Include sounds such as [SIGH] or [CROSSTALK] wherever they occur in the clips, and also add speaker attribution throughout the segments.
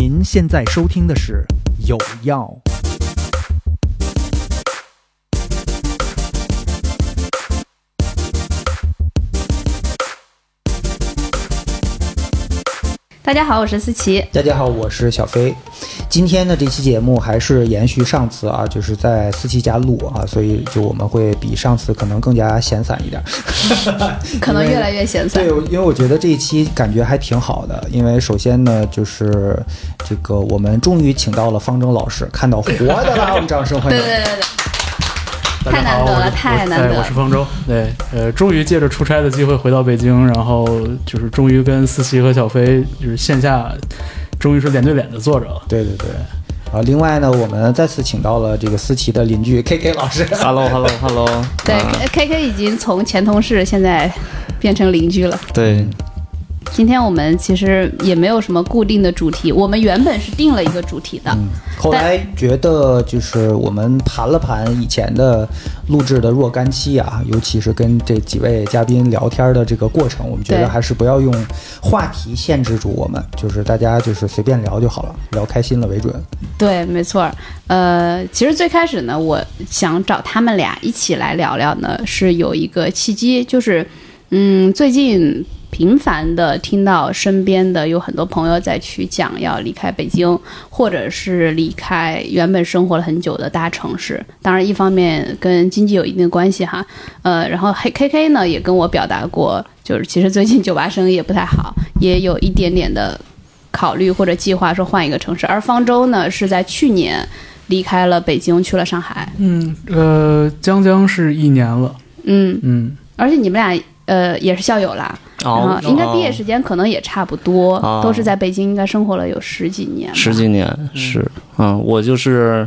Speaker 1: 您现在收听的是《有药》。
Speaker 2: 大家好，我是思琪。
Speaker 3: 大家好，我是小飞。今天的这期节目还是延续上次啊，就是在思琪家录啊，所以就我们会比上次可能更加闲散一点。
Speaker 2: 可能越来越闲散
Speaker 3: 对，因为我觉得这一期感觉还挺好的，因为首先呢，就是这个我们终于请到了方正老师，看到活的了，
Speaker 1: [LAUGHS]
Speaker 3: 我们掌声欢
Speaker 2: 对
Speaker 3: 迎。
Speaker 2: 对对对，
Speaker 4: 大家好
Speaker 2: 太难得了
Speaker 4: 我是
Speaker 2: 太难得了
Speaker 4: 哎我是方舟。对，呃，终于借着出差的机会回到北京，然后就是终于跟思琪和小飞就是线下，终于是脸对脸的坐着了。
Speaker 3: 对对对。啊，另外呢，我们再次请到了这个思琪的邻居 K K 老师。
Speaker 5: h e l l o h e l l o h e l l o
Speaker 2: 对、k
Speaker 4: 哎啊
Speaker 2: K 已经从前同事现在变成邻居了。
Speaker 5: 对，
Speaker 2: 今天我们其实也没有什么固定的主题，我们原本是定了一个主题的，
Speaker 3: 后来觉得就是我们盘了盘以前的录制的若干期啊，尤其是跟这几位嘉宾聊天的这个过程，我们觉
Speaker 2: 对
Speaker 3: 得还是不要用话题限制住我们，就是大家就是随便聊就好了，聊开心了为准。
Speaker 2: 对，没错儿。呃，其实最开始呢，我想找他们俩一起来聊聊呢，是有一个契机，就是嗯，最近频繁的听到身边的有很多朋友在去讲要离开北京，或者是离开原本生活了很久的大城市。当然，一方面跟经济有一定的关系哈， [LAUGHS] 呃，然后黑 K K 呢也跟我表达过，就是其实最近酒吧生意也不太好，也有一点点的考虑或者计划说换一个城市，而方舟呢是在去年离开了北京，去了上海。
Speaker 4: 嗯，呃，将将是一年了。
Speaker 2: 嗯，
Speaker 4: 嗯，
Speaker 2: 而且你们俩呃也是校友啦，然后应该毕业时间可能也差不多，
Speaker 5: 哦
Speaker 2: 都是在北京应该生活了有十几年吧。
Speaker 5: 十几年是，嗯，我就是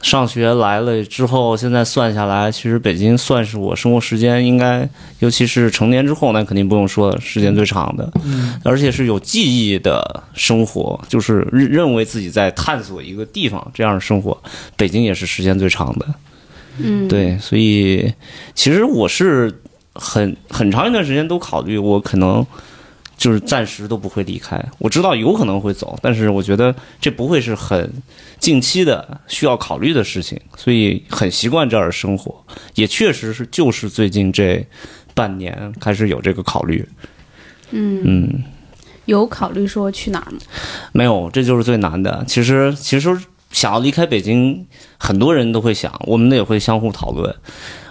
Speaker 5: 上学来了之后，现在算下来，其实北京算是我生活时间应该，尤其是成年之后，那肯定不用说了，时间最长的，嗯，而且是有记忆的生活，就是认认为自己在探索一个地方这样的生活，北京也是时间最长的，
Speaker 2: 嗯，，
Speaker 5: 对，所以其实我是很很长一段时间都考虑，我可能就是暂时都不会离开。我知道有可能会走，但是我觉得这不会是很近期的需要考虑的事情，所以很习惯这儿的生活，也确实是就是最近这半年开始有这个考虑。
Speaker 2: 嗯，
Speaker 5: 嗯，
Speaker 2: 有考虑说去哪儿吗？
Speaker 5: 没有，这就是最难的。其实，其实想要离开北京，很多人都会想，我们也会相互讨论。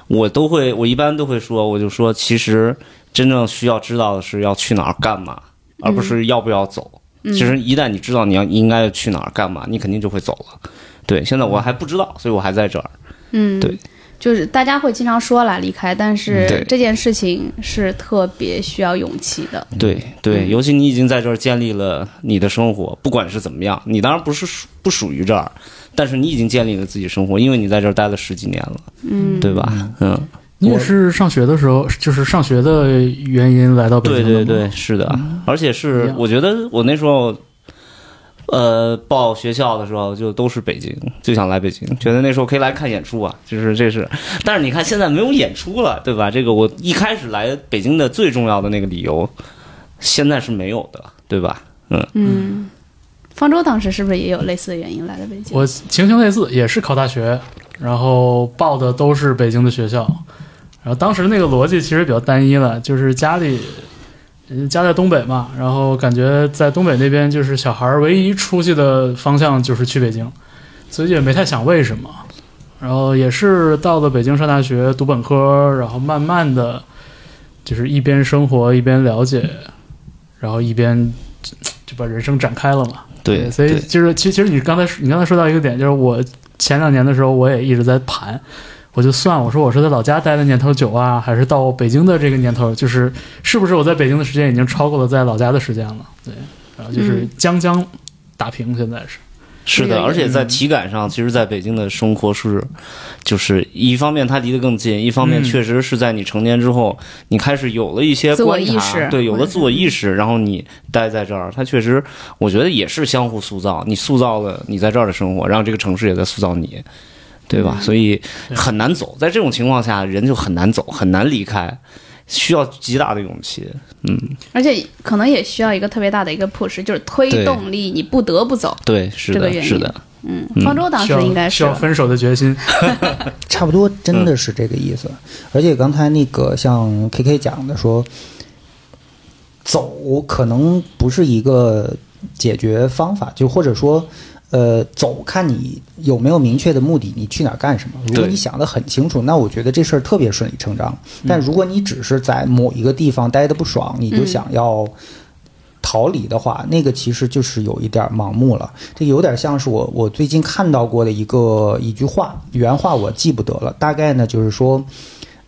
Speaker 5: 我都会，我一般都会说，我就说，其实真正需要知道的是要去哪儿干嘛，而不是要不要走。
Speaker 2: 嗯
Speaker 5: 其实一旦你知道你要应该去哪儿干嘛，你肯定就会走了。对，现在我还不知道，所以我还在这儿。
Speaker 2: 嗯，
Speaker 5: 对。
Speaker 2: 就是大家会经常说啦，离开，但
Speaker 5: 嗯
Speaker 2: 是
Speaker 5: 对
Speaker 2: 这件事情是特别需要勇气的。
Speaker 5: 对
Speaker 2: 嗯
Speaker 5: 对，尤其你已经在这儿建立了你的生活，不管是怎么样，你当然不是属不属于这儿，但是你已经建立了自己生活，因为你在这儿待了十几年了，
Speaker 2: 嗯，
Speaker 5: 对吧？嗯，
Speaker 4: 你也是上学的时候，就是上学的原因来到北京
Speaker 5: 对
Speaker 4: 的
Speaker 5: 对
Speaker 4: 吗
Speaker 5: 对，，是的，而且
Speaker 4: 一
Speaker 5: 是
Speaker 4: 样
Speaker 5: 我觉得我那时候，呃，报学校的时候就都是北京，就想来北京，觉得那时候可以来看演出啊，就是这是。但是你看现在没有演出了，对吧？这个我一开始来北京的最重要的那个理由，现在是没有的，对吧？嗯，
Speaker 2: 嗯，方舟当时是不是也有类似的原因来的北京？
Speaker 4: 我情形类似，也是考大学，然后报的都是北京的学校，然后当时那个逻辑其实比较单一了，就是家里，嗯，家在东北嘛，然后感觉在东北那边就是小孩儿唯一出去的方向就是去北京，所以也没太想为什么，然后也是到了北京上大学读本科，然后慢慢的，就是一边生活一边了解，然后一边就把人生展开了嘛。
Speaker 5: 对，
Speaker 4: 所以
Speaker 5: 对
Speaker 4: 就是其其实你刚才你刚才说到一个点，就是我前两年的时候，我也一直在盘，我就算我说我是在老家待的年头久啊，还是到北京的这个年头，就是是不是我在北京的时间已经超过了在老家的时间了？对，然后就是
Speaker 2: 嗯
Speaker 4: 将将打平，现在是。
Speaker 5: 是
Speaker 2: 这
Speaker 5: 的，
Speaker 2: 个
Speaker 5: 而且在体感上，其实在北京的生活是，就是一方面它离得更近，一方面
Speaker 4: 嗯
Speaker 5: 确实是在你成年之后，你开始有了一些
Speaker 2: 自我
Speaker 5: 观察
Speaker 2: 意识
Speaker 5: 对，有
Speaker 2: 或
Speaker 5: 了
Speaker 2: 者
Speaker 5: 自我意识，然后你待在这儿，它确实，我觉得也是相互塑造，你塑造了你在这儿的生活，然后这个城市也在塑造你。
Speaker 2: 嗯
Speaker 5: 对吧？所以很难走，在这种情况下，人就很难走，很难离开。需要极大的勇气。嗯，
Speaker 2: 而且可能也需要一个特别大的一个 push，就是推
Speaker 5: 对
Speaker 2: 动力，你不得不走。
Speaker 5: 对，是
Speaker 2: 这个
Speaker 5: 的，
Speaker 2: 原因
Speaker 5: 是的，
Speaker 2: 嗯，方舟当
Speaker 4: 需
Speaker 2: 时
Speaker 4: 要
Speaker 2: 应该
Speaker 4: 需
Speaker 2: 是
Speaker 4: 要分手的决心。
Speaker 3: 差不多真的是这个意思。而且刚才那个像 K K 讲的说，走可能不是一个解决方法，就或者说。呃，走看你有没有明确的目的，你去哪儿干什么。如果
Speaker 5: 对
Speaker 3: 你想得很清楚，那我觉得这事儿特别顺理成章。但如果你只是在某一个地方待得不爽，你就
Speaker 2: 嗯
Speaker 3: 想要逃离的话，那个其实就是有一点盲目了。这有点像是我我最近看到过的一个一句话，原话我记不得了，大概呢就是说，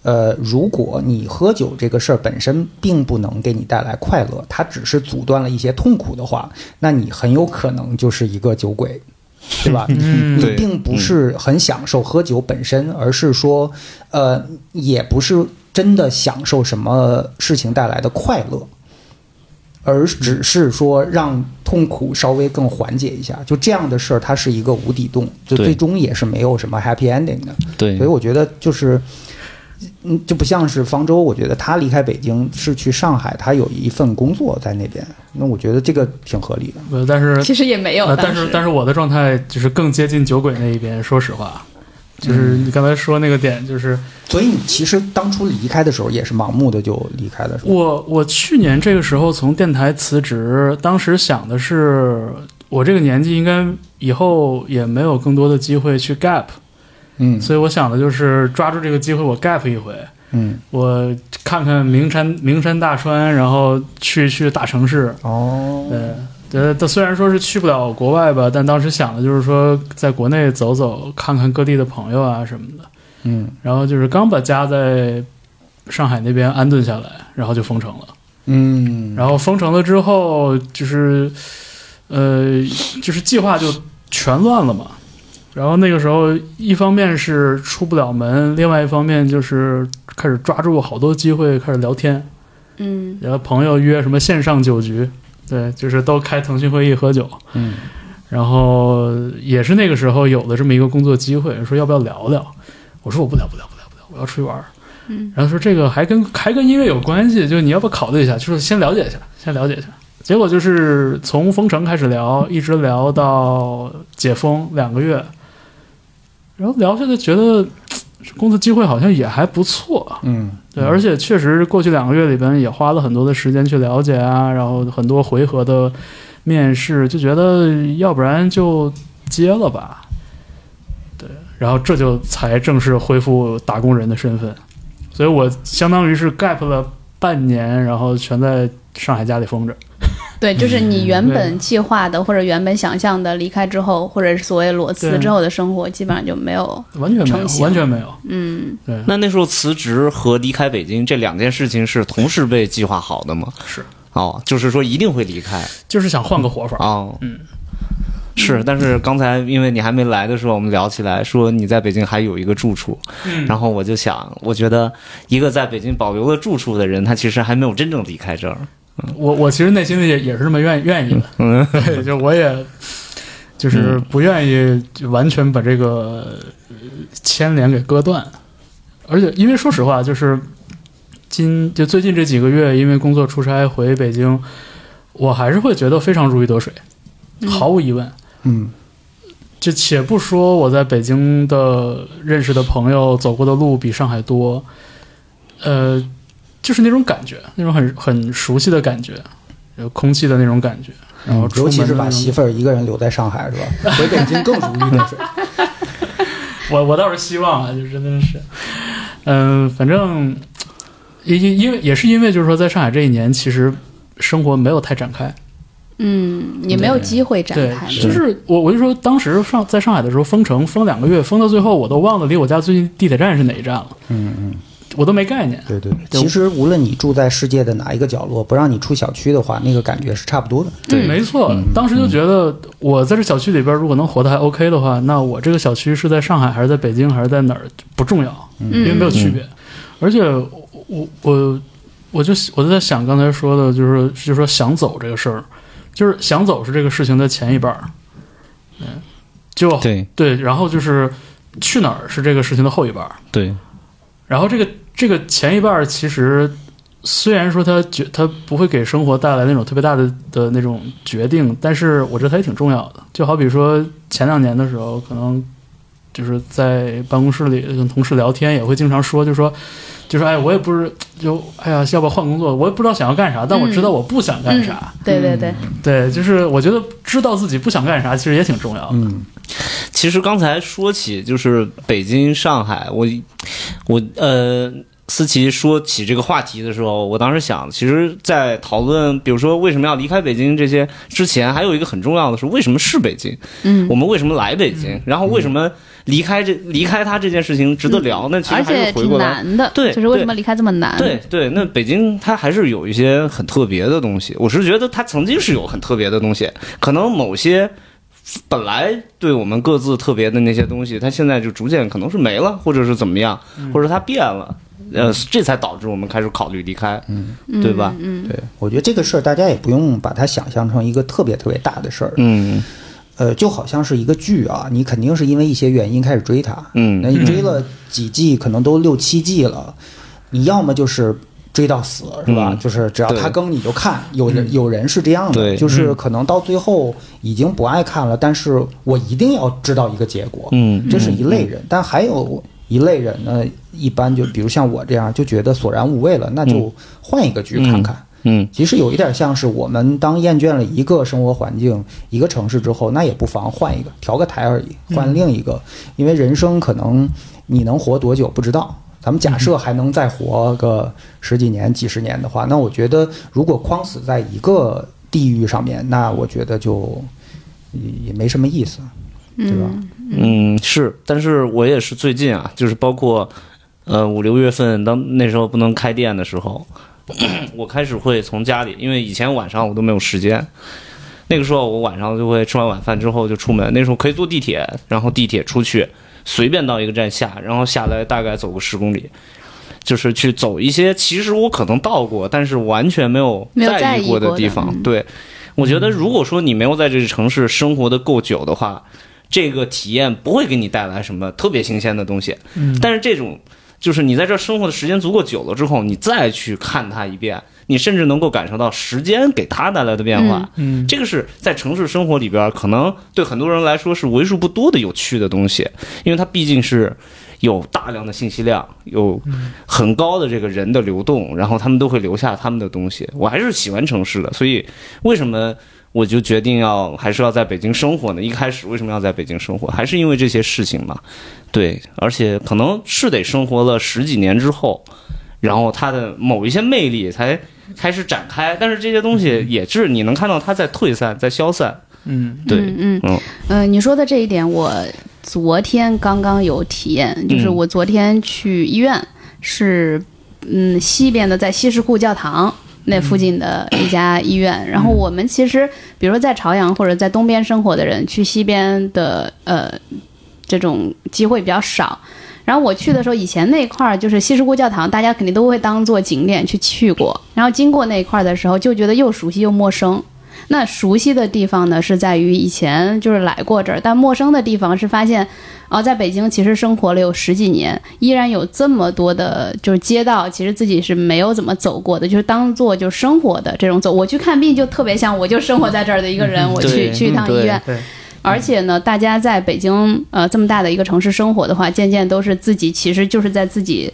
Speaker 3: 呃，如果你喝酒这个事儿本身并不能给你带来快乐，它只是阻断了一些痛苦的话，那你很有可能就是一个酒鬼，对吧？
Speaker 4: 嗯
Speaker 3: 你
Speaker 5: 对
Speaker 3: 并不是很享受喝酒本身，而是说，呃，也不是真的享受什么事情带来的快乐，而只
Speaker 5: 嗯
Speaker 3: 是说让痛苦稍微更缓解一下。就这样的事儿，它是一个无底洞，就
Speaker 5: 对
Speaker 3: 最终也是没有什么 happy ending 的。
Speaker 4: 嗯
Speaker 5: 对
Speaker 3: 所以我觉得就是，嗯，就不像是方舟，我觉得他离开北京是去上海，他有一份工作在那边，那我觉得这个挺合理的。
Speaker 4: 呃，但是
Speaker 2: 其实也没有，
Speaker 4: 呃，但是但是我的状态就是更接近酒鬼那一边，说实话。就是
Speaker 5: 嗯
Speaker 4: 你刚才说那个点，就是
Speaker 3: 所以你其实当初离开的时候也是盲目的就离开的，是吧？
Speaker 4: 我我去年这个时候从电台辞职，当时想的是，我这个年纪应该以后也没有更多的机会去 gap，
Speaker 3: 嗯
Speaker 4: 所以我想的就是抓住这个机会我 gap 一回，
Speaker 3: 嗯，
Speaker 4: 我看看名山名山大川，然后去去大城市，
Speaker 3: 哦，
Speaker 4: 对，呃，但虽然说是去不了国外吧，但当时想的就是说，在国内走走，看看各地的朋友啊什么的。
Speaker 3: 嗯
Speaker 4: 然后就是刚把家在上海那边安顿下来，然后就封城了。
Speaker 3: 嗯，
Speaker 4: 然后封城了之后，就是呃，就是计划就全乱了嘛。然后那个时候，一方面是出不了门，另外一方面就是开始抓住好多机会开始聊天。
Speaker 2: 嗯，
Speaker 4: 然后朋友约什么线上酒局，对，就是都开腾讯会议喝酒。
Speaker 3: 嗯，
Speaker 4: 然后也是那个时候有了这么一个工作机会，说要不要聊聊？我说我不聊，不聊，不聊，不聊，我要出去玩。
Speaker 2: 嗯，
Speaker 4: 然后说这个还跟还跟音乐有关系，就你要不考虑一下，就是先了解一下，先了解一下。结果就是从封城开始聊，一直聊到解封两个月，然后聊下来觉得工作机会好像也还不错，
Speaker 3: 嗯，
Speaker 4: 对，而且确实过去两个月里边也花了很多的时间去了解啊，然后很多回合的面试，就觉得要不然就接了吧。对，然后这就才正式恢复打工人的身份，所以我相当于是 gap 了半年，然后全在上海家里封着。
Speaker 2: 对，就是你原本计划的或者原本想象的离开之后，或者是所谓裸辞
Speaker 4: 对
Speaker 2: 之后的生活，基本上就没有，
Speaker 4: 完全没
Speaker 2: 成
Speaker 4: 有，
Speaker 2: 型
Speaker 4: 完全没有。
Speaker 2: 嗯，
Speaker 4: 对，
Speaker 5: 那那时候辞职和离开北京这两件事情是同时被计划好的吗？
Speaker 4: 是，
Speaker 5: 哦，就是说一定会离开
Speaker 4: 就是想换个活法。
Speaker 5: 哦，
Speaker 4: 嗯，
Speaker 5: 是。但是刚才因为你还没来的时候，我们聊起来说你在北京还有一个住处，
Speaker 4: 嗯
Speaker 5: 然后我就想，我觉得一个在北京保留了住处的人，他其实还没有真正离开这儿。
Speaker 4: 我我其实内心里也也是这么愿愿意的，
Speaker 5: 嗯，
Speaker 4: [LAUGHS] 对，就我也就是不愿意就完全把这个呃牵连给割断，而且因为说实话，就是今就最近这几个月，因为工作出差回北京，我还是会觉得非常如鱼得水，
Speaker 2: 嗯
Speaker 4: 毫无疑问。
Speaker 3: 嗯
Speaker 4: 就且不说我在北京的认识的朋友走过的路比上海多，呃，就是那种感觉，那种很很熟悉的感觉，有空气的那种感觉，然
Speaker 3: 嗯，
Speaker 4: 后
Speaker 3: 尤
Speaker 4: 出
Speaker 3: 其
Speaker 4: 门
Speaker 3: 是
Speaker 4: 的那
Speaker 3: 把
Speaker 4: 种
Speaker 3: 媳妇儿一个人留在上海，是吧？
Speaker 4: [LAUGHS]
Speaker 3: 回北京更如鱼得水。
Speaker 4: 我我倒是希望啊，就真的是，嗯、反正因因因为也是因为就是说，在上海这一年，其实生活没有太展开，
Speaker 2: 嗯，也没有机会展
Speaker 4: 对
Speaker 2: 开，嘛，
Speaker 4: 就是我我就说，当时上在上海的时候封城封两个月，封到最后我都忘了离我家最近地铁站是哪一站了，
Speaker 3: 嗯嗯，
Speaker 4: 我都没概念。
Speaker 3: 对对对。其实无论你住在世界的哪一个角落，不让你出小区的话，那个感觉是差不多的。
Speaker 4: 对，没错，当时就觉得我在这小区里边，如果能活得还 OK 的话，那我这个小区是在上海还是在北京还是在哪儿不重要，因为没有
Speaker 2: 嗯，
Speaker 4: 区别。而且我我我我就我就在想刚才说的，就是就是说想走这个事儿，就是想走是这个事情的前一半儿，嗯，就
Speaker 5: 对
Speaker 4: 对，然后就是去哪儿是这个事情的后一半儿，
Speaker 5: 对
Speaker 4: 然后这个这个前一半儿其实虽然说他决他不会给生活带来那种特别大的的那种决定，但是我觉得他也挺重要的。就好比说前两年的时候，可能就是在办公室里跟同事聊天，也会经常说，就说就说哎，我也不是就哎呀，要不要换工作？我也不知道想要干啥，但我知道我不想干啥。
Speaker 2: 嗯对对对，
Speaker 4: 对，就是我觉得知道自己不想干啥，其实也挺重要的。
Speaker 3: 嗯，
Speaker 5: 其实刚才说起就是北京、上海，我我呃，思琪说起这个话题的时候，我当时想，其实，在讨论比如说为什么要离开北京这些之前，还有一个很重要的是为什么是北京，
Speaker 2: 嗯
Speaker 5: 我，们为什么来北京，然后为什么离开这离开它这件事情值得聊。那其
Speaker 2: 嗯
Speaker 5: 实
Speaker 2: 而
Speaker 5: 还是
Speaker 2: 且
Speaker 5: 回
Speaker 2: 挺
Speaker 5: 过来。
Speaker 2: 难的，
Speaker 5: 对
Speaker 2: 就是为什么离开这么难？
Speaker 5: 对对，那北京它还是有一些很特别的东西。我是觉得它曾经是有很特别的东西，可能某些本来对我们各自特别的那些东西，它现在就逐渐可能是没了，或者是怎么样，
Speaker 2: 嗯
Speaker 5: 或者它变了，呃，这才导致我们开始考虑离开，
Speaker 2: 嗯，
Speaker 5: 对吧
Speaker 2: 嗯，
Speaker 3: 对，我觉得这个事儿大家也不用把它想象成一个特别特别大的事儿，
Speaker 5: 嗯
Speaker 3: 呃，就好像是一个剧啊，你肯定是因为一些原因开始追它，那
Speaker 5: 嗯
Speaker 3: 你追了几季，可能都六七季了，你要么就是追到死，是吧？
Speaker 5: 嗯
Speaker 3: 就是只要
Speaker 5: 对嗯
Speaker 3: 他更你就看，有人、有人是这样的，
Speaker 5: 对嗯
Speaker 3: 就是可能到最后已经不爱看了，但是我一定要知道一个结果，
Speaker 5: 嗯，
Speaker 3: 这是一类人。但还有一类人呢，一般就比如像我这样，就觉得索然无味了，那就换一个剧看看。
Speaker 5: 嗯，
Speaker 3: 其实有一点像是我们当厌倦了一个生活环境、一个城市之后，那也不妨换一个，调个台而已，换另一个。因为人生可能你能活多久不知道，咱们假设还能再活个十几年、几十年的话，那我觉得如果框死在一个地域上面，那我觉得就也也没什么意思，对吧？
Speaker 5: 嗯，是，但是我也是最近啊，就是包括呃五六月份，当那时候不能开店的时候， [COUGHS] 我开始会从家里，因为以前晚上我都没有时间。那个时候我晚上就会吃完晚饭之后就出门，那时候可以坐地铁，然后地铁出去，随便到一个站下，然后下来大概走个十公里，就是去走一些其实我可能到过，但是完全没有
Speaker 2: 没有在
Speaker 5: 意
Speaker 2: 意
Speaker 5: 过
Speaker 2: 过的
Speaker 5: 地方。
Speaker 2: 嗯
Speaker 5: 对，我觉得如果说你没有在这个城市生活的够久的话，这个体验不会给你带来什么特别新鲜的东西。
Speaker 4: 嗯
Speaker 5: 但是这种就是你在这儿生活的时间足够久了之后，你再去看它一遍，你甚至能够感受到时间给它带来的变化。
Speaker 4: 嗯，
Speaker 5: 这个是在城市生活里边儿，可能对很多人来说是为数不多的有趣的东西，因为它毕竟是有大量的信息量，有很高的这个人的流动，然后他们都会留下他们的东西。我还是喜欢城市的，所以为什么我就决定要还是要在北京生活呢？一开始为什么要在北京生活，还是因为这些事情嘛。对，而且可能是得生活了十几年之后，然后它的某一些魅力才开始展开，但是这些东西也是你能看到它在退散、在消散。
Speaker 4: 嗯
Speaker 5: 对，
Speaker 2: 嗯嗯
Speaker 5: 嗯
Speaker 2: 呃，你说的这一点，我昨天刚刚有体验，就是
Speaker 5: 嗯
Speaker 2: 我昨天去医院是嗯西边的，在西什库教堂。那附近的一家医院，然后我们其实，比如说在朝阳或者在东边生活的人，去西边的呃这种机会比较少。然后我去的时候，以前那块儿就是西什库教堂，大家肯定都会当做景点去去过。然后经过那块儿的时候，就觉得又熟悉又陌生。那熟悉的地方呢，是在于以前就是来过这儿，但陌生的地方是发现，哦，在北京其实生活了有十几年，依然有这么多的，就是街道，其实自己是没有怎么走过的，就是当做就生活的这种走。我去看病就特别像我就生活在这儿的一个人，我去
Speaker 5: 嗯对
Speaker 2: 去一趟医
Speaker 5: 对
Speaker 2: 院，
Speaker 4: 对，
Speaker 2: 而且呢，大家在北京呃这么大的一个城市生活的话，渐渐都是自己其实就是在自己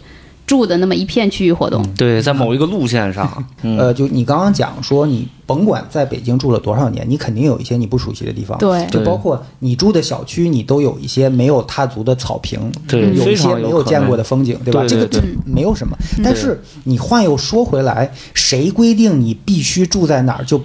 Speaker 2: 住的那么一片区域活动。
Speaker 5: 对，在某一个路线上，嗯，
Speaker 3: 呃，就你刚刚讲说，你甭管在北京住了多少年，你肯定有一些你不熟悉的地方。
Speaker 2: 对
Speaker 3: 就包括你住的小区，你都有一些没有踏足的草坪，
Speaker 5: 对，
Speaker 3: 有
Speaker 5: 非
Speaker 3: 一些
Speaker 5: 常
Speaker 3: 没
Speaker 5: 有
Speaker 3: 有见过的风景，对吧？
Speaker 5: 对
Speaker 3: 这个
Speaker 5: 对
Speaker 3: 这没有什么。但是你话又说回来，谁规定你必须住在哪儿就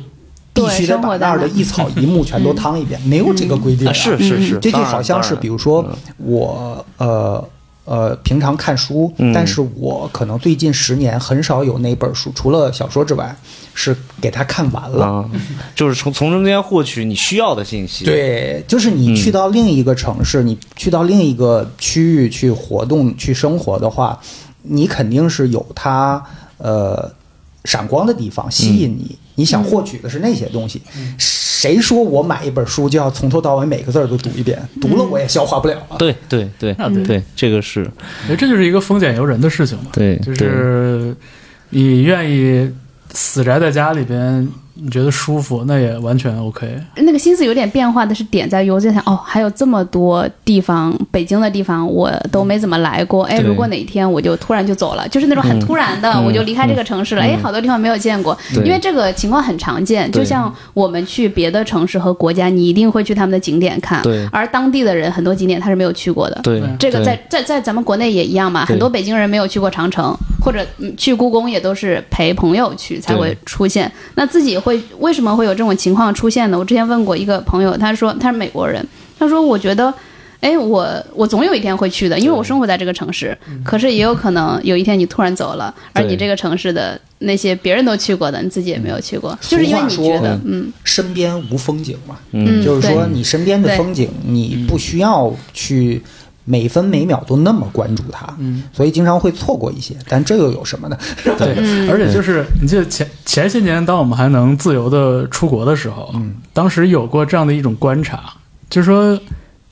Speaker 3: 必须得把那儿的一草一木全都趟一遍？没有这个规定
Speaker 5: 啊
Speaker 3: 啊。
Speaker 5: 是是是，
Speaker 3: 这就
Speaker 5: 当然
Speaker 3: 好像是，
Speaker 5: 当然
Speaker 3: 比如说
Speaker 5: 嗯
Speaker 3: 我呃呃平常看书，
Speaker 5: 嗯
Speaker 3: 但是我可能最近十年很少有哪本书，除了小说之外，是给他看完了。
Speaker 5: 啊，就是从从中间获取你需要的信息。，
Speaker 3: 对，就是你
Speaker 5: 嗯
Speaker 3: 去到另一个城市，你去到另一个区域去活动、去生活的话，你肯定是有它呃闪光的地方吸引你，
Speaker 5: 嗯
Speaker 3: 你想获取的是那些东西。谁说我买一本书就要从头到尾每个字儿都读一遍？
Speaker 5: 嗯
Speaker 3: 读了我也消化不了啊。
Speaker 5: 对对对
Speaker 4: 那对
Speaker 5: 对，这个是
Speaker 4: 我觉得这就是一个丰俭由人的事情嘛。
Speaker 5: 对
Speaker 4: 就
Speaker 5: 对
Speaker 4: 是你愿意死宅在家里边，你觉得舒服，那也完全 OK。
Speaker 2: 那个心思有点变化的是点在于，我在想，哦，还有这么多地方，北京的地方我都没怎么来过。哎，
Speaker 5: 对
Speaker 2: 如果哪天我就突然就走了，就是那种很突然的，
Speaker 5: 嗯
Speaker 2: 我就离开这个城市了。
Speaker 5: 嗯
Speaker 2: 哎，好多地方没有见过，
Speaker 5: 对
Speaker 2: 因为这个情况很常见。
Speaker 5: 对
Speaker 2: 就像我们去别的城市和国家，你一定会去他们的景点看，
Speaker 5: 对
Speaker 2: 而当地的人很多景点他是没有去过的。
Speaker 5: 对
Speaker 4: 对，
Speaker 2: 这个
Speaker 5: 对
Speaker 2: 在在在咱们国内也一样嘛，
Speaker 5: 对
Speaker 2: 很多北京人没有去过长城，或者嗯去故宫也都是陪朋友去才会出现。那自己会为什么会有这种情况出现呢？我之前问过一个朋友，他说他是美国人，他说我觉得。哎，我我总有一天会去的，因为我生活在这个城市。
Speaker 4: 嗯
Speaker 2: 可是也有可能有一天你突然走了，而
Speaker 5: 对
Speaker 2: 你这个城市的那些别人都去过的，你自己也没有去
Speaker 4: 嗯
Speaker 2: 过，
Speaker 3: 俗
Speaker 2: 就是因为
Speaker 3: 话
Speaker 2: 你
Speaker 3: 说
Speaker 2: 觉得，嗯，
Speaker 3: 身边无风景嘛，
Speaker 5: 嗯
Speaker 3: 就是说
Speaker 2: 对
Speaker 3: 你身边的
Speaker 2: 对
Speaker 3: 风景，你不需要去每分每秒都那么关注它，
Speaker 4: 嗯，
Speaker 3: 所以经常会错过一些。但这又有什么呢？
Speaker 4: 对，
Speaker 2: 嗯
Speaker 4: 而且就是你记得前前些年，当我们还能自由的出国的时候，
Speaker 3: [LAUGHS] 嗯
Speaker 4: 当时有过这样的一种观察，就是说，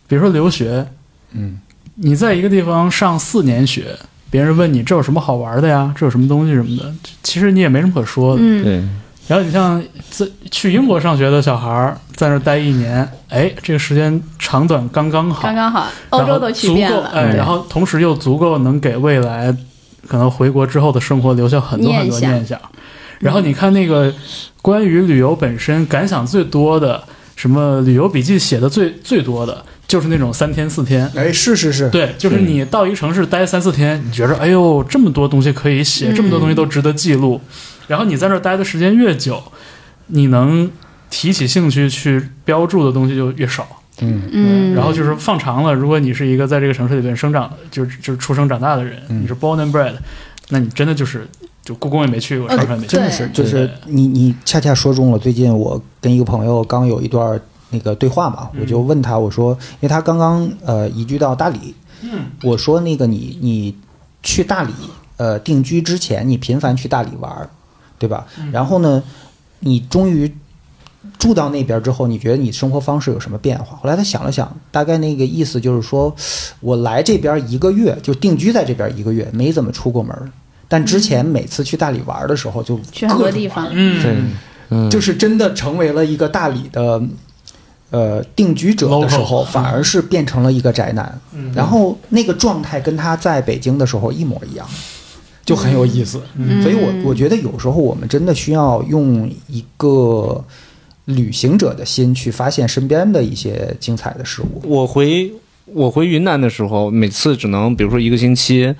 Speaker 4: 比如说留学，
Speaker 3: 嗯，
Speaker 4: 你在一个地方上四年学，别人问你这有什么好玩的呀，这有什么东西什么的，其实你也没什么可说的。
Speaker 2: 嗯，
Speaker 5: 对
Speaker 4: 然后你像在去英国上学的小孩儿，在那儿待一年，哎，这个时间长短刚刚好，
Speaker 2: 刚刚好，欧洲都去遍
Speaker 4: 然后足够哎，
Speaker 2: 了，
Speaker 4: 然后同时又足够能给未来可能回国之后的生活留下很多很多
Speaker 2: 念想
Speaker 4: 念想。然后你看那个关于旅游本身感想最多的，什么旅游笔记写的最最多的，就是那种三天四天。
Speaker 3: 哎，是是是，
Speaker 4: 对，就是你到一个城市待三四天，你觉着哎呦，这么多东西可以写，这么多东
Speaker 2: 嗯
Speaker 4: 西都值得记录。然后你在那儿待的时间越久，你能提起兴趣去标注的东西就越少。
Speaker 3: 嗯，
Speaker 2: 嗯，
Speaker 4: 然后就是放长了，如果你是一个在这个城市里边生长，就是就是出生长大的人，
Speaker 3: 嗯
Speaker 4: 你是 born and bred，那你真的就是就故宫也没去过，
Speaker 2: 呃
Speaker 4: 长城也没去
Speaker 2: 对
Speaker 4: 过，
Speaker 3: 哦真的是，就
Speaker 4: 对
Speaker 3: 是你你恰恰说中了。最近我跟一个朋友刚有一段那个对话嘛，我就问他，我说，因为他刚刚呃移居到大理，嗯，我说那个你你去大理呃定居之前，你频繁去大理玩儿，对吧？
Speaker 4: 嗯
Speaker 3: 然后呢，你终于。住到那边之后，你觉得你生活方式有什么变化？后来他想了想，大概那个意思就是说，我来这边一个月，就定居在这边一个月，没怎么出过门儿。但之前每次去大理玩儿的时候，就
Speaker 2: 去很
Speaker 3: 各
Speaker 2: 多
Speaker 3: 种
Speaker 2: 地
Speaker 3: 玩
Speaker 2: 方，
Speaker 5: 对
Speaker 4: 嗯，，
Speaker 5: 嗯
Speaker 3: 就是真的成为了一个大理的呃定居者的时候，
Speaker 4: Local
Speaker 3: 反而是变成了一个宅男。然后那个状态跟他在北京的时候一模一样，就很有意思。
Speaker 2: 嗯
Speaker 3: 所以我我觉得有时候我们真的需要用一个旅行者的心去发现身边的一些精彩的事物。
Speaker 5: 我回我回云南的时候，每次只能比如说一个星期，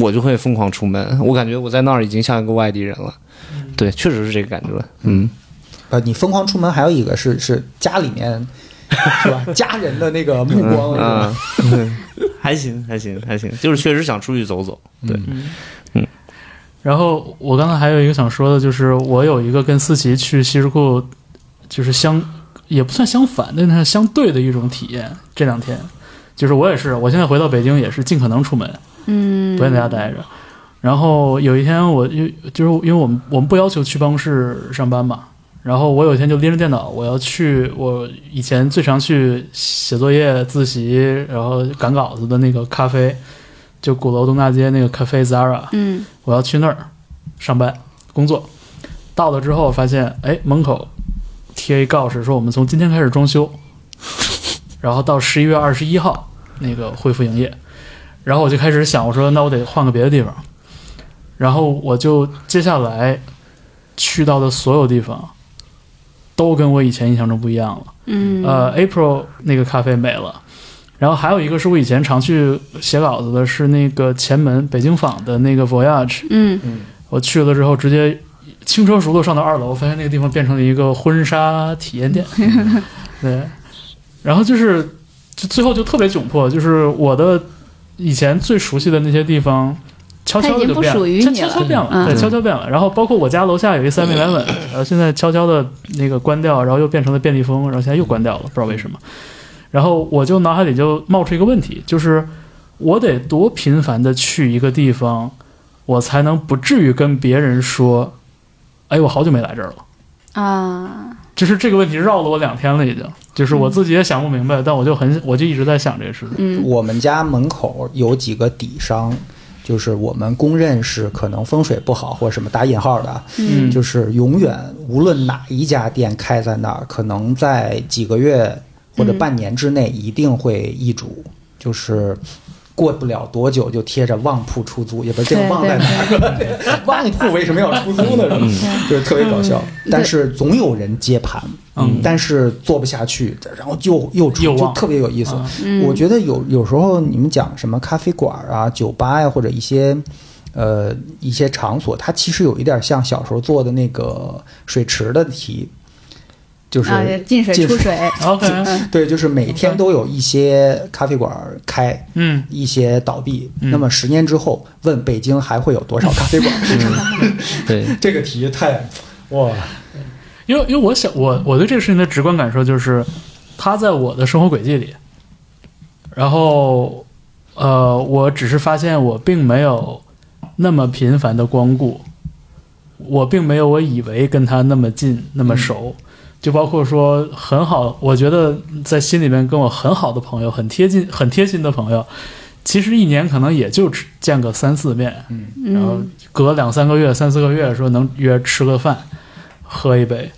Speaker 5: 我就会疯狂出门。我感觉我在那儿已经像一个外地人了。嗯对，确实是这个感觉。嗯，
Speaker 3: 呃，你疯狂出门还有一个是是家里面是吧？家人的那个目光。是吧
Speaker 5: 啊，还行，还行，还行，就是确实想出去走走。对，
Speaker 4: 然后我刚才还有一个想说的，就是我有一个跟思琪去西什库，就是相也不算相反，但是相对的一种体验。这两天，就是我也是，我现在回到北京也是尽可能出门，
Speaker 2: 嗯，
Speaker 4: 不愿在家待着。然后有一天我就就是因为我们我们不要求去办公室上班嘛，然后我有一天就拎着电脑，我要去我以前最常去写作业、自习，然后赶稿子的那个咖啡，就鼓楼东大街那个咖啡 Zara，
Speaker 2: 嗯
Speaker 4: 我要去那儿上班工作。到了之后发现，哎，门口贴一告示说我们从今天开始装修， [LAUGHS] 然后到十一月二十一号那个恢复营业。然后我就开始想，我说那我得换个别的地方。然后我就接下来去到的所有地方，都跟我以前印象中不一样了。
Speaker 2: 嗯，
Speaker 4: 呃，April 那个咖啡没了，然后还有一个是我以前常去写稿子的，是那个前门北京坊的那个 Voyage，
Speaker 2: 嗯
Speaker 4: 我去了之后直接轻车熟路上到二楼，发现那个地方变成了一个婚纱体
Speaker 2: [LAUGHS]
Speaker 4: 验店，
Speaker 2: 嗯
Speaker 4: 对，然后就是就最后就特别窘迫，就是我的以前最熟悉的那些地方。悄悄
Speaker 2: 它已
Speaker 4: 的
Speaker 2: 经
Speaker 4: 就
Speaker 2: 不
Speaker 4: 变了
Speaker 2: 属于，
Speaker 4: 悄
Speaker 2: 你
Speaker 4: 悄
Speaker 2: 了
Speaker 4: 悄变了，
Speaker 2: 嗯
Speaker 4: 对，悄悄变了。然后包括我家楼下有一三 e 来
Speaker 2: [COUGHS]
Speaker 4: e 然后现在悄悄的那个关掉，然后又变成了便利蜂，然后现在又关掉了，不知道为什么。然后我就脑海里就冒出一个问题，就是我得多频繁的去一个地方，我才能不至于跟别人说，哎，我好久没来这儿了。
Speaker 2: 啊，
Speaker 4: 就是这个问题绕了我两天了，已经。就是我自己也想不明白，但我就很，我就一直在想这个事情。
Speaker 2: 嗯
Speaker 3: 我们家门口有几个底商，就是我们公认是可能风水不好或者什么打引号的，啊
Speaker 4: 嗯
Speaker 3: 就是永远无论哪一家店开在那儿，可能在几个月或者半年之内一定会易主，就是。过不了多久就贴着旺铺出租，也不是这
Speaker 2: 对
Speaker 3: 个旺在哪儿，
Speaker 2: 对对
Speaker 3: [LAUGHS] 旺铺为什么要出租呢？是吧就是特别搞笑。但是总有人接盘，
Speaker 4: 嗯
Speaker 3: 但是做不下去，然后又又出，
Speaker 4: 又
Speaker 3: 就
Speaker 4: 旺
Speaker 3: 特别有意思。
Speaker 4: 啊
Speaker 2: 嗯，
Speaker 3: 我觉得有有时候你们讲什么咖啡馆啊、酒吧呀、或者一些呃一些场所，它其实有一点像小时候做的那个水池的题，就是、
Speaker 2: 啊，进水
Speaker 3: 进
Speaker 2: 出
Speaker 3: 水
Speaker 2: 水，
Speaker 4: [LAUGHS]
Speaker 2: 嗯
Speaker 4: ，OK，
Speaker 3: 对，就是每天都有一些咖啡馆开。
Speaker 4: 嗯，
Speaker 3: 一些倒闭，
Speaker 4: 嗯
Speaker 3: 那么十年之后，问北京还会有多少咖啡馆？
Speaker 4: 嗯
Speaker 5: 对，
Speaker 3: [LAUGHS] 这个题太哇，
Speaker 4: 因为因为我想我我对这个事情的直观感受就是，它在我的生活轨迹里，然后呃，我只是发现我并没有那么频繁的光顾，我并没有我以为跟他那么近那么熟，就包括说很好，我觉得在心里面跟我很好的朋友，很贴近很贴心的朋友。其实一年可能也就只见个三四面，然后
Speaker 2: 嗯
Speaker 4: 隔两三个月、三四个月说能约吃个饭、喝一杯，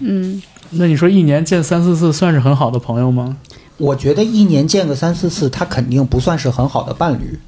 Speaker 2: 嗯，
Speaker 4: 那你说一年见三四次算是很好的朋友吗？
Speaker 3: 我觉得一年见个三四次，他肯定不算是很好的伴侣。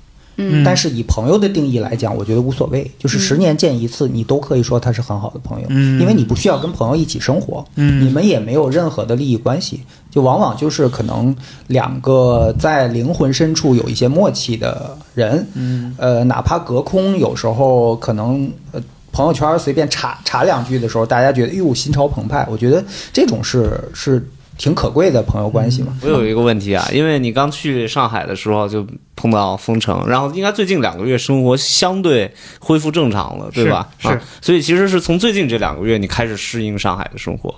Speaker 2: 嗯
Speaker 3: 但是以朋友的定义来讲，我觉得无所谓，就是十年见一次，你都可以说他是很好的朋友，
Speaker 4: 嗯
Speaker 3: 因为你不需要跟朋友一起生活，
Speaker 4: 嗯
Speaker 3: 你们也没有任何的利益关系，就往往就是可能两个在灵魂深处有一些默契的人，
Speaker 4: 嗯，
Speaker 3: 呃，哪怕隔空有时候可能呃。朋友圈随便查查两句的时候，大家觉得哟心潮澎湃，我觉得这种是是挺可贵的朋友关系嘛。
Speaker 5: [LAUGHS] 我有一个问题啊，因为你刚去上海的时候就碰到封城，然后应该最近两个月生活相对恢复正常了，对吧？
Speaker 4: 是
Speaker 5: 啊，所以其实是从最近这两个月你开始适应上海的生活，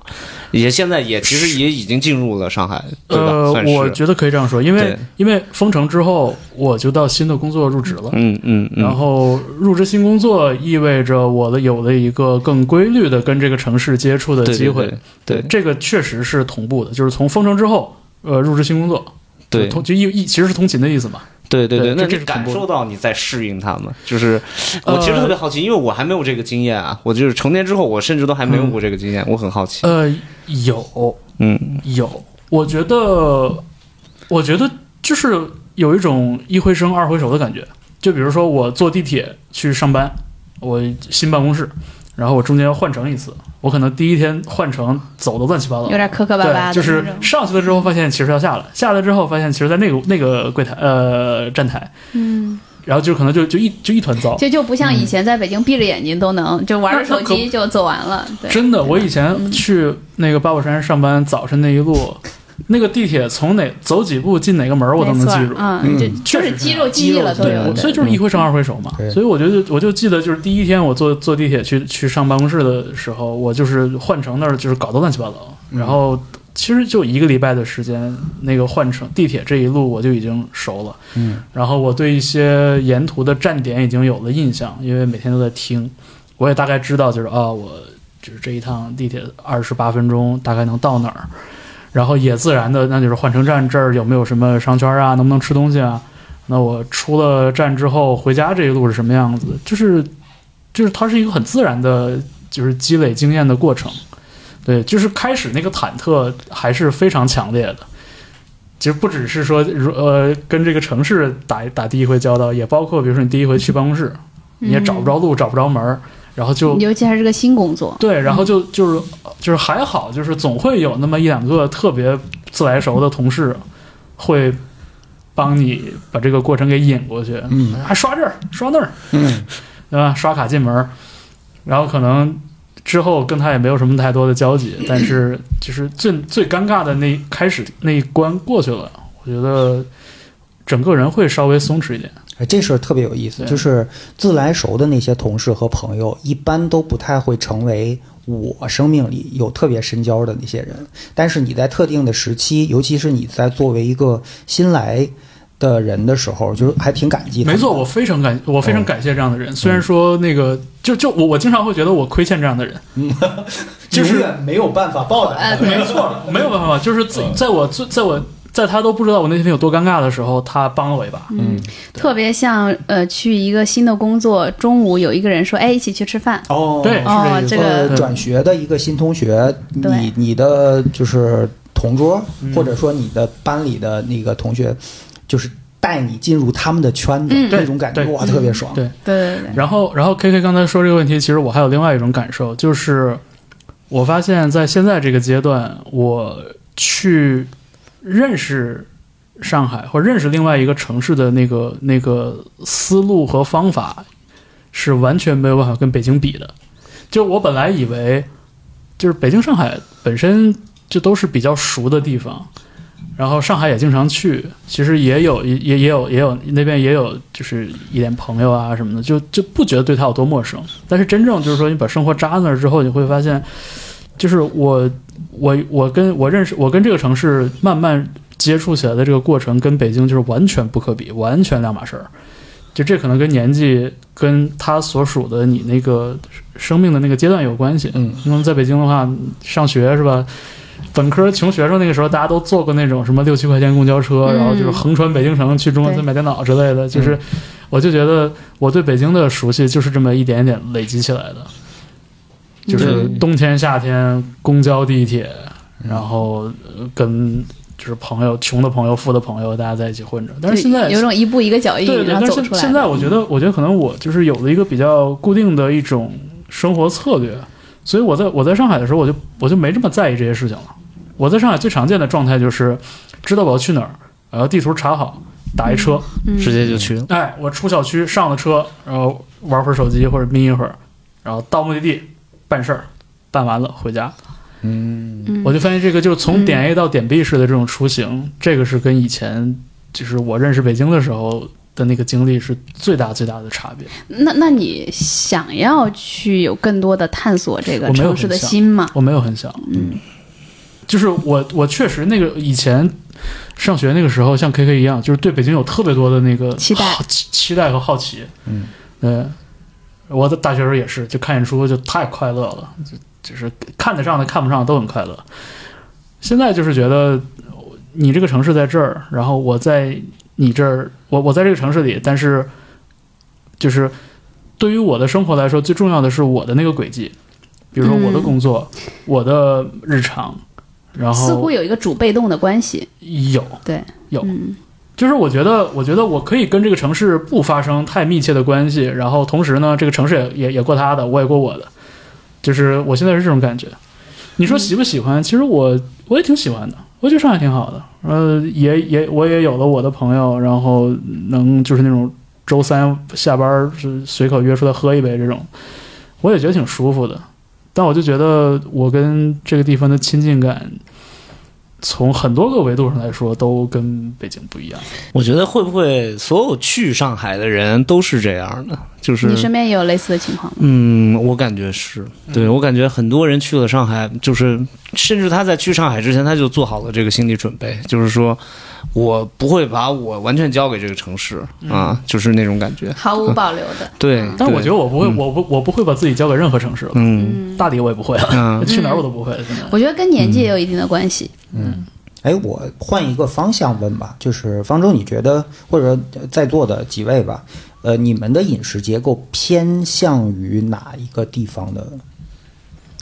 Speaker 5: 也现在也其实也已经进入了上海，对吧？
Speaker 4: 呃
Speaker 5: 算，是
Speaker 4: 我觉得可以这样说，因为
Speaker 5: 对
Speaker 4: 因为封城之后，我就到新的工作入职了。
Speaker 5: 嗯嗯嗯，
Speaker 4: 然后入职新工作意味着我的有了一个更规律的跟这个城市接触的
Speaker 5: 对
Speaker 4: 机会，，嗯
Speaker 5: 对对
Speaker 4: 这个确实是同步的，就是从封城之后，呃，入职新工作，
Speaker 5: 对
Speaker 4: 同就一一其实是通勤的意思嘛，
Speaker 5: 对对
Speaker 4: 对
Speaker 5: 对，那
Speaker 4: 这这
Speaker 5: 你
Speaker 4: 是
Speaker 5: 感
Speaker 4: 同步的
Speaker 5: 受到你在适应他们，就是
Speaker 4: 呃
Speaker 5: 我其实特别好奇，因为我还没有这个经验啊，我就是成年之后，我甚至都还没有过这个经验，我很好奇，
Speaker 4: 呃，有，
Speaker 5: 嗯
Speaker 4: 有，我觉得，我觉得就是有一种一回生二回熟的感觉。就比如说我坐地铁去上班，我新办公室，然后我中间要换乘一次，我可能第一天换乘走的乱七八糟，
Speaker 2: 有点磕磕巴巴的那种，
Speaker 4: 对，就是上去了之后发现其实要下来，下来之后发现其实在那个那个柜台呃站台，
Speaker 2: 嗯，
Speaker 4: 然后就可能就就一就一团糟。
Speaker 2: 这就不像以前在北京闭着眼睛都能，就玩着手机就走完了，对，
Speaker 4: 真的，我以前
Speaker 2: 嗯
Speaker 4: 去那个八宝山上班，早晨那一路，那个地铁从哪走几步进哪个门儿，我都
Speaker 2: 没
Speaker 4: 能
Speaker 2: 错
Speaker 4: 记住。
Speaker 2: 嗯，就
Speaker 3: 嗯
Speaker 2: 就
Speaker 4: 确
Speaker 2: 是
Speaker 4: 实
Speaker 2: 肌
Speaker 4: 这
Speaker 2: 肉
Speaker 4: 样
Speaker 2: 记忆了都
Speaker 4: 对
Speaker 2: 有，嗯
Speaker 4: 我所以就是一回生二回熟嘛。
Speaker 3: 对
Speaker 4: 所以我觉得我就记得就是第一天我坐坐地铁去去上办公室的时候，我就是换乘那儿就是搞得乱七八糟，
Speaker 3: 嗯
Speaker 4: 然后。其实就一个礼拜的时间，那个换乘地铁这一路我就已经熟了，
Speaker 3: 嗯，
Speaker 4: 然后我对一些沿途的站点已经有了印象，因为每天都在听，我也大概知道就是啊，我就是这一趟地铁二十八分钟大概能到哪儿，然后也自然的那就是换乘站这儿有没有什么商圈啊，能不能吃东西啊，那我出了站之后回家这一路是什么样子？就是，就是它是一个很自然的，就是积累经验的过程。对，就是开始那个忐忑还是非常强烈的，其实不只是说如呃跟这个城市打打第一回交道，也包括比如说你第一回去办公室，你也找不着路，找不着门儿，然后就
Speaker 2: 尤其还是个新工作，
Speaker 4: 对，然后就就是就是还好，就是总会有那么一两个特别自来熟的同事，会帮你把这个过程给引过去。
Speaker 3: 嗯
Speaker 4: 还刷这儿刷那儿，
Speaker 3: 嗯，
Speaker 4: 对吧？刷卡进门儿，然后可能之后跟他也没有什么太多的交集，但是就是最最尴尬的那一开始那一关过去了，我觉得整个人会稍微松弛一点。
Speaker 3: 哎，这事儿特别有意思，
Speaker 4: 对
Speaker 3: 就是自来熟的那些同事和朋友，一般都不太会成为我生命里有特别深交的那些人。但是你在特定的时期，尤其是你在作为一个新来的人的时候，就是还挺感激他
Speaker 4: 没
Speaker 3: 们的。
Speaker 4: 错，我非常感，我非常感谢这样的人。虽然说那个，就就我我经常会觉得我亏欠这样的人。就是
Speaker 3: 永远没有办法报答
Speaker 2: 呃
Speaker 3: 的。
Speaker 2: 对
Speaker 4: 没错，没有办法，就是在在我最在我在他都不知道我那天有多尴尬的时候，他帮了我一把。
Speaker 3: 嗯，
Speaker 2: 特别像呃，去一个新的工作，中午有一个人说：“哎，一起去吃饭。
Speaker 3: 哦
Speaker 4: 对，哎是
Speaker 2: 哦
Speaker 4: 意思
Speaker 2: 这个
Speaker 3: 呃，转学的一个新同学，
Speaker 2: 对
Speaker 3: 你你的就是同桌，
Speaker 4: 嗯
Speaker 3: 或者说你的班里的那个同学，就是带你进入他们的圈子，
Speaker 2: 嗯
Speaker 3: 那种感觉
Speaker 4: 对
Speaker 3: 哇，特别爽。
Speaker 4: 对”
Speaker 2: 对对对，
Speaker 4: 然后，然后 K K 刚才说这个问题，其实我还有另外一种感受，就是我发现，在现在这个阶段，我去认识上海或认识另外一个城市的那个那个思路和方法，是完全没有办法跟北京比的。就我本来以为，就是北京、上海本身就都是比较熟的地方，然后上海也经常去，其实也有也也也有也有那边也有就是一点朋友啊什么的，就就不觉得对他有多陌生。但是真正就是说，你把生活扎那儿之后，你会发现，就是我我我跟我认识我跟这个城市慢慢接触起来的这个过程，跟北京就是完全不可比，完全两码事儿。就这可能跟年纪、跟他所属的你那个生命的那个阶段有关系。
Speaker 3: 嗯，
Speaker 4: 那么在北京的话，上学是吧？本科穷学生那个时候，大家都坐过那种什么六七块钱公交车，
Speaker 2: 嗯
Speaker 4: 然后就是横穿北京城去中关村
Speaker 2: 对
Speaker 4: 买电脑之类的。就是，我就觉得我对北京的熟悉就是这么一点一点累积起来的，就是
Speaker 2: 嗯
Speaker 4: 冬天、夏天、公交、地铁，然后呃跟就是朋友、穷的朋友、富的朋友，大家在一起混着。但是现在
Speaker 2: 有种一步一个脚印，
Speaker 4: 对对，
Speaker 2: 然
Speaker 4: 但
Speaker 2: 后走
Speaker 4: 是现
Speaker 2: 出来的。
Speaker 4: 现在我觉得，我觉得可能我就是有了一个比较固定的一种生活策略，所以我在我在上海的时候，我就我就没这么在意这些事情了。我在上海最常见的状态就是知道我要去哪儿，然后地图查好，打一车，
Speaker 2: 嗯
Speaker 5: 直接就去了。
Speaker 4: 哎，我出小区上了车，然后玩会儿手机或者眯一会儿，然后到目的地办事儿，办完了回家。
Speaker 3: 嗯，
Speaker 2: 嗯
Speaker 4: 我就发现这个就是从点 A 到点 B 式的这种出行，这个是跟以前就是我认识北京的时候的那个经历是最大最大的差别。
Speaker 2: 那那你想要去有更多的探索这个
Speaker 4: 我没有
Speaker 2: 城市的
Speaker 4: 很想
Speaker 2: 心吗？
Speaker 4: 我没有很想，
Speaker 2: 嗯，
Speaker 4: 就是我我确实那个以前上学那个时候，像 KK 一样，就是对北京有特别多的那个
Speaker 2: 期待
Speaker 4: 好期期待和好奇。
Speaker 3: 嗯，
Speaker 4: 对，我的大学时候也是，就看演出就太快乐了，就就是看得上的看不上的都很快乐。现在就是觉得你这个城市在这儿，然后我在你这儿，我我在这个城市里，但是就是对于我的生活来说，最重要的是我的那个轨迹，比如说我的
Speaker 2: 嗯
Speaker 4: 工作，我的日常，然后
Speaker 2: 似乎有一个主被动的关系。
Speaker 4: 有
Speaker 2: 对，
Speaker 4: 有
Speaker 2: 嗯
Speaker 4: 就是我觉得，我觉得我可以跟这个城市不发生太密切的关系，然后同时呢，这个城市也也也过他的，我也过我的，就是我现在是这种感觉。你说喜不喜欢？其实我我也挺喜欢的，我觉得上海挺好的。呃，也也我也有了我的朋友，然后能就是那种周三下班是随口约出来喝一杯这种，我也觉得挺舒服的。但我就觉得我跟这个地方的亲近感，从很多个维度上来说，都跟北京不一样。
Speaker 5: 我觉得会不会所有去上海的人都是这样的？就是
Speaker 2: 你身边也有类似的情况吗？
Speaker 5: 嗯，我感觉是对，我感觉很多人去了上海，就是甚至他在去上海之前，他就做好了这个心理准备，就是说我不会把我完全交给这个城市、啊，就是那种感觉。
Speaker 2: 毫无保留的。
Speaker 5: 对，
Speaker 4: 但我觉得我不会，
Speaker 5: 嗯
Speaker 4: 我不我不会把自己交给任何城市了，
Speaker 5: 嗯
Speaker 2: 嗯，
Speaker 4: 大理我也不会，
Speaker 5: 嗯
Speaker 4: [LAUGHS] 去哪儿我都不会。现在
Speaker 2: [LAUGHS] 我觉得跟年纪也有一定的关系。
Speaker 3: 哎，我换一个方向问吧，就是方舟，你觉得或者说在座的几位吧，呃，你们的饮食结构偏向于哪一个地方的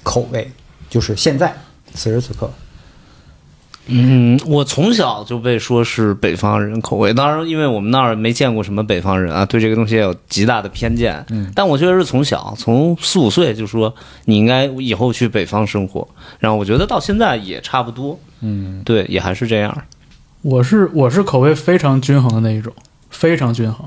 Speaker 3: 口味？就是现在此时此刻，
Speaker 5: 嗯，我从小就被说是北方人口味，当然因为我们那儿没见过什么北方人啊，对这个东西也有极大的偏见。嗯，但我确实是从小从四五岁就说你应该以后去北方生活，然后我觉得到现在也差不多。嗯，对，也还是这样。
Speaker 4: 我是我是口味非常均衡的那一种，非常均衡，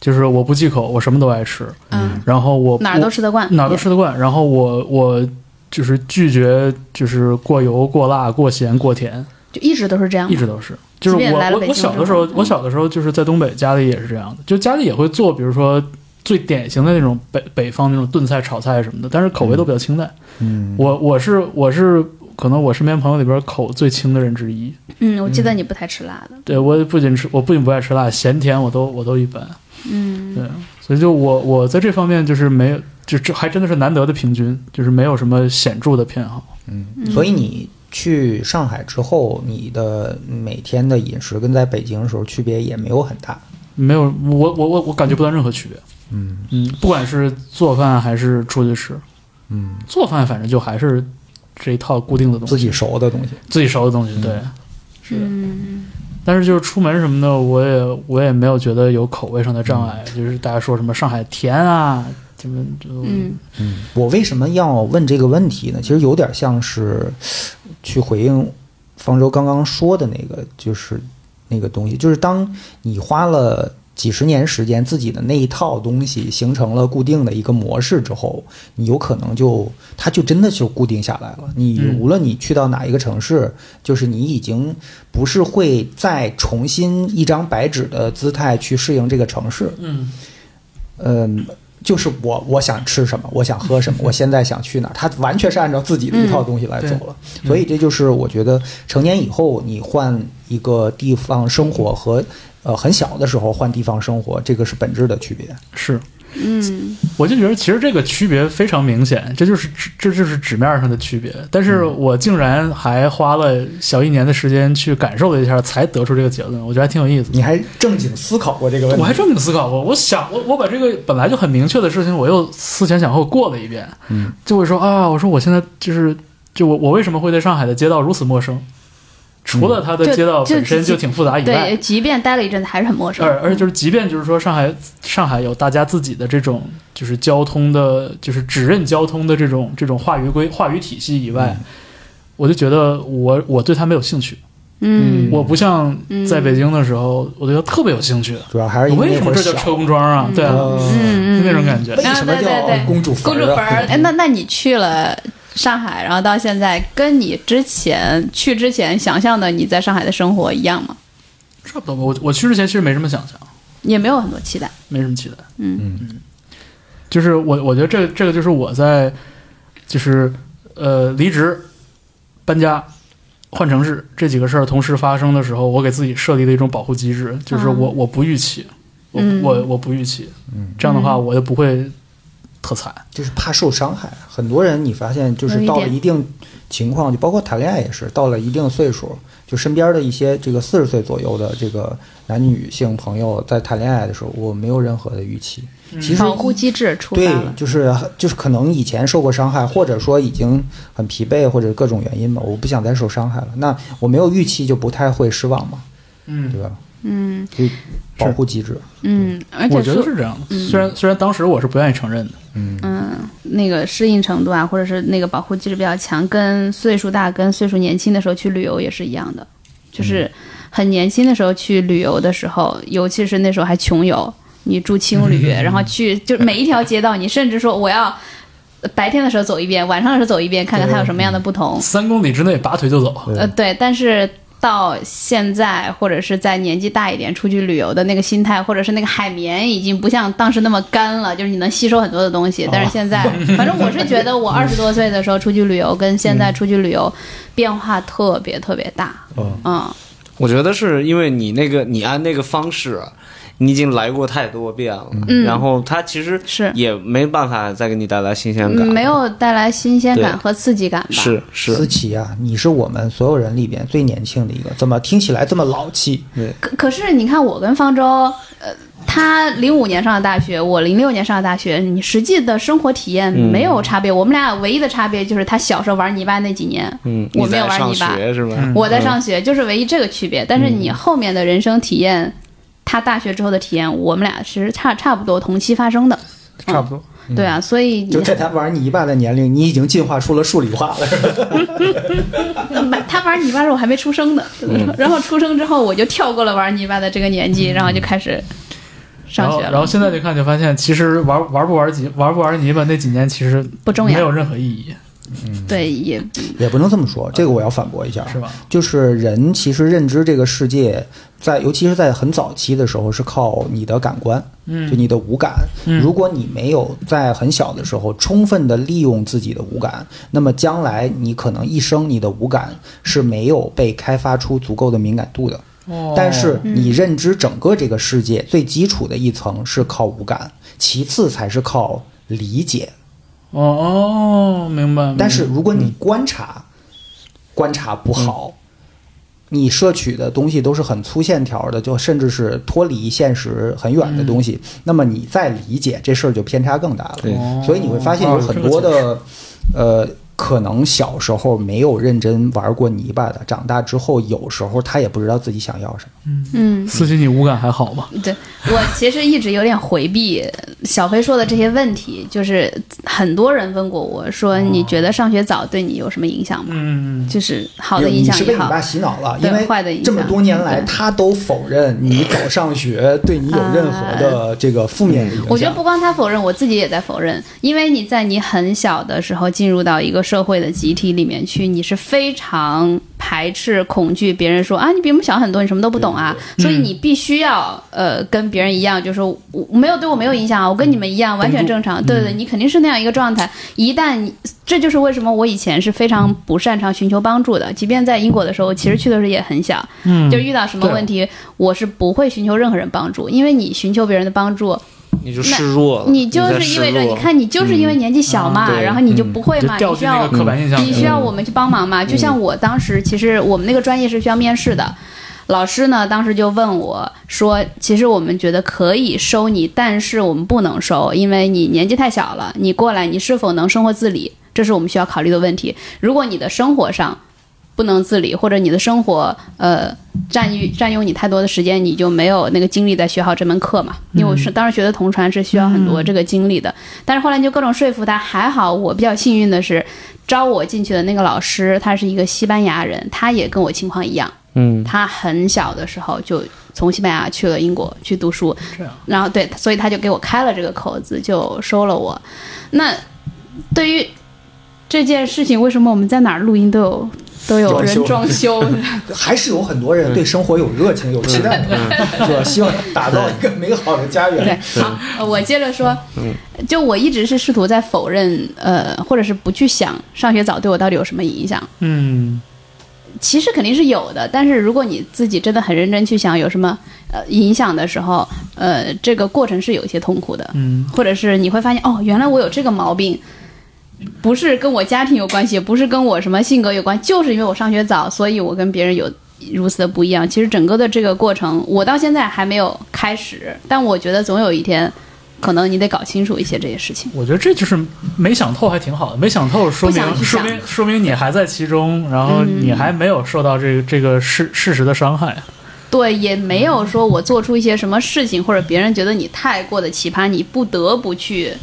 Speaker 4: 就是我不忌口，我什么都爱吃，
Speaker 2: 嗯，
Speaker 4: 然后我
Speaker 2: 哪儿都吃得惯，
Speaker 4: 哪儿都吃得惯，然后我我就是拒绝就是过油、过辣、过咸、过甜，
Speaker 2: 就一直都是这样
Speaker 4: 一
Speaker 2: 吗。
Speaker 4: 直都是。就
Speaker 2: 嗯即
Speaker 4: 是我
Speaker 2: 便来了
Speaker 4: 我
Speaker 2: 北
Speaker 4: 我
Speaker 2: 京
Speaker 4: 小
Speaker 2: 之
Speaker 4: 的时候
Speaker 2: 后，
Speaker 4: 我小的时候就是在东北，家里也是这样的，就家里也会做，比如说最典型的那种北北方那种炖菜、炒菜什么的，但是口味都比较清淡。
Speaker 3: 嗯，
Speaker 4: 我我是我是可能我身边朋友里边口最轻的人之一。
Speaker 2: 嗯，我记得你不太吃辣的。
Speaker 4: 对我不仅吃，我不仅不爱吃辣，咸甜我都我都一般。
Speaker 2: 嗯，
Speaker 4: 对，所以就我我在这方面就是没有，就这还真的是难得的平均，就是没有什么显著的偏好。
Speaker 3: 所以你去上海之后，你的每天的饮食跟在北京的时候区别也没有很大。
Speaker 4: 没有，我我我我感觉不到任何区别。
Speaker 3: 嗯
Speaker 4: 嗯，不管是做饭还是出去吃，
Speaker 3: 嗯，
Speaker 4: 做饭反正就还是这一套固定的东西，
Speaker 3: 自己熟嗯的东西，
Speaker 4: 自己熟的东西，对。是
Speaker 2: 嗯，
Speaker 4: 但是就是出门什么的，我也我也没有觉得有口味上的障碍，就是大家说什么上海甜啊，什么就
Speaker 2: 嗯
Speaker 3: 我为什么要问这个问题呢？其实有点像是呃去回应方舟刚刚说的那个，就是那个东西，就是当你花了几十年时间，自己的那一套东西形成了固定的一个模式之后，你有可能就它就真的就固定下来了。你
Speaker 4: 嗯
Speaker 3: 无论你去到哪一个城市，就是你已经不是会再重新一张白纸的姿态去适应这个城市，
Speaker 4: 嗯
Speaker 3: 嗯，就是我我想吃什么，我想喝什么，我现在想去哪儿，它完全是按照自己的一套东西来走了。
Speaker 4: 嗯对
Speaker 3: 所以这就是我觉得成年以后你换一个地方生活和呃很小的时候换地方生活，这个是本质的区别。
Speaker 4: 是，
Speaker 2: 嗯
Speaker 4: 我就觉得其实这个区别非常明显，这就是纸这就是纸面上的区别。但是我竟然还花了小一年的时间去感受了一下，才得出这个结论，我觉得还挺有意思。
Speaker 3: 你还正经思考过这个问题？
Speaker 4: 我还正经思考过，我想我我把这个本来就很明确的事情，我又思前想后过了一遍，
Speaker 3: 嗯，
Speaker 4: 就会说啊，我说我现在就是就我我为什么会对上海的街道如此陌生？除了它的
Speaker 2: 就
Speaker 4: 街道本
Speaker 2: 就
Speaker 4: 身
Speaker 2: 就
Speaker 4: 就挺复杂以外
Speaker 2: 对，，即便待了一阵子还是很陌生。
Speaker 4: 而而且就是，即便就是说上海上海有大家自己的这种就是交通的，就是只认交通的这种这种话语规话语体系以外，我就觉得我我对它没有兴趣。
Speaker 2: 嗯
Speaker 4: 我不像
Speaker 2: 嗯
Speaker 4: 在北京的时候，我对它特别有兴趣的。
Speaker 3: 主要还是因
Speaker 4: 为
Speaker 3: 那
Speaker 4: 什
Speaker 3: 会
Speaker 4: 么
Speaker 3: 儿
Speaker 4: 这
Speaker 3: 小
Speaker 4: 叫。车公庄啊？对啊，
Speaker 3: 嗯
Speaker 2: 嗯
Speaker 4: 就
Speaker 2: 嗯
Speaker 4: 那种感觉
Speaker 3: 为。什么
Speaker 2: 啊对对
Speaker 3: 叫
Speaker 2: 对
Speaker 3: 公主坟
Speaker 2: 公主
Speaker 3: 儿
Speaker 2: 坟
Speaker 3: 啊？
Speaker 2: 儿，哎，那那你去了上海，然后到现在，跟你之前去之前想象的你在上海的生活一样吗？
Speaker 4: 差不多吧。我我去之前其实没什么想象，
Speaker 2: 也没有很多期待。
Speaker 4: 没什么期待。
Speaker 2: 嗯
Speaker 4: 嗯，就是我我觉得这这个就是我在就是呃离职、搬家、换城市这几个事儿同时发生的时候，我给自己设立的一种保护机制，就是我、我不预期，我、
Speaker 2: 嗯
Speaker 4: 我我不预期，
Speaker 3: 嗯
Speaker 4: 这样的话我就不会特惨。
Speaker 3: 就是怕受伤害。很多人你发现，就是到了一定情况，就包括谈恋爱也是，到了一定岁数，就身边的一些这个四十岁左右的这个男女性朋友在谈恋爱的时候，我没有任何的预期。其实
Speaker 2: 嗯保护机制出
Speaker 3: 对
Speaker 2: 发了，，
Speaker 3: 就是就是可能以前受过伤害，或者说已经很疲惫，或者各种原因吧，我不想再受伤害了。那我没有预期，就不太会失望嘛，
Speaker 4: 嗯，
Speaker 3: 对吧？
Speaker 2: 嗯
Speaker 3: 就保护机制，
Speaker 2: 嗯，而
Speaker 4: 我
Speaker 2: 且
Speaker 4: 觉得
Speaker 2: 说，
Speaker 4: 是这样的。虽然虽然当时我是不愿意承认的，
Speaker 3: 嗯
Speaker 2: 嗯，那个适应程度啊，或者是那个保护机制比较强，跟岁数大、跟岁数年轻的时候去旅游也是一样的，就是很年轻的时候去旅游的时候，尤其是那时候还穷游，你住青旅，
Speaker 4: 嗯
Speaker 2: 然后去就每一条街道，你甚至说我要。白天的时候走一遍，晚上的时候走一遍，看看它有什么样的不同。
Speaker 4: 三公里之内拔腿就走。
Speaker 3: 对
Speaker 2: 呃，对，但是到现在或者是在年纪大一点出去旅游的那个心态，或者是那个海绵已经不像当时那么干了，就是你能吸收很多的东西。但是现在，反正我是觉得我二十多岁的时候出去旅游跟现在出去旅游变化特别特别大。
Speaker 3: 嗯
Speaker 2: 嗯，
Speaker 5: 我觉得是因为你那个你按那个方式，你已经来过太多遍了，
Speaker 2: 嗯
Speaker 5: 然后它其实
Speaker 2: 是
Speaker 5: 也没办法再给你带来新鲜感，
Speaker 2: 嗯没有带来新鲜感
Speaker 5: 对
Speaker 2: 和刺激感吧？
Speaker 5: 是
Speaker 3: 思
Speaker 5: 是，
Speaker 3: 琪啊，你是我们所有人里边最年轻的一个，怎么听起来这么老气？
Speaker 5: 对，
Speaker 2: 可可是你看，我跟方舟，呃，他零五年上的大学，我零六年上的大学，你实际的生活体验
Speaker 5: 嗯
Speaker 2: 没有差别。我们俩唯一的差别就是他小时候玩泥巴那几年，
Speaker 5: 嗯，
Speaker 2: 我
Speaker 5: 你
Speaker 2: 没有
Speaker 5: 在
Speaker 2: 玩
Speaker 5: 上
Speaker 2: 泥巴，
Speaker 5: 学嗯是吧？
Speaker 4: 嗯
Speaker 2: 我在上学，就是唯一这个区别。但是你后面的人生体验，他大学之后的体验，我们俩其实差差不多同期发生的。
Speaker 4: 差不多。
Speaker 2: 对啊，所以你
Speaker 3: 嗯就在他玩泥巴的年龄，你已经进化出了数理化了。
Speaker 2: 买他玩泥巴的时候我还没出生呢，
Speaker 5: 嗯
Speaker 2: [LAUGHS] 然后出生之后我就跳过了玩泥巴的这个年纪，然后就开始上学
Speaker 4: 然后，然
Speaker 2: 了
Speaker 4: 后。现在就看就发现，其实玩玩不玩泥玩不玩泥巴那几年其实
Speaker 2: 不重要
Speaker 4: 没有任何意义，
Speaker 2: 对，也
Speaker 3: [LAUGHS] 也不能这么说，这个我要反驳一下，
Speaker 4: 是吧？
Speaker 3: 就是人其实认知这个世界，在尤其是在很早期的时候，是靠你的感官，
Speaker 4: 嗯
Speaker 3: 就你的五感。
Speaker 4: 嗯
Speaker 3: 如果你没有在很小的时候充分的利用自己的五感，那么将来你可能一生你的五感是没有被开发出足够的敏感度的。但是你认知整个这个世界最基础的一层是靠五感，其次才是靠理解。
Speaker 4: 哦哦，明白。明白
Speaker 2: 嗯
Speaker 3: 但是如果你观察，观察不好，你摄取的东西都是很粗线条的，就甚至是脱离现实很远的东西，
Speaker 2: 嗯
Speaker 3: 那么你再理解这事儿就偏差更大了。
Speaker 5: 对
Speaker 3: 所以你会发现有很多的，呃，可能小时候没有认真玩过泥巴的，长大之后有时候他也不知道自己想要什么。
Speaker 2: 嗯，
Speaker 4: 四星你五感还好吧？
Speaker 2: 对 [LAUGHS] 我其实一直有点回避小飞说的这些问题，就是很多人问过我
Speaker 3: 哦
Speaker 2: 说，你觉得上学早对你有什么影响吗？
Speaker 4: 嗯，
Speaker 2: 就是好的
Speaker 3: 没有
Speaker 2: 影响
Speaker 3: 你是被
Speaker 2: 也
Speaker 3: 你爸
Speaker 2: 好，
Speaker 3: 洗脑了，
Speaker 2: 对
Speaker 3: 因为
Speaker 2: 坏的影响
Speaker 3: 这么多年来
Speaker 2: 对
Speaker 3: 他都否认你早上学对你有任何的这个负面的影响。
Speaker 2: 啊我觉得不光他否认，我自己也在否认，因为你在你很小的时候进入到一个社会的集体里面去，你是非常排斥、恐惧别人说啊，你比我们小很多，你什么都不懂啊，
Speaker 4: 嗯
Speaker 2: 所以你必须要呃跟别人一样，就是我我没有对我没有影响啊，我跟你们一样完全正
Speaker 4: 嗯
Speaker 2: 常，对对，你肯定是那样一个状态。一旦你这就是为什么我以前是非常不擅长寻求帮助的，即便在英国的时候，其实去的时候也很小，
Speaker 4: 嗯
Speaker 2: 就遇到什么
Speaker 4: 对
Speaker 2: 问题，我是不会寻求任何人帮助，因为你寻求别人的帮助。
Speaker 5: 哦你就示弱了，
Speaker 2: 你就
Speaker 5: 在
Speaker 2: 是意
Speaker 5: 示
Speaker 2: 味着，
Speaker 5: 弱
Speaker 2: 你看，你就是因为年纪小嘛，
Speaker 5: 嗯对
Speaker 2: 然后你就不会
Speaker 4: 就
Speaker 2: 嘛，
Speaker 4: 掉
Speaker 2: 你需
Speaker 4: 进那
Speaker 2: 要
Speaker 4: 个刻板印象里
Speaker 2: 你
Speaker 4: 了。
Speaker 2: 需要我们去帮忙嘛。就
Speaker 4: 嗯
Speaker 2: 像我当时，其实我们那个专业是需要面试的，老师呢当时就问我说，其实我们觉得可以收你，但是我们不能收，因为你年纪太小了，你过来你是否能生活自理，这是我们需要考虑的问题。如果你的生活上不能自理，或者你的生活呃占用占用你太多的时间，你就没有那个精力再学好这门课嘛。因为
Speaker 4: 嗯
Speaker 2: 我是当时学的同传是需要很多这个精力的，但是后来就各种说服他。还好我比较幸运的是，招我进去的那个老师他是一个西班牙人，他也跟我情况一样，
Speaker 5: 嗯，
Speaker 2: 他很小的时候就从西班牙去了英国去读书，
Speaker 4: 这样
Speaker 2: 然后对，所以他就给我开了这个口子，就收了我。那对于这件事情，为什么我们在哪儿录音都有都有人装
Speaker 3: 装
Speaker 2: 修？
Speaker 3: 还是有很多人
Speaker 2: 嗯
Speaker 3: 对生活有热情、有期待的，是吧？希望打造一个美好的家园。
Speaker 2: 对，好，呃我接着说，就我一直是试图在否认，呃，或者是不去想上学早对我到底有什么影响。
Speaker 4: 嗯，
Speaker 2: 其实肯定是有的，但是如果你自己真的很认真去想有什么呃影响的时候，呃，这个过程是有一些痛苦的，
Speaker 4: 嗯，
Speaker 2: 或者是你会发现哦，原来我有这个毛病，不是跟我家庭有关系，不是跟我什么性格有关，就是因为我上学早，所以我跟别人有如此的不一样。其实整个的这个过程，我到现在还没有开始，但我觉得总有一天，可能你得搞清楚一些这些事情。
Speaker 4: 我觉得这就是没想透，还挺好的。没想透，说
Speaker 2: 不想
Speaker 4: 明
Speaker 2: 去
Speaker 4: 说
Speaker 2: 想
Speaker 4: 明说明你还在其中，然后
Speaker 2: 嗯
Speaker 4: 你还没有受到这个这个事事实的伤害。
Speaker 2: 对，也没有说我做出一些什么事情，或者别人觉得你太过的奇葩，你不得不去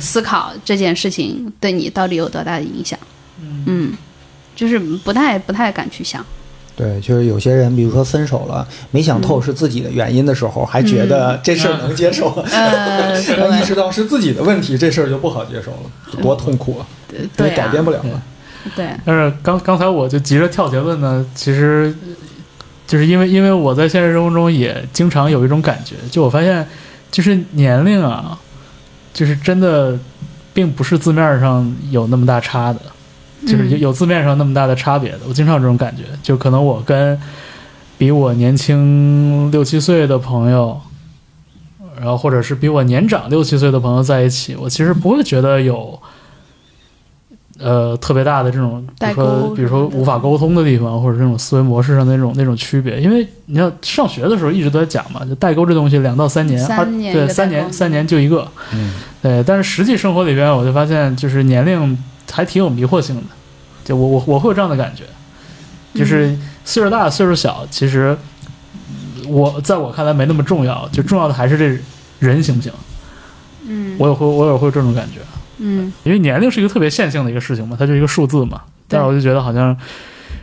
Speaker 2: 思考这件事情对你到底有多大的影响。嗯，就是不太不太敢去想。
Speaker 3: 对，就是有些人，比如说分手了，没想透是自己的原因的时候，还觉
Speaker 2: 嗯
Speaker 3: 得这事儿能接受；
Speaker 2: 呃，
Speaker 3: 当意
Speaker 2: 对
Speaker 3: 识到是自己的问题，这事儿就不好接受了，多痛苦啊！
Speaker 4: [LAUGHS]
Speaker 2: 对、
Speaker 3: 你
Speaker 2: 啊，
Speaker 3: 改变不了了。
Speaker 2: 对，
Speaker 4: 但是刚刚才我就急着跳结论呢，其实就是因为因为我在现实生活中也经常有一种感觉，就我发现就是年龄啊，就是真的并不是字面上有那么大差的，就是
Speaker 2: 嗯
Speaker 4: 有有字面上那么大的差别的。我经常有这种感觉，就可能我跟比我年轻六七岁的朋友。然后，或者是比我年长六七岁的朋友在一起，我其实不会觉得有，呃，特别大的这种，比
Speaker 2: 代
Speaker 4: 如
Speaker 2: 沟
Speaker 4: 说，比如说
Speaker 2: 什么的
Speaker 4: 无法沟通的地方，或者这种思维模式上的那种那种区别。因为你要上学的时候一直都在讲嘛，就代沟这东西两到三年，
Speaker 2: 三
Speaker 4: 二
Speaker 2: 年一
Speaker 4: 对
Speaker 2: 个
Speaker 4: 三
Speaker 2: 代沟
Speaker 4: 年三年就一个，
Speaker 3: 嗯，
Speaker 4: 对。但是实际生活里边，我就发现就是年龄还挺有迷惑性的，就我我我会有这样的感觉，
Speaker 2: 嗯
Speaker 4: 就是岁数大岁数小，其实我在我看来没那么重要，就重要的还是这人行不行。
Speaker 2: 嗯
Speaker 4: 我也会我也会有这种感觉，
Speaker 2: 嗯，
Speaker 4: 因为年龄是一个特别线性的一个事情嘛，它就是一个数字嘛。但是我就觉得好像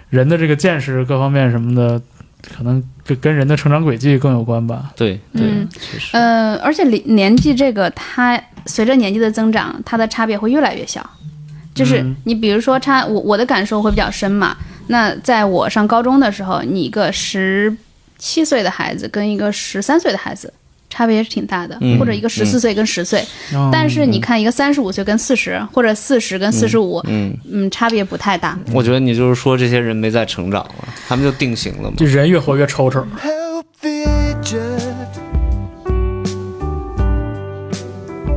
Speaker 4: 人的这个见识各方面什么的，可能跟跟人的成长轨迹更有关吧。
Speaker 5: 对对
Speaker 2: 嗯，
Speaker 5: 确实，
Speaker 2: 呃，而且年年纪这个，它随着年纪的增长，它的差别会越来越小。就是
Speaker 4: 嗯
Speaker 2: 你比如说差，我我的感受会比较深嘛。那在我上高中的时候，你一个十七岁的孩子跟一个十三岁的孩子，差别也是挺大的，
Speaker 5: 嗯
Speaker 2: 或者一个十四岁跟十岁。
Speaker 4: 嗯
Speaker 2: 但是你看，一个三十五岁跟四十，或者四十跟四十五，
Speaker 5: 嗯，
Speaker 2: 嗯，差别不太大。
Speaker 5: 我觉得你就是说这些人没在成长了，他们就定型了嘛
Speaker 4: 这。人越活越抽抽，
Speaker 6: help the aged.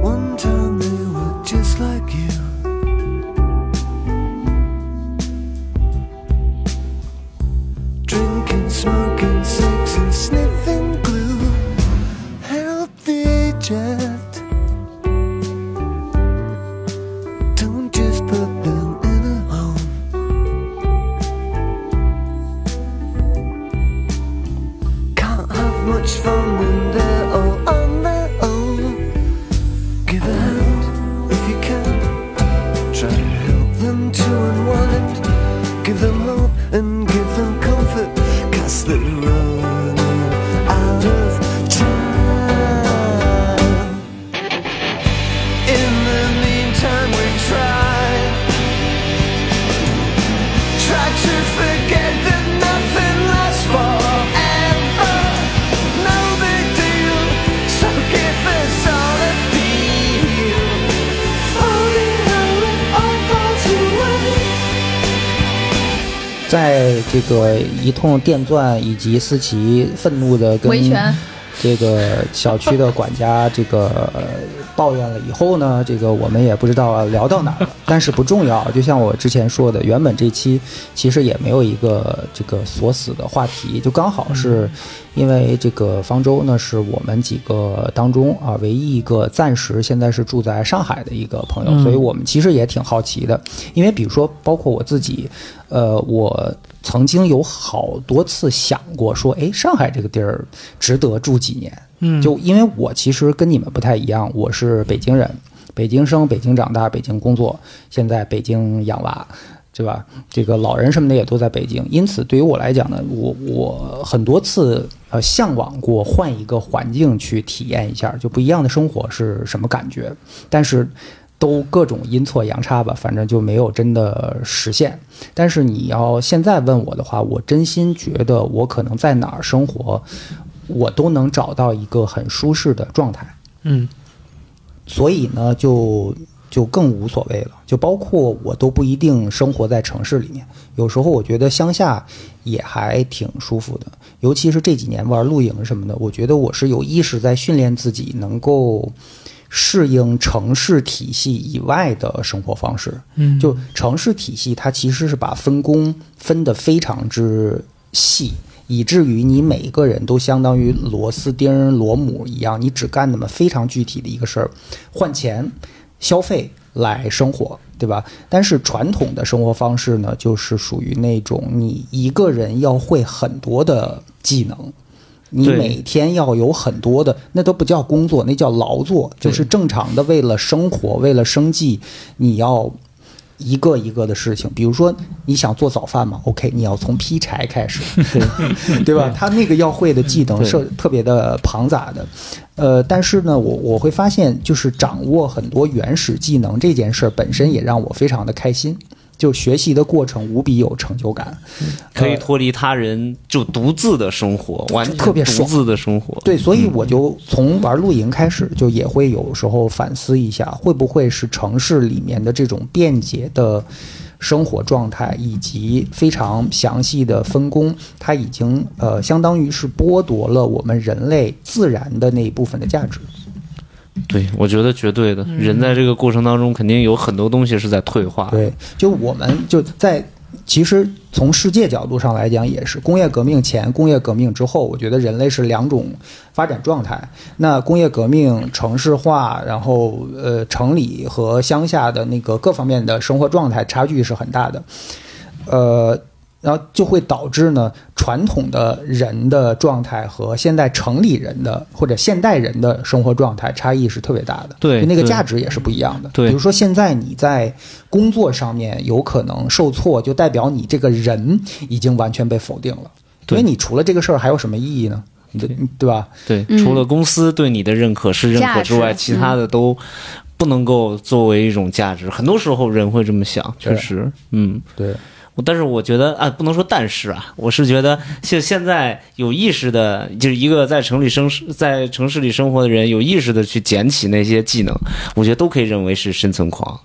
Speaker 6: One time they were just like you. much fun when they're all on their own. Give a hand if you can. Try to help them to unwind. Give them hope and give them comfort. Cause they're running out of time. In the meantime, we try. Try to forget that nothing lasts forever. No big deal. So give us all a feel. Floating on, all falls away.
Speaker 3: 在这个一通电钻以及思琪愤怒的跟
Speaker 2: 维权
Speaker 3: 这个小区的管家这个呃抱怨了以后呢，这个我们也不知道啊聊到哪儿了，但是不重要。就像我之前说的，原本这期其实也没有一个这个锁死的话题，就刚好
Speaker 4: 嗯
Speaker 3: 是因为这个方舟呢是我们几个当中啊唯一一个暂时现在是住在上海的一个朋友，
Speaker 4: 嗯
Speaker 3: 所以我们其实也挺好奇的，因为比如说包括我自己，呃，我曾经有好多次想过说，哎，上海这个地儿值得住几年。
Speaker 4: 嗯，
Speaker 3: 就因为我其实跟你们不太一样，我是北京人，北京生，北京长大，北京工作，现在北京养娃，对吧？这个老人什么的也都在北京，因此对于我来讲呢，我我很多次呃向往过换一个环境去体验一下，就不一样的生活是什么感觉，但是。都各种阴错阳差吧，反正就没有真的实现。但是你要现在问我的话，我真心觉得我可能在哪儿生活，我都能找到一个很舒适的状态，
Speaker 4: 嗯
Speaker 3: 所以呢，就就更无所谓了。就包括我都不一定生活在城市里面，有时候我觉得乡下也还挺舒服的。尤其是这几年玩露营什么的，我觉得我是有意识在训练自己能够适应城市体系以外的生活方式。
Speaker 4: 嗯，
Speaker 3: 就城市体系，它其实是把分工分得非常之细，以至于你每一个人都相当于螺丝钉儿、螺母一样，你只干那么非常具体的一个事儿，换钱、消费来生活，对吧？但是传统的生活方式呢，就是属于那种你一个人要会很多的技能。你
Speaker 5: 对
Speaker 3: 每天要有很多的，那都不叫工作，那叫劳作，就是正常的为了生活、为了生计，你要一个一个的事情，比如说你想做早饭嘛，OK，你要从劈柴开始， [LAUGHS] 对对吧？他那个要会的技能是特别的庞杂的，呃，但是呢，我我会发现，就是掌握很多原始技能这件事儿本身也让我非常的开心，就学习的过程无比有成就感。
Speaker 5: 可以脱离他人，就独自的生活，完全
Speaker 3: 呃特别
Speaker 5: 独
Speaker 3: 爽
Speaker 5: 自的生活。
Speaker 3: 对，所以我就从玩露营开始，就也会有时候反思一下，会不会是城市里面的这种便捷的生活状态，以及非常详细的分工，它已经呃，相当于是剥夺了我们人类自然的那一部分的价值。
Speaker 5: 对，我觉得绝对的。
Speaker 2: 嗯
Speaker 5: 人在这个过程当中，肯定有很多东西是在退化。，
Speaker 3: 对，就我们就在。其实从世界角度上来讲，也是工业革命前、工业革命之后，我觉得人类是两种发展状态。那工业革命、城市化，然后呃，城里和乡下的那个各方面的生活状态差距是很大的。呃，然后就会导致呢，传统的人的状态和现代城里人的或者现代人的生活状态差异是特别大的。
Speaker 5: 对
Speaker 3: 就那个
Speaker 5: 对
Speaker 3: 价值也是不一样的。
Speaker 5: 对
Speaker 3: 比如说现在你在工作上面有可能受挫，就代表你这个人已经完全被否定了，因
Speaker 5: 对
Speaker 3: 为你除了这个事儿还有什么意义呢？对对吧？
Speaker 5: 对，
Speaker 2: 嗯
Speaker 5: 除了公司对你的认可是认可之
Speaker 2: 价
Speaker 5: 外，
Speaker 2: 值嗯
Speaker 5: 其他的都不能够作为一种价值。很多时候人会这么想，确
Speaker 3: 对
Speaker 5: 实，嗯。
Speaker 3: 对，
Speaker 5: 我但是我觉得啊，不能说但是啊，我是觉得现现在有意识的，就是一个在城里生在城市里生活的人，有意识的去捡起那些技能，我觉得都可以认为是生存狂。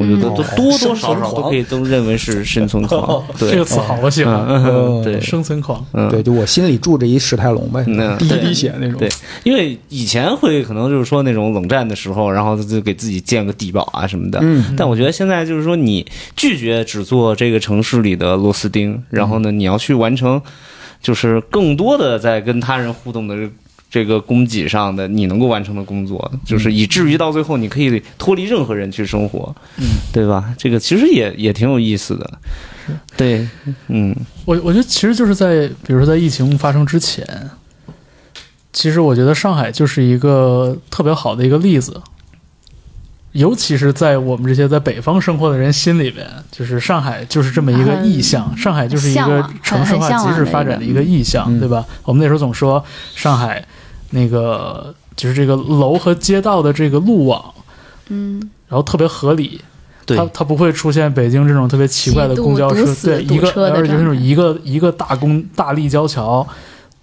Speaker 5: 我觉得都
Speaker 3: 嗯
Speaker 5: 多多少
Speaker 3: 生存
Speaker 5: 少
Speaker 3: 狂。
Speaker 5: 都可以都认为是生存
Speaker 3: [LAUGHS]
Speaker 5: 狂
Speaker 3: 哦
Speaker 5: 对，
Speaker 4: 这个词好，我喜欢。
Speaker 5: 嗯，对，
Speaker 4: 生存狂，
Speaker 5: 嗯
Speaker 3: 对，就我心里住着一史泰龙呗，
Speaker 5: 嗯
Speaker 3: 第一 [LAUGHS]
Speaker 5: 对
Speaker 3: 滴血那种。
Speaker 5: 对，因为以前会可能就是说那种冷战的时候，然后就给自己建个地堡啊什么的。
Speaker 3: 嗯，
Speaker 5: 但我觉得现在就是说，你拒绝只做这个城市里的螺丝钉，然后呢，你要去完成，就是更多的在跟他人互动的这这个供给上的你能够完成的工作，就是以至于到最后你可以脱离任何人去生活，嗯，对吧？这个其实也也挺有意思的， [LAUGHS] 对，嗯，
Speaker 4: 我我觉得其实就是在，比如说在疫情发生之前，其实我觉得上海就是一个特别好的一个例子，尤其是在我们这些在北方生活的人心里边，就是上海就是这么一个
Speaker 2: 很
Speaker 4: 意象，上海就是一
Speaker 2: 向
Speaker 4: 个
Speaker 2: 往很
Speaker 4: 城市化
Speaker 2: 很向
Speaker 4: 极
Speaker 2: 往
Speaker 4: 致
Speaker 2: 的
Speaker 4: 发
Speaker 2: 一
Speaker 4: 展的
Speaker 2: 个
Speaker 4: 一个意象，
Speaker 3: 嗯
Speaker 4: 对吧？我们那时候总说上海那个就是这个楼和街道的这个路网，
Speaker 2: 嗯，
Speaker 4: 然后特别合理，
Speaker 5: 对
Speaker 4: 它它不会出现北京这种特别奇怪的公交
Speaker 2: 极度
Speaker 4: 车
Speaker 2: 堵，死
Speaker 4: 对，一个
Speaker 2: 堵车的
Speaker 4: 而且就是那种
Speaker 2: 状态
Speaker 4: 一个一个大公大立交桥，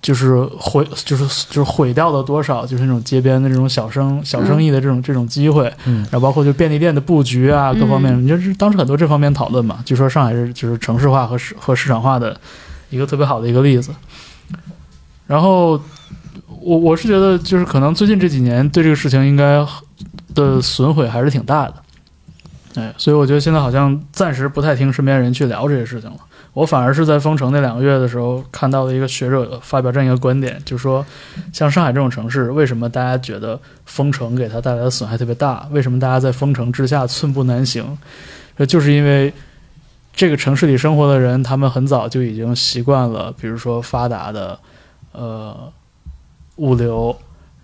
Speaker 4: 就是毁就是就是毁掉了多少，就是那种街边的这种小生小生意的这种、这种机会，
Speaker 3: 嗯
Speaker 4: 然后包括就便利店的布局啊，各方面，
Speaker 2: 嗯
Speaker 4: 你就是当时很多这方面讨论嘛，就说上海是就是城市化和市和市场化的一个特别好的一个例子。然后我我是觉得，就是可能最近这几年对这个事情应该的损毁还是挺大的，哎，所以我觉得现在好像暂时不太听身边人去聊这些事情了。我反而是在封城那两个月的时候，看到了一个学者发表这样一个观点，就说像上海这种城市，为什么大家觉得封城给它带来的损害特别大？为什么大家在封城之下寸步难行？这就是因为这个城市里生活的人，他们很早就已经习惯了，比如说发达的呃物流，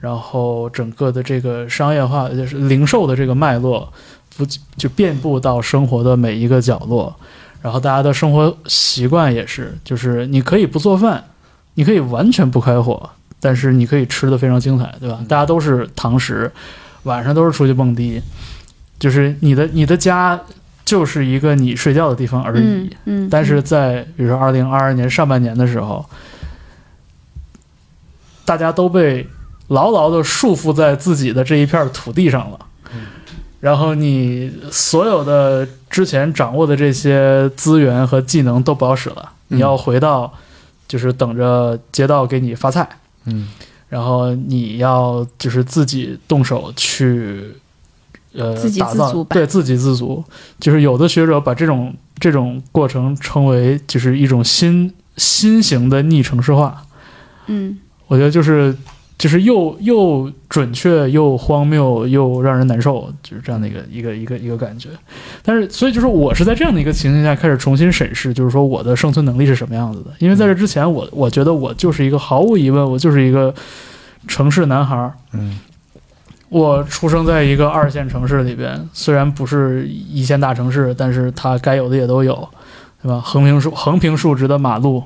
Speaker 4: 然后整个的这个商业化就是零售的这个脉络，不就遍布到生活的每一个角落。然后大家的生活习惯也是，就是你可以不做饭，你可以完全不开火，但是你可以吃的非常精彩，对吧？大家都是堂食，晚上都是出去蹦迪，就是你的你的家就是一个你睡觉的地方而已。
Speaker 2: 嗯嗯，
Speaker 4: 但是在比如说二零二二年上半年的时候，大家都被牢牢的束缚在自己的这一片土地上了。然后你所有的之前掌握的这些资源和技能都不好使了，
Speaker 3: 嗯
Speaker 4: 你要回到就是等着街道给你发菜，
Speaker 3: 嗯，
Speaker 4: 然后你要就是自己动手去，呃，
Speaker 2: 自给
Speaker 4: 打
Speaker 2: 自
Speaker 4: 造
Speaker 2: 足吧
Speaker 4: 对自给自足，就是有的学者把这种这种过程称为就是一种新新型的逆城市化，
Speaker 2: 嗯
Speaker 4: 我觉得就是就是又又准确又荒谬又让人难受，就是这样的一个一个一个一个感觉。但是，所以就是我是在这样的一个情形下开始重新审视，就是说我的生存能力是什么样子的。因为在这之前我，我觉得我就是一个毫无疑问，我就是一个城市男孩儿。
Speaker 3: 嗯，
Speaker 4: 我出生在一个二线城市里边，虽然不是一线大城市，但是它该有的也都有，对吧？横平竖横平竖直的马路，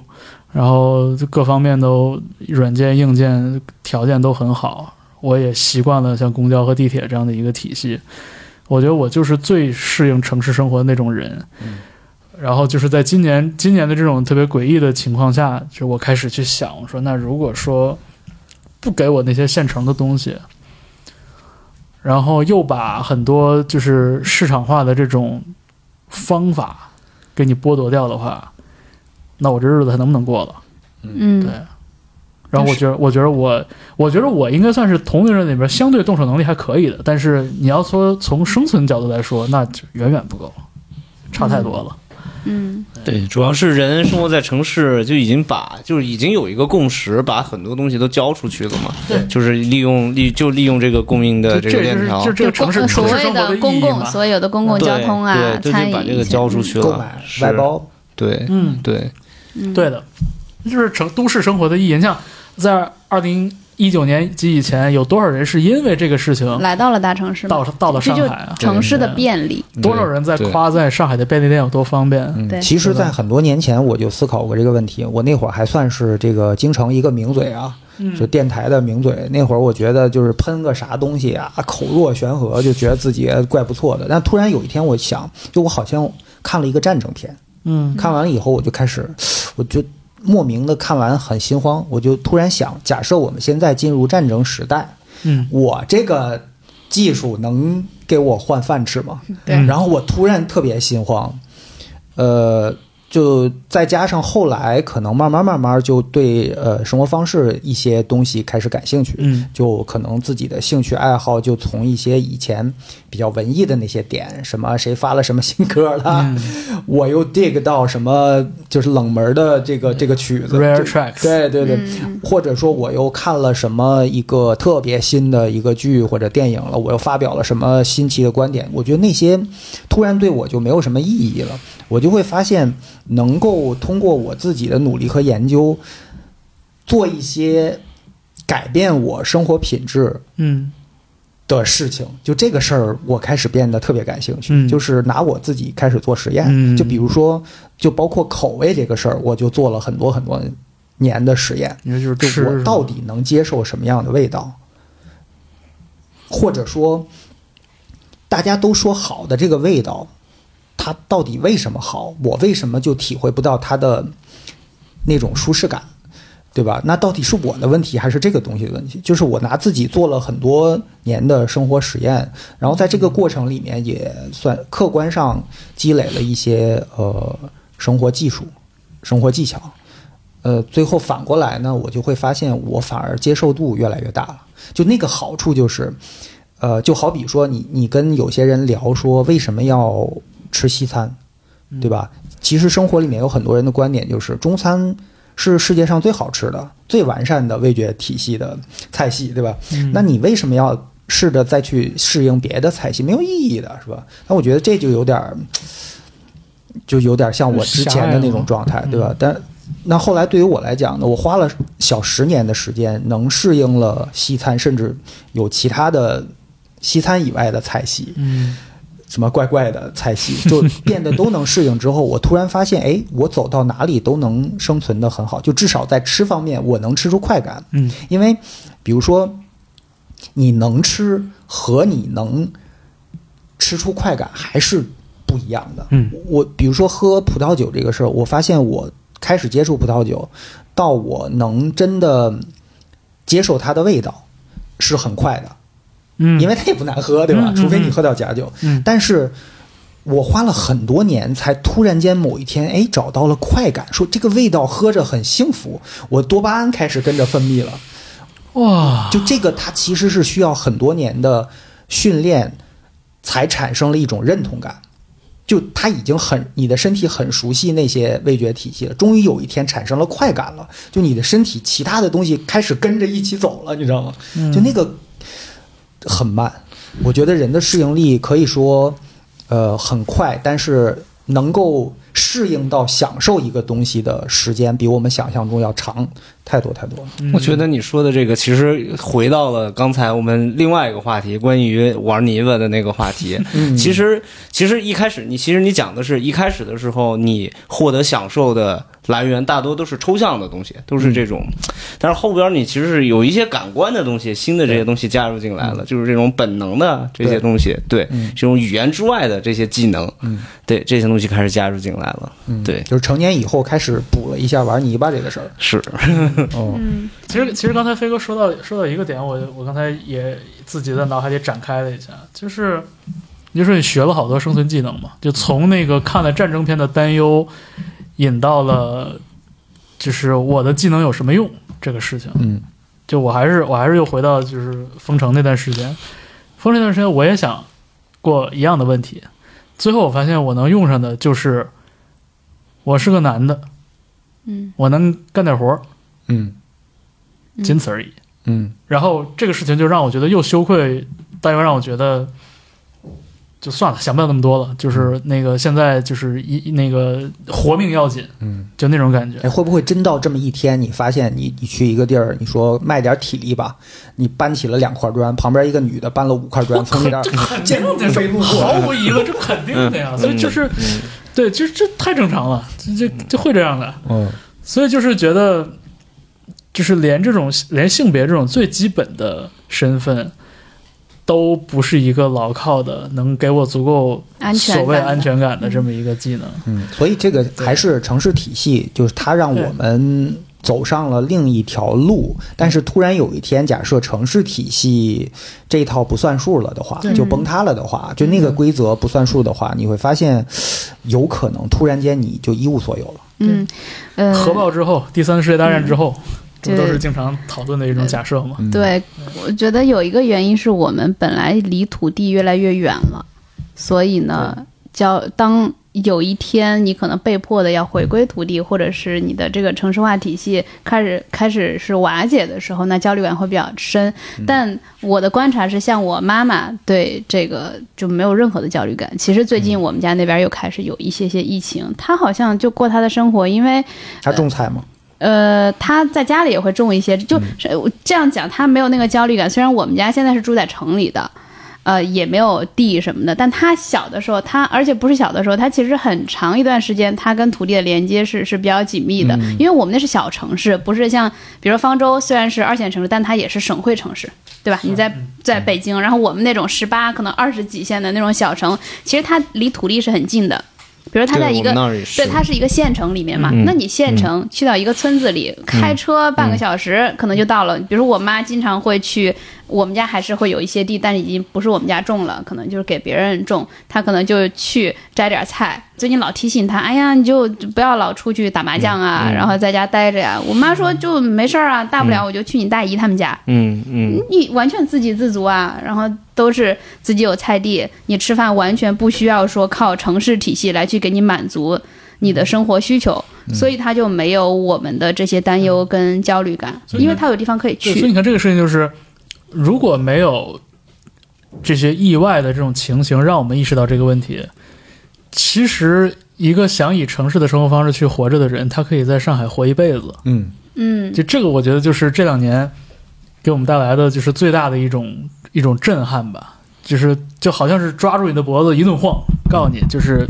Speaker 4: 然后各方面都软件硬件条件都很好，我也习惯了像公交和地铁这样的一个体系。我觉得我就是最适应城市生活的那种人。然后就是在今年今年的这种特别诡异的情况下，就我开始去想，我说那如果说不给我那些现成的东西，然后又把很多就是市场化的这种方法给你剥夺掉的话，那我这日子还能不能过了？对
Speaker 2: 嗯，。
Speaker 4: 然后我觉得，我觉得我，我觉得我应该算是同龄人里边相对动手能力还可以的，但是你要说从生存角度来说，那就远远不够，差太多了。
Speaker 2: 嗯
Speaker 5: 对，主要是人生活在城市，就已经把就是已经有一个共识，把很多东西都交出去了嘛。
Speaker 4: 对
Speaker 5: 就是利用利就利用这个供应的
Speaker 4: 这
Speaker 5: 这个链
Speaker 4: 是
Speaker 5: 条
Speaker 4: 就，这个城市
Speaker 2: 就
Speaker 4: 城
Speaker 2: 公呃所
Speaker 4: 市
Speaker 2: 谓
Speaker 4: 生活
Speaker 2: 的
Speaker 4: 意
Speaker 2: 公
Speaker 4: 义
Speaker 2: 共
Speaker 4: 嘛。
Speaker 2: 所有的公共
Speaker 5: 对
Speaker 2: 交通啊，
Speaker 5: 对，
Speaker 2: 餐
Speaker 5: 就
Speaker 2: 饮
Speaker 5: 把这个交出去了，
Speaker 3: 购买
Speaker 5: 是
Speaker 3: 外，包，
Speaker 5: 对
Speaker 4: 嗯，
Speaker 5: 对，
Speaker 4: 对的，就是城都市生活的意义。你像在二零一九年及以前，有多少人是因为这个事情
Speaker 2: 嗯来到了大城市嘛，
Speaker 4: 到到了
Speaker 2: 这
Speaker 4: 上
Speaker 2: 就
Speaker 4: 海啊？
Speaker 2: 城市的便利，
Speaker 4: 多少人在
Speaker 5: 嗯对
Speaker 4: 夸赞上海的便利店有多方便？
Speaker 2: 对
Speaker 3: 嗯，其实，在很多年前我就思考过这个问题。我那会儿还算是这个京城一个名嘴啊，就电台的名嘴。那会儿我觉得就是喷个啥东西啊，口若悬河，就觉得自己怪不错的。但突然有一天，我想，就我好像看了一个战争片，
Speaker 4: 嗯
Speaker 3: 看完了以后，我就开始，我就莫名的看完很心慌，我就突然想，假设我们现在进入战争时代，
Speaker 4: 嗯，
Speaker 3: 我这个技术能给我换饭吃吗？
Speaker 2: 对
Speaker 4: 嗯
Speaker 3: 然后我突然特别心慌，呃，就再加上后来可能慢慢慢慢就对呃生活方式一些东西开始感兴趣，
Speaker 4: 嗯
Speaker 3: 就可能自己的兴趣爱好就从一些以前比较文艺的那些点，什么谁发了什么新歌了，
Speaker 4: 嗯
Speaker 3: 我又 dig 到什么就是冷门的这个这个曲子
Speaker 4: Rare
Speaker 3: 就
Speaker 4: tracks
Speaker 3: 对对对，或者说我又看了什么一个特别新的一个剧或者电影了，我又发表了什么新奇的观点，我觉得那些突然对我就没有什么意义了，我就会发现能够通过我自己的努力和研究，做一些改变我生活品质
Speaker 4: 嗯
Speaker 3: 的事情，就这个事儿，我开始变得特别感兴趣，
Speaker 4: 嗯
Speaker 3: 就是拿我自己开始做实验，
Speaker 4: 嗯
Speaker 3: 就比如说，就包括口味这个事儿，我就做了很多很多年的实验，
Speaker 4: 你说就是
Speaker 3: 就
Speaker 4: 嗯吃
Speaker 3: 我
Speaker 4: 是吧
Speaker 3: 到底能接受什么样的味道，或者说，大家都说好的这个味道，它到底为什么好？我为什么就体会不到它的那种舒适感，对吧？那到底是我的问题，还是这个东西的问题？就是我拿自己做了很多年的生活实验，然后在这个过程里面也算客观上积累了一些呃生活技术、生活技巧。呃，最后反过来呢，我就会发现我反而接受度越来越大了。就那个好处就是，呃，就好比说你你跟有些人聊说为什么要吃西餐，对吧？其实生活里面有很多人的观点就是中餐是世界上最好吃的、最完善的味觉体系的菜系，对吧？
Speaker 4: 嗯
Speaker 3: 那你为什么要试着再去适应别的菜系？没有意义的，是吧？那我觉得这就有点儿，就有点像我之前的那种状态，对吧？但那后来对于我来讲呢，我花了小十年的时间，能适应了西餐，甚至有其他的西餐以外的菜系，
Speaker 4: 嗯
Speaker 3: 什么怪怪的菜系， [LAUGHS] 就变得都能适应之后，我突然发现，哎，我走到哪里都能生存的很好，就至少在吃方面我能吃出快感。
Speaker 4: 嗯，
Speaker 3: 因为比如说你能吃和你能吃出快感还是不一样的。
Speaker 4: 嗯，
Speaker 3: 我比如说喝葡萄酒这个事儿，我发现我开始接触葡萄酒，到我能真的接受它的味道是很快的。
Speaker 4: 嗯，
Speaker 3: 因为它也不难喝，对吧？
Speaker 4: 嗯嗯
Speaker 3: 除非你喝到假酒。
Speaker 4: 嗯
Speaker 3: 但是我花了很多年，才突然间某一天，哎，找到了快感，说这个味道喝着很幸福，我多巴胺开始跟着分泌了。
Speaker 4: 哇，
Speaker 3: 就这个，它其实是需要很多年的训练，才产生了一种认同感。就它已经很，你的身体很熟悉那些味觉体系了，终于有一天产生了快感了。就你的身体其他的东西开始跟着一起走了，你知道吗？就那个很慢，我觉得人的适应力可以说，呃，很快，但是能够适应到享受一个东西的时间，比我们想象中要长太多太多了。
Speaker 5: 我觉得你说的这个，其实回到了刚才我们另外一个话题，关于玩泥巴的那个话题。
Speaker 3: 嗯
Speaker 5: 其实，其实一开始你，其实你讲的是一开始的时候，你获得享受的来源大多都是抽象的东西，都是这种。但是后边你其实是有一些感官的东西，新的这些东西加入进来了，就是这种本能的这些东西，对，这种语言之外的这些技能，对这些东西开始加入进来了。对，
Speaker 3: 就是成年以后开始补了一下玩泥巴这个事儿。
Speaker 5: 是，
Speaker 3: 哦，
Speaker 4: 其实其实刚才飞哥说到说到一个点，我我刚才也自己在脑海里展开了一下，就是你就说你学了好多生存技能嘛，就从那个看了战争片的担忧，引到了就是我的技能有什么用这个事情。
Speaker 3: 嗯，
Speaker 4: 就我还是我还是又回到就是封城那段时间，封城那段时间我也想过一样的问题，最后我发现我能用上的就是我是个男的，
Speaker 2: 嗯，
Speaker 4: 我能干点活儿，
Speaker 3: 嗯
Speaker 4: 仅此而已。
Speaker 3: 嗯
Speaker 4: 然后这个事情就让我觉得又羞愧，但又让我觉得就算了，想不了那么多了。就是那个现在就是一那个活命要紧，
Speaker 3: 嗯，
Speaker 4: 就那种感觉
Speaker 3: 哎，。会不会真到这么一天，你发现你你去一个地儿，你说卖点体力吧，你搬起了两块砖，旁边一个女的搬了五块砖，从你那儿健步飞路过，
Speaker 4: 毫无疑问，这肯定
Speaker 2: 啊
Speaker 4: 的呀。嗯
Speaker 5: 嗯
Speaker 4: 所以就是，对，就是这太正常了， [LAUGHS] 这这这会这样的。
Speaker 3: 嗯
Speaker 4: 所以就是觉得，就是连这种连性别这种最基本的身份，都不是一个牢靠的，能给我足够
Speaker 2: 安全
Speaker 4: 所谓
Speaker 2: 感的
Speaker 4: 安全感的这么一个技能。
Speaker 3: 嗯，所以这个还是城市体系，就是它让我们走上了另一条路。但是突然有一天，假设城市体系这一套不算数了的话，就崩塌了的话，
Speaker 4: 嗯
Speaker 3: 就那个规则不算数的话，你会发现有可能突然间你就一无所有了。
Speaker 2: 嗯，呃，
Speaker 4: 核爆之后，第三次世界大战之后，这不都
Speaker 2: 对
Speaker 4: 是经常讨论的一种假设吗？
Speaker 2: 对，我觉得有一个原因是我们本来离土地越来越远了，所以呢，交当有一天你可能被迫的要回归土地，或者是你的这个城市化体系开始开始是瓦解的时候，那焦虑感会比较深。但我的观察是，像我妈妈对这个就没有任何的焦虑感。其实最近我们家那边又开始有一些些疫情，她好像就过她的生活，因为
Speaker 3: 他仲裁吗？
Speaker 2: 呃，他在家里也会重一些，
Speaker 5: 嗯
Speaker 2: 就是我这样讲，他没有那个焦虑感。虽然我们家现在是住在城里的，呃，也没有地什么的，但他小的时候，他而且不是小的时候，他其实很长一段时间，他跟土地的连接是是比较紧密的，
Speaker 5: 嗯
Speaker 2: 因为我们那是小城市，不是像比如说方舟虽然是二线城市，但它也是省会城市，对吧？你在
Speaker 5: 嗯
Speaker 2: 在北京，然后我们那种十八可能二十几线的那种小城，其实它离土地是很近的。比如他在一个
Speaker 5: 对我们那儿也是
Speaker 2: 对，它是一个县城里面嘛。那你县城去到一个村子里，开车半个小时可能就到了。比如我妈经常会去，我们家还是会有一些地，但是已经不是我们家种了，可能就是给别人种。她可能就去摘点菜。最近老提醒她，哎呀，你就不要老出去打麻将啊，然后在家待着呀。我妈说就没事儿啊，大不了我就去你大姨他们家。
Speaker 5: 嗯嗯，
Speaker 2: 你完全自给自足啊，然后都是自己有菜地，你吃饭完全不需要说靠城市体系来去给你满足你的生活需求，
Speaker 4: 嗯
Speaker 2: 所以他就没有我们的这些担忧跟焦虑感，
Speaker 4: 所以
Speaker 2: 因为他有地方可以
Speaker 4: 对，所以
Speaker 2: 去。
Speaker 4: 你看这个事情就是，如果没有这些意外的这种情形，让我们意识到这个问题，其实一个想以城市的生活方式去活着的人，他可以在上海活一辈子。
Speaker 3: 嗯，
Speaker 2: 嗯，
Speaker 4: 就这个，我觉得就是这两年给我们带来的就是最大的一种一种震撼吧，就是就好像是抓住你的脖子一顿晃，告诉你就是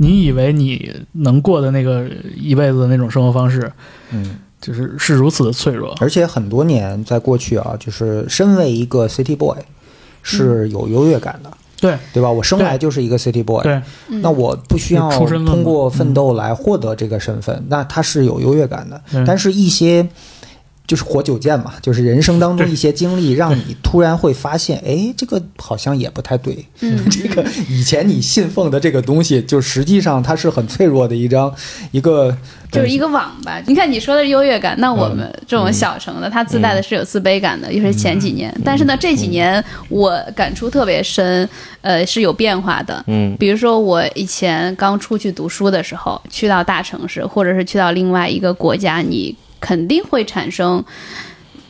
Speaker 4: 你以为你能过的那个呃一辈子的那种生活方式，
Speaker 3: 嗯，
Speaker 4: 就是是如此的脆弱。
Speaker 3: 而且很多年在过去啊，就是身为一个 city boy 是有优越感的，
Speaker 4: 嗯对
Speaker 3: 对吧？我生
Speaker 4: 对
Speaker 3: 来就是一个 city boy，
Speaker 4: 对，
Speaker 3: 那我不需要
Speaker 4: 就出身论嘛
Speaker 3: 通过奋斗来获得这个身份，那他是有优越感的。
Speaker 4: 嗯
Speaker 3: 但是，一些就是活久见嘛，就是人生当
Speaker 4: [LAUGHS]
Speaker 3: 中一些经历，让你突然会发现，哎，这个好像也不太对。
Speaker 2: 嗯，
Speaker 3: [LAUGHS] 这个以前你信奉的这个东西，就实际上它是很脆弱的一张一个
Speaker 2: 就是一个网吧。你看你说的是优越感，那我们这种小城的，它自带的是有自卑感的，尤其是前几年。但是呢，这几年我感触特别深，呃，是有变化的。
Speaker 5: 嗯，
Speaker 2: 比如说我以前刚出去读书的时候，去到大城市，或者是去到另外一个国家，你肯定会产生。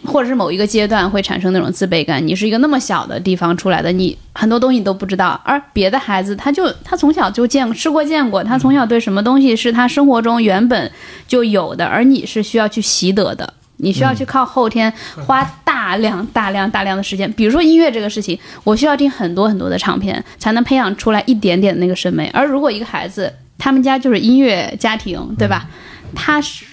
Speaker 2: 或者是某一个阶段会产生那种自卑感。你是一个那么小的地方出来的，你很多东西你都不知道，而别的孩子他就他从小就见吃过见过，他从小对什么东西是他生活中原本就有的，而你是需要去习得的。你需要去靠后天花大量、大量、大量的时间，比如说音乐这个事情，我需要听很多很多的唱片，才能培养出来一点点的那个审美。而如果一个孩子，他们家就是音乐家庭，对吧？
Speaker 3: 嗯
Speaker 2: 他是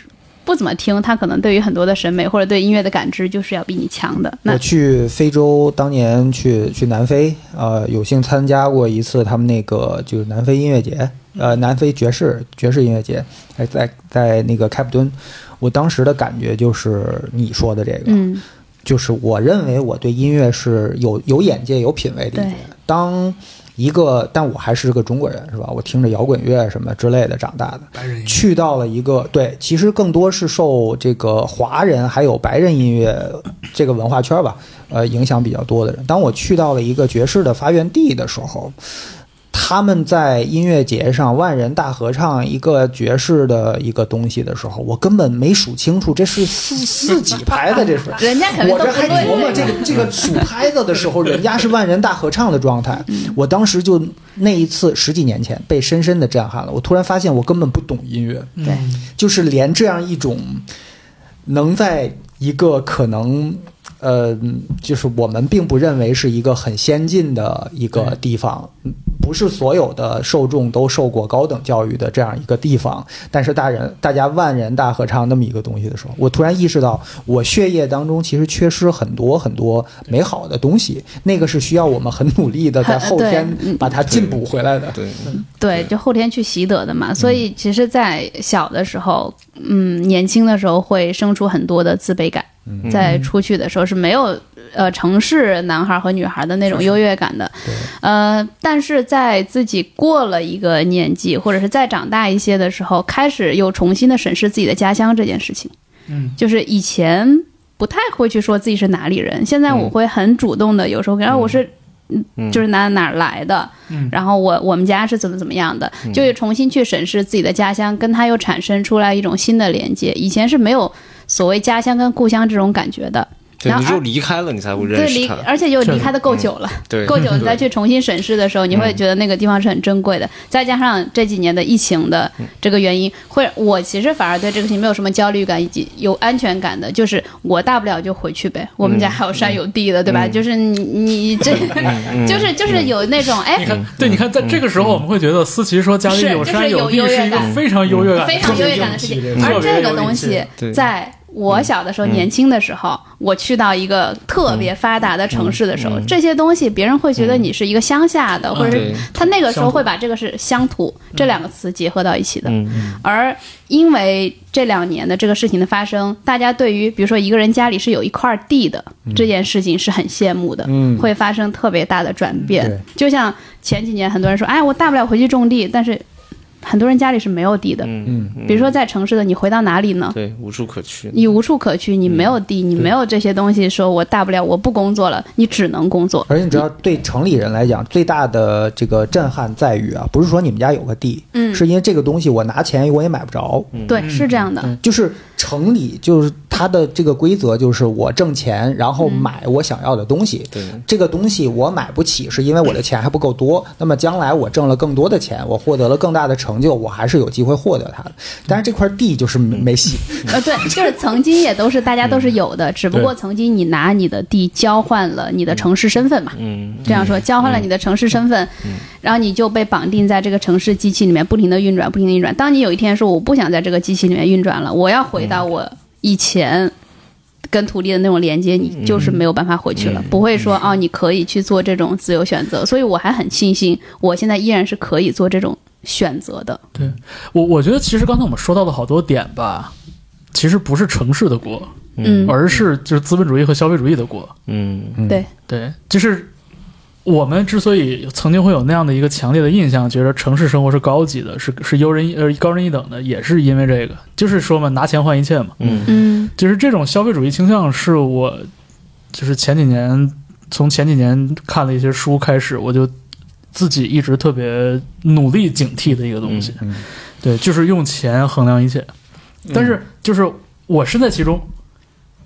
Speaker 2: 不怎么听，他可能对于很多的审美或者对音乐的感知就是要比你强的。那
Speaker 3: 我去非洲，当年去去南非，呃，有幸参加过一次他们那个就是南非音乐节，呃，南非爵士爵士音乐节，还在在那个开普敦，我当时的感觉就是你说的这个，
Speaker 2: 嗯
Speaker 3: 就是我认为我对音乐是有有眼界、有品味的一
Speaker 2: 对
Speaker 3: 点。当一个，但我还是个中国人，是吧？我听着摇滚乐什么之类的长大的，
Speaker 4: 白人
Speaker 3: 去到了一个对，其实更多是受这个华人还有白人音乐这个文化圈吧，呃，影响比较多的人。当我去到了一个爵士的发源地的时候，他们在音乐节上万人大合唱一个爵士的一个东西的时候，我根本没数清楚这是四四几拍的，这是。
Speaker 2: 人家肯定
Speaker 3: 我
Speaker 2: 都
Speaker 3: 这
Speaker 2: 不
Speaker 3: 还琢磨
Speaker 2: 论
Speaker 3: 这个这个数拍子的时候，人家是万人大合唱的状态，
Speaker 2: 嗯
Speaker 3: 我当时就那一次十几年前被深深的震撼了。我突然发现我根本不懂音乐，
Speaker 2: 对
Speaker 3: 就是连这样一种能在一个可能。呃，就是我们并不认为是一个很先进的一个地方，嗯不是所有的受众都受过高等教育的这样一个地方。但是大人，大家万人大合唱那么一个东西的时候，我突然意识到，我血液当中其实缺失很多很多美好的东西，那个是需要我们很努力的在后
Speaker 2: 对
Speaker 3: 天
Speaker 2: 嗯
Speaker 3: 把它进补回来的。
Speaker 5: 对，
Speaker 2: 对，就后天去习得的嘛。所以其实，在小的时候，嗯，年轻的时候会生出很多的自卑感，在出去的时候是没有呃城市男孩和女孩的那种优越感的。呃，但是在自己过了一个年纪，或者是再长大一些的时候，开始又重新的审视自己的家乡这件事情。
Speaker 4: 嗯，
Speaker 2: 就是以前不太会去说自己是哪里人，现
Speaker 7: 嗯
Speaker 2: 在我会很主动的，有时候跟，然后我是。嗯就是哪哪儿来的，
Speaker 4: 嗯
Speaker 2: 然后我我们家是怎么怎么样的，
Speaker 7: 嗯
Speaker 2: 就重新去审视自己的家乡，跟它又产生出来一种新的连接。以前是没有所谓家乡跟故乡这种感觉的，
Speaker 7: 对
Speaker 2: 然后
Speaker 7: 你只有离开了，你才会认
Speaker 2: 对
Speaker 7: 识
Speaker 2: 离，
Speaker 7: 他。嗯
Speaker 2: 而且又离开的够久了，
Speaker 7: 对，
Speaker 2: 够久你再去重新审视的时候，你会觉得那个地方是很珍贵的。再加上这几年的疫情的这个原因，会我其实反而对这个事情没有什么焦虑感以及有安全感的，就是我大不了就回去呗，我们家还有山有地的，对吧？就是你你这，就是就是有那种哎
Speaker 4: 你。看，对，你看，在这个时候，我们会觉得思琪说家里
Speaker 2: 是
Speaker 4: 有
Speaker 2: 就是
Speaker 4: 山
Speaker 2: 有
Speaker 4: 地
Speaker 2: 优越
Speaker 4: 是一个
Speaker 2: 感嗯
Speaker 4: 非常优越感、
Speaker 2: 非常优越感的事情
Speaker 4: 特别有。
Speaker 2: 而
Speaker 4: 勇气
Speaker 2: 这个东西
Speaker 7: 对，
Speaker 2: 在我小的时候、年轻的时候，我去到一个特别发达的城市的时候，这些东西别人会觉得你是一个乡下的，或者是
Speaker 7: 对
Speaker 2: 他那个时候
Speaker 4: 乡土
Speaker 2: 会把这个是乡土这两个词结合到一起的。
Speaker 5: 嗯
Speaker 2: 而因为这两年的这个事情的发生，大家对于比如说一个人家里是有一块地的、这件事情是很羡慕的，
Speaker 3: 嗯
Speaker 2: 会发生特别大的转变。
Speaker 3: 对
Speaker 2: 就像前几年很多人说，哎，我大不了回去种地，但是很多人家里是没有地的。
Speaker 7: 嗯，
Speaker 2: 比如说在城市的，你回到哪里
Speaker 3: 嗯
Speaker 2: 呢？
Speaker 7: 对，无处可去。
Speaker 2: 你无处可去，你没有地，你没有这些东西，说我大不了我不工作了，你只能工作。
Speaker 3: 而且你知道，对城里人来讲，最大的这个震撼在于啊，不是说你们家有个地，
Speaker 2: 嗯
Speaker 3: 是因为这个东西我拿钱我也买不着。
Speaker 2: 对，是这
Speaker 3: 嗯
Speaker 2: 样的。
Speaker 3: 就是城里就是它的这个规则，就是我挣钱，然后买我想要的东西。
Speaker 7: 对，
Speaker 3: 这个东西我买不起，是因为我的钱还不够多。那么将来我挣了更多的钱，我获得了更大的成就，我还是有机会获得它的。但是这块地就是没没戏。
Speaker 2: [LAUGHS] 呃，对，就是曾经也都是大家都
Speaker 4: 嗯
Speaker 2: 是有的，只不过曾经你拿你的地交换了你的城市身份嘛，
Speaker 7: 嗯，
Speaker 2: 这样说交换了你的城市身份，
Speaker 4: 嗯
Speaker 2: 然后你就被绑定在这个城市机器里面，不停的运转，不停的运转。当你有一天说我不想在这个机器里面运转了，我要回
Speaker 4: 嗯
Speaker 2: 到我以前。跟土地的那种连接，
Speaker 4: 嗯
Speaker 2: 你就是没有办法回去了，不会说哦，你可以去做这种自由选择，所以我还很庆幸，我现在依然是可以做这种选择的。
Speaker 4: 我我觉得其实刚才我们说到的好多点吧，其实不是城市的锅，
Speaker 2: 嗯，
Speaker 4: 而是就是资本主义和消费主义的锅。
Speaker 7: 嗯，
Speaker 2: 对，
Speaker 4: 对，就是我们之所以曾经会有那样的一个强烈的印象，觉得城市生活是高级的，是是优人呃高人一等的，也是因为这个，就是说嘛，拿钱换一切嘛。
Speaker 2: 嗯
Speaker 4: 就是这种消费主义倾向，是我就是前几年从前几年看了一些书开始，我就自己一直特别努力警惕的一个东西。
Speaker 3: 嗯嗯
Speaker 4: 对，就是用钱衡量一切。但
Speaker 3: 嗯
Speaker 4: 是就是我身在其中，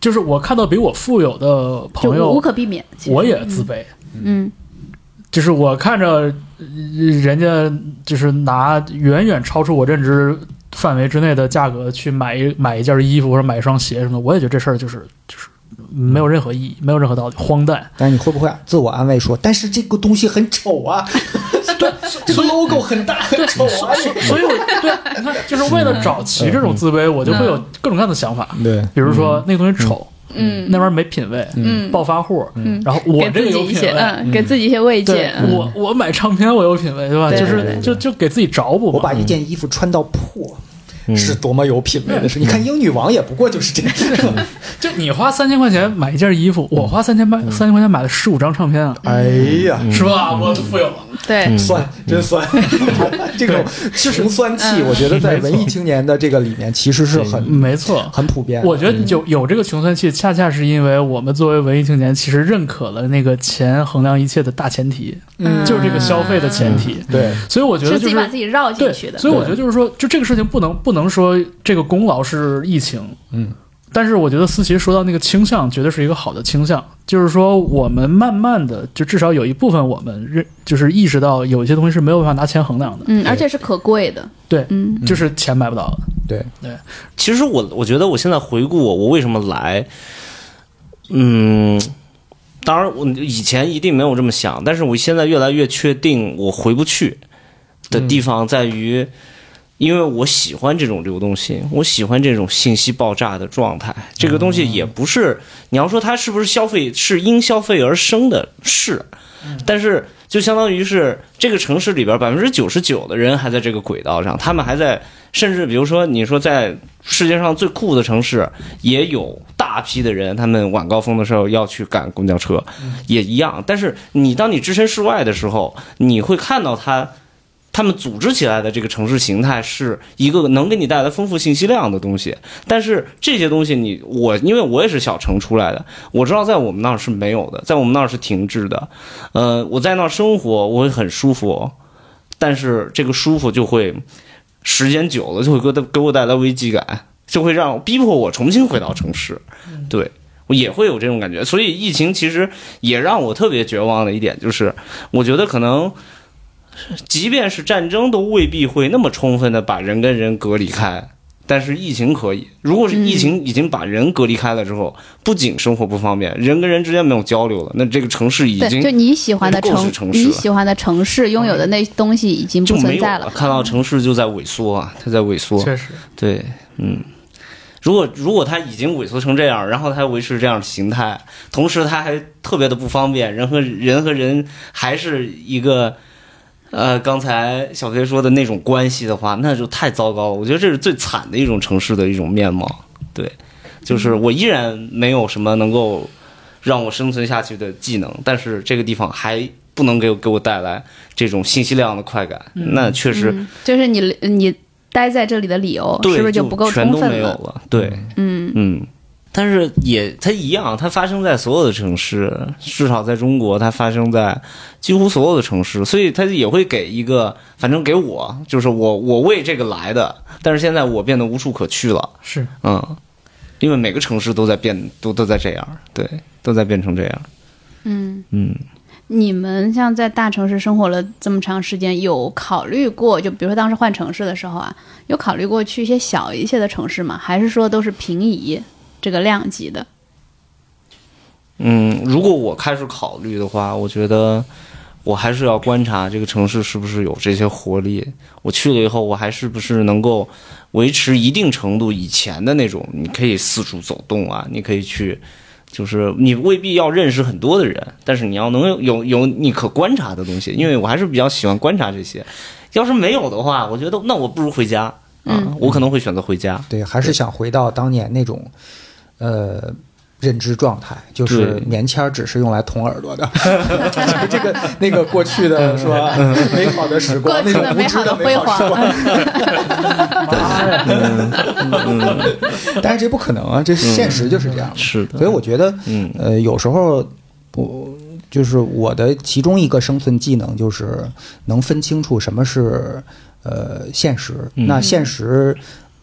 Speaker 4: 就是我看到比我富有的
Speaker 2: 就
Speaker 4: 朋
Speaker 2: 无
Speaker 4: 友，
Speaker 2: 可避免。其实
Speaker 4: 我也自卑。
Speaker 2: 嗯，
Speaker 4: 就是我看着呃人家就是拿远远超出我认知范围之内的价格去买一买一件衣服或者买一双鞋什么的，我也觉得这事儿就是就是没有任何意义，
Speaker 2: 嗯
Speaker 4: 没有任何道理，荒诞。
Speaker 3: 但是你会不会自我安慰说，但是这个东西很丑
Speaker 4: [LAUGHS]
Speaker 3: 啊？对，这个 logo 很大很丑啊。
Speaker 2: 嗯
Speaker 4: 所以我对你看，就是为了找齐这种自卑，我就会有各种各样的想法，
Speaker 3: 对，
Speaker 4: 比如说那个东西丑，
Speaker 2: 嗯
Speaker 4: 那玩意儿没品位，
Speaker 2: 嗯
Speaker 4: 暴发户，
Speaker 2: 嗯
Speaker 4: 然后我
Speaker 2: 给
Speaker 4: 这
Speaker 2: 自
Speaker 4: 个
Speaker 2: 己
Speaker 4: 有
Speaker 2: 一
Speaker 4: 品
Speaker 2: 些，
Speaker 4: 位。
Speaker 2: 嗯，给自己一些慰藉嗯
Speaker 4: 对。我，我买唱片我有品位，对吧？
Speaker 2: 对
Speaker 4: 就
Speaker 2: 对对
Speaker 4: 是就就给自己找补嘛。
Speaker 3: 我把一件衣服穿到破，
Speaker 4: 嗯
Speaker 3: 是多么有品味的事！你看英女王也不过就是这样。
Speaker 4: 就你花三千块钱买一件衣服，我花三千块三千块钱买了十五张唱片啊，
Speaker 3: 哎呀，
Speaker 4: 是吧？我富有了。
Speaker 2: 对，
Speaker 3: 酸，真酸！
Speaker 4: 嗯
Speaker 3: 这种穷酸气，我觉得在文艺青年的这个里面其实是很
Speaker 4: 没错，
Speaker 3: 很普遍的。
Speaker 4: 嗯我觉得有有这个穷酸气，恰恰是因为我们作为文艺青年，其实认可了那个钱衡量一切的大前提，
Speaker 3: 嗯
Speaker 4: 就是这个消费的前提。
Speaker 3: 对，
Speaker 4: 所以我觉得
Speaker 2: 是自
Speaker 4: 就
Speaker 2: 己把
Speaker 4: 是
Speaker 2: 自己绕进
Speaker 4: 对，
Speaker 2: 去的。
Speaker 4: 所以我觉得就是说，就这个事情不能不能说这个功劳是疫情，
Speaker 3: 嗯。
Speaker 4: 但是我觉得思琪说到那个倾向，绝对是一个好的倾向，就是说我们慢慢的，就至少有一部分我们认，就是意识到有一些东西是没有办法拿钱衡量的，
Speaker 2: 嗯，而且是可贵的。
Speaker 4: 对
Speaker 2: 嗯，
Speaker 4: 就是钱买不到的。
Speaker 3: 对，
Speaker 5: 其实我我觉得我现在回顾我我为什么来，嗯，当然我以前一定没有这么想，但是我现在越来越确定我回不去的地方在于，因为我喜欢这种流动性，我喜欢这种信息爆炸的状态。这个东西也不是你要说它是不是消费是因消费而生的，是，但是就相当于是这个城市里边百分之九十九的人还在这个轨道上，他们还在，甚至比如说你说在世界上最酷的城市，也有大批的人，他们晚高峰的时候要去赶公交车，也一样。但是你当你置身事外的时候，你会看到他。他们组织起来的这个城市形态是一个能给你带来丰富信息量的东西，但是这些东西你我因为我也是小城出来的，我知道在我们那儿是没有的，在我们那儿是停滞的，呃，我在那儿生活，我会很舒服，哦但是这个舒服就会时间久
Speaker 2: 嗯
Speaker 5: 了就会给我带给我带来危机感，就会让逼迫我重新回到城市。对我也会有这种感觉。所以疫情其实也让我特别绝望的一点就是，我觉得可能。即便是战争，都未必会那么充分的把人跟人隔离开。但是疫情可以，如果是
Speaker 2: 嗯
Speaker 5: 疫情已经把人隔离开了之后，不仅生活不方便，人跟人之间没有交流了，那这个城市已
Speaker 2: 对，
Speaker 5: 经
Speaker 2: 就你喜欢的
Speaker 5: 不够是
Speaker 2: 城，
Speaker 5: 城市
Speaker 2: 你
Speaker 5: 了
Speaker 2: 喜欢的城市拥有的那东西已经
Speaker 5: 就
Speaker 2: 不
Speaker 5: 没
Speaker 2: 存
Speaker 5: 有
Speaker 2: 在
Speaker 5: 了。看到城市就在萎缩啊，它在萎缩。
Speaker 4: 确实，
Speaker 5: 对，嗯，如果如果它已经萎缩成这样，然后它还维持这样的形态，同时它还特别的不方便，人和人和人还是一个。呃，刚才小飞说的那种关系的话，那就太糟糕了。我觉得这是最惨的一种城市的一种面貌。对，就是我依然没有什么能够让我生存下去的技能，但是这个地方还不能给我给我带来这种信息量的快感，那确实
Speaker 2: 嗯，就是你你待在这里的理由
Speaker 5: 对，
Speaker 2: 是不是
Speaker 5: 就
Speaker 2: 不够
Speaker 5: 全
Speaker 2: 充
Speaker 5: 都没
Speaker 2: 分
Speaker 5: 有
Speaker 2: 了？
Speaker 5: 了？对，嗯嗯。但是也，它一样，它发生在所有的城市，至少在中国，它发生在几乎所有的城市，所以它也会给一个，反正给我，就是我我为这个来的，但是现在我变得无处可去了，
Speaker 2: [LAUGHS]
Speaker 4: 是
Speaker 5: 嗯，因为每个城市都在变，都都在这样，对，都在变成这样，
Speaker 2: 嗯，
Speaker 5: 嗯。
Speaker 2: 你们像在大城市生活了这么长时间，有考虑过就比如说当时换城市的时候啊，有考虑过去一些小一些的城市吗？还是说都是平移这个量级的？
Speaker 5: 嗯，如果我开始考虑的话，我觉得我还是要观察这个城市是不是有这些活力。我去了以后，我还是不是能够维持一定程度以前的那种，你可以四处走动啊，你可以去，就是你未必要认识很多的人，但是你要能有有有你可观察的东西，因为我还是比较喜欢观察这些。要是没有的话，我觉得那我不如回家。啊
Speaker 2: 嗯
Speaker 5: 我可能会选择回家。
Speaker 3: 对，还是想回到当年那种，呃。认知状态就是
Speaker 5: 对
Speaker 3: 棉签儿只是用来捅耳朵的， [LAUGHS] 就是这个那个过去的是吧？美好的时光那
Speaker 2: 过，去
Speaker 3: 种
Speaker 2: 的
Speaker 3: 无
Speaker 2: 美
Speaker 3: 知
Speaker 2: 好的
Speaker 3: 美
Speaker 2: 辉
Speaker 3: 好时光。
Speaker 2: 煌，
Speaker 3: 但是这不可能啊，这现实就是这样的。
Speaker 5: 嗯是的，
Speaker 3: 所以我觉得，
Speaker 5: 嗯
Speaker 3: 呃，有时候我就是我的其中一个生存技能就是能分清楚什么是呃现实。
Speaker 5: 嗯
Speaker 3: 那现实，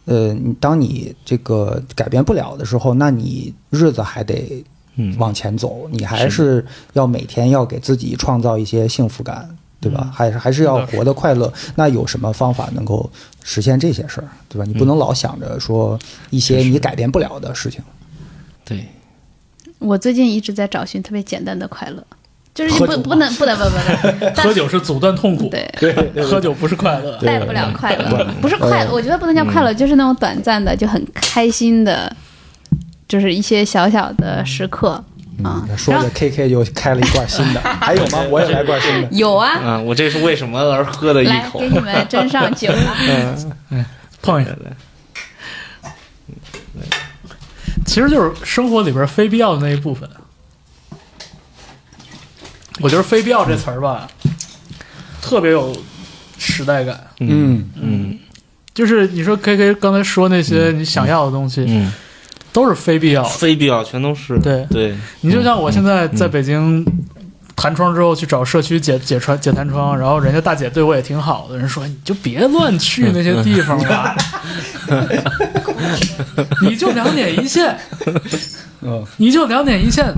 Speaker 3: 呃，你当你这个改变不了的时候，那你日子还得
Speaker 5: 嗯，
Speaker 3: 往前走，你还
Speaker 5: 是
Speaker 3: 是要每天要给自己创造一些幸福感。对吧？
Speaker 4: 嗯
Speaker 3: 还是还是要
Speaker 4: 那是
Speaker 3: 活得快乐。那有什么方法能够实现这些事儿？对吧？你
Speaker 5: 嗯
Speaker 3: 不能老想着说一些
Speaker 5: 确实
Speaker 3: 你改变不了的事情。
Speaker 5: 对。
Speaker 2: 我最近一直在找寻特别简单的快乐，就是
Speaker 3: 喝
Speaker 2: 不
Speaker 3: 酒
Speaker 2: 不能不能不能不能，但
Speaker 4: 喝酒是阻断痛苦，
Speaker 2: 对。
Speaker 4: 喝酒不是快乐。
Speaker 2: 带不了快乐，不是快乐，我觉得不能叫快乐，就是那种短暂的，就很开心的，就是一些小小的时刻啊。
Speaker 3: 嗯说 [LAUGHS]
Speaker 2: 然后
Speaker 3: 着 KK 就开了一罐 [LAUGHS] 新的，还有吗？我也来罐新的。
Speaker 2: 有啊，
Speaker 5: 啊，我这是为什么而喝的一
Speaker 2: 来
Speaker 5: 口
Speaker 2: 给？你们斟上酒啊。
Speaker 4: 碰一下来。其实就是生活里边非必要的那一部分。啊我觉得“非必要”这词儿吧，特别有时代感。
Speaker 3: 嗯，
Speaker 5: 嗯
Speaker 4: 就是你说 K K 刚才说那些你想要的东西，
Speaker 5: 嗯，
Speaker 4: 都是非必要的。
Speaker 5: 非必要全都是
Speaker 4: 对
Speaker 5: 对，
Speaker 4: 你就像我现在
Speaker 5: 嗯
Speaker 4: 在北京弹窗之后去找社区解解窗解弹窗，然后人家大姐对我也挺好的，人说你就别乱去那些地方
Speaker 5: [LAUGHS]
Speaker 4: 了，你就两点一线，你就两点一线，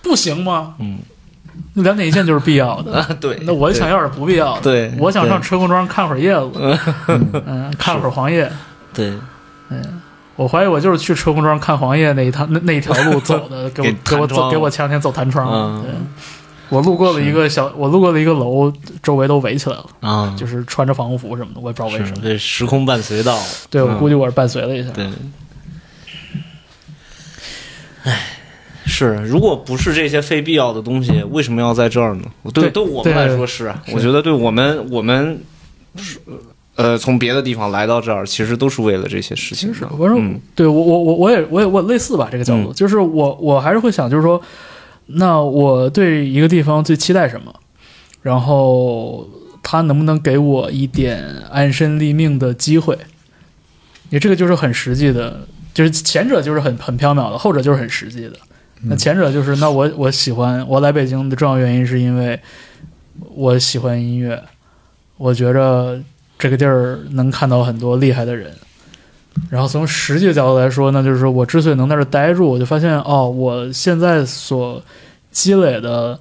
Speaker 4: 不行吗？
Speaker 5: 嗯，
Speaker 4: 两点一线就是必要的。
Speaker 5: 啊对，
Speaker 4: 那我想要点不必要的，
Speaker 5: 对
Speaker 4: 我想上
Speaker 5: 对
Speaker 4: 车公庄看会儿叶子，嗯，看会儿黄叶。
Speaker 5: 对
Speaker 4: 我怀疑我就是去车公庄看黄叶那一趟那那一条
Speaker 5: [LAUGHS]
Speaker 4: 路走的，给我给我
Speaker 5: 给弹窗
Speaker 4: 走给我前两天走弹窗了。
Speaker 5: 嗯
Speaker 4: 对，我路过了一个小，我路过了一个楼，周围都围起来了，
Speaker 5: 啊，
Speaker 4: 就是穿着防护服什么的，我也不知道为
Speaker 5: 是
Speaker 4: 什么。
Speaker 5: 这时空伴随到，
Speaker 4: 对我
Speaker 5: 嗯
Speaker 4: 估计我是伴随了一下。
Speaker 5: 对，哎，是，如果不是这些非必要的东西，为什么要在这儿呢？对，
Speaker 4: 对
Speaker 5: 对我们
Speaker 4: 对
Speaker 5: 来说是啊，我觉得对我们我们呃从别的地方来到这儿，其实都是为了这些事情
Speaker 4: 其
Speaker 5: 的。
Speaker 4: 实我说，
Speaker 5: 嗯
Speaker 4: 对我我我我也我也我类似吧这个角度，
Speaker 5: 嗯
Speaker 4: 就是我我还是会想，就是说，那我对一个地方最期待什么，然后它能不能给我一点安身立命的机会？你这个就是很实际的，就是前者就是很很缥缈的，后者就是很实际的。
Speaker 5: 嗯
Speaker 4: 那前者就是，那我我喜欢我来北京的重要原因是因为我喜欢音乐，我觉着这个地儿能看到很多厉害的人，然后从实际的角度来说，那就是说我之所以能在这儿待住，我就发现哦，我现在所积累的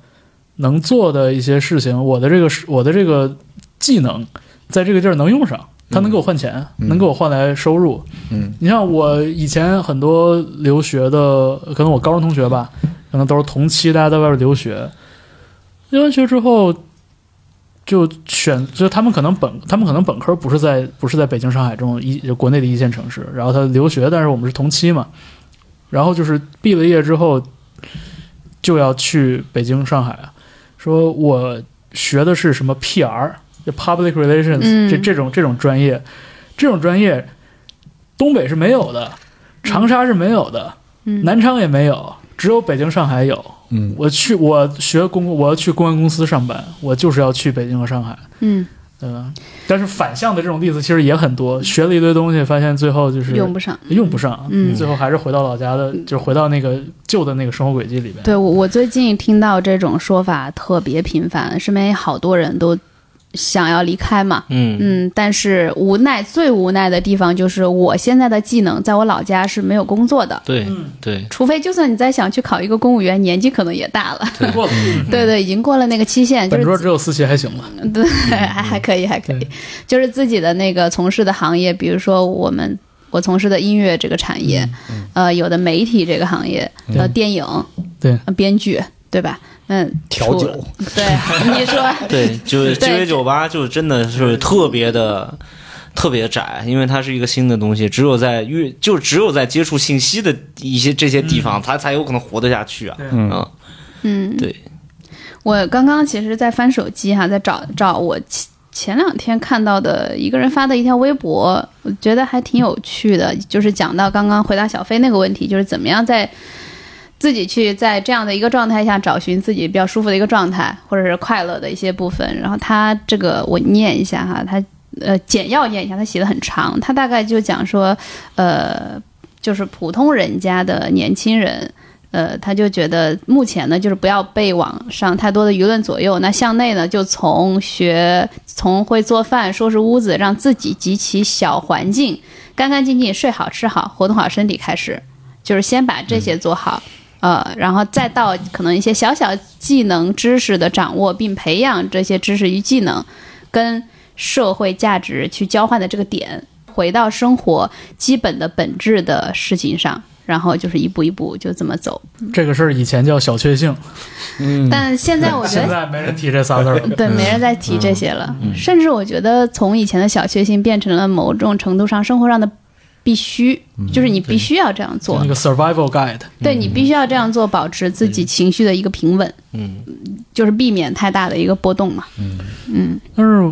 Speaker 4: 能做的一些事情，我的这个我的这个技能，在这个地儿能用上，它能给我换钱，能给我换来收入。
Speaker 3: 嗯，
Speaker 4: 你像我以前很多留学的，可能我高中同学吧，可能都是同期大家在外边留学，留完学之后。就选，就他们可能本他们可能本科不是在不是在北京、上海这种一就国内的一线城市，然后他留学，但是我们是同期嘛，然后就是毕了业之后就要去北京、上海，啊说我学的是什么 PR，就 Public Relations、
Speaker 2: 嗯
Speaker 4: 这这种这种专业，这种专业东北是没有的，长沙是没有的，
Speaker 2: 嗯
Speaker 4: 南昌也没有，只有北京、上海有。
Speaker 3: 嗯，
Speaker 4: 我去，我学公，我要去公关公司上班，我就是要去北京和上海，
Speaker 2: 嗯，
Speaker 4: 对吧？但是反向的这种例子其实也很多，学了一堆东西，发现最后就是
Speaker 2: 用不上。
Speaker 4: 用不上，
Speaker 2: 嗯
Speaker 4: 最后还是回到老家的，就是回到那个旧的那个生活轨迹里边。
Speaker 2: 对我，我最近听到这种说法特别频繁，身边好多人都想要离开嘛。
Speaker 7: 嗯，
Speaker 2: 嗯，但是无奈最无奈的地方就是，我现在的技能在我老家是没有工作的，
Speaker 7: 对
Speaker 4: 嗯
Speaker 7: 对
Speaker 2: 除非就算你再想去考一个公务员，年纪可能也大了。
Speaker 7: 对
Speaker 4: 过了，
Speaker 2: 对嗯对，已经过了那个期限，就
Speaker 4: 嗯本
Speaker 2: 是 [LAUGHS]
Speaker 4: 桌只有私企还行吧？
Speaker 2: 对，还还可以，还可以
Speaker 4: 对，
Speaker 2: 就是自己的那个从事的行业，比如说我们我从事的音乐这个产业，
Speaker 4: 嗯
Speaker 2: 呃，有的媒体这个行业，呃，电影，
Speaker 4: 对
Speaker 2: 呃，编剧，对吧？嗯，
Speaker 3: 调
Speaker 2: 除
Speaker 3: 酒，
Speaker 2: 对，你说，
Speaker 5: 对，就是
Speaker 2: 对
Speaker 5: J 酒吧就真的是特别的。特别窄，因为它是一个新的东西，只有在越就只有在接触信息的一些这些地
Speaker 4: 嗯
Speaker 5: 方，它才有可能活得下去啊。
Speaker 3: 嗯
Speaker 5: 嗯，
Speaker 2: 嗯，
Speaker 5: 对。
Speaker 2: 我刚刚其实，在翻手机哈，在找找我前前两天看到的一个人发的一条微博，我觉得还挺有趣的，就是讲到刚刚回答小飞那个问题，就是怎么样在自己去在这样的一个状态下找寻自己比较舒服的一个状态，或者是快乐的一些部分。然后他这个我念一下哈，他呃简要念一下，他写的很长，他大概就讲说，呃，就是普通人家的年轻人。呃，他就觉得目前呢，就是不要被网上太多的舆论左右。那向内呢，就从学，从会做饭、收拾屋子，让自己及其小环境干干净净，睡好、吃好、活动好身体开始，就是先把这些做好。呃，然后再到可能一些小小技能、知识的掌握，并培养这些知识与技能，跟社会价值去交换的这个点，回到生活基本的本质的事情上，然后就是一步一步就这么走。
Speaker 4: 这个事儿以前叫小确幸，
Speaker 2: 嗯
Speaker 5: 嗯
Speaker 2: 但现在我觉
Speaker 4: 现
Speaker 2: 得，
Speaker 4: 在没人提这仨字儿了。
Speaker 2: 对，没人再提这些了。
Speaker 5: 嗯
Speaker 2: 甚至我觉得，从以前的小确幸变成了某种程度上生活上的必须，
Speaker 5: 嗯
Speaker 2: 就是你必须要这样做
Speaker 4: 那。个 survival guide，
Speaker 2: 对你必须要这样做，保持自己情绪的一个平稳，
Speaker 7: 嗯，
Speaker 2: 就是避免太大的一个波动嘛。
Speaker 5: 嗯
Speaker 2: 嗯
Speaker 4: 但是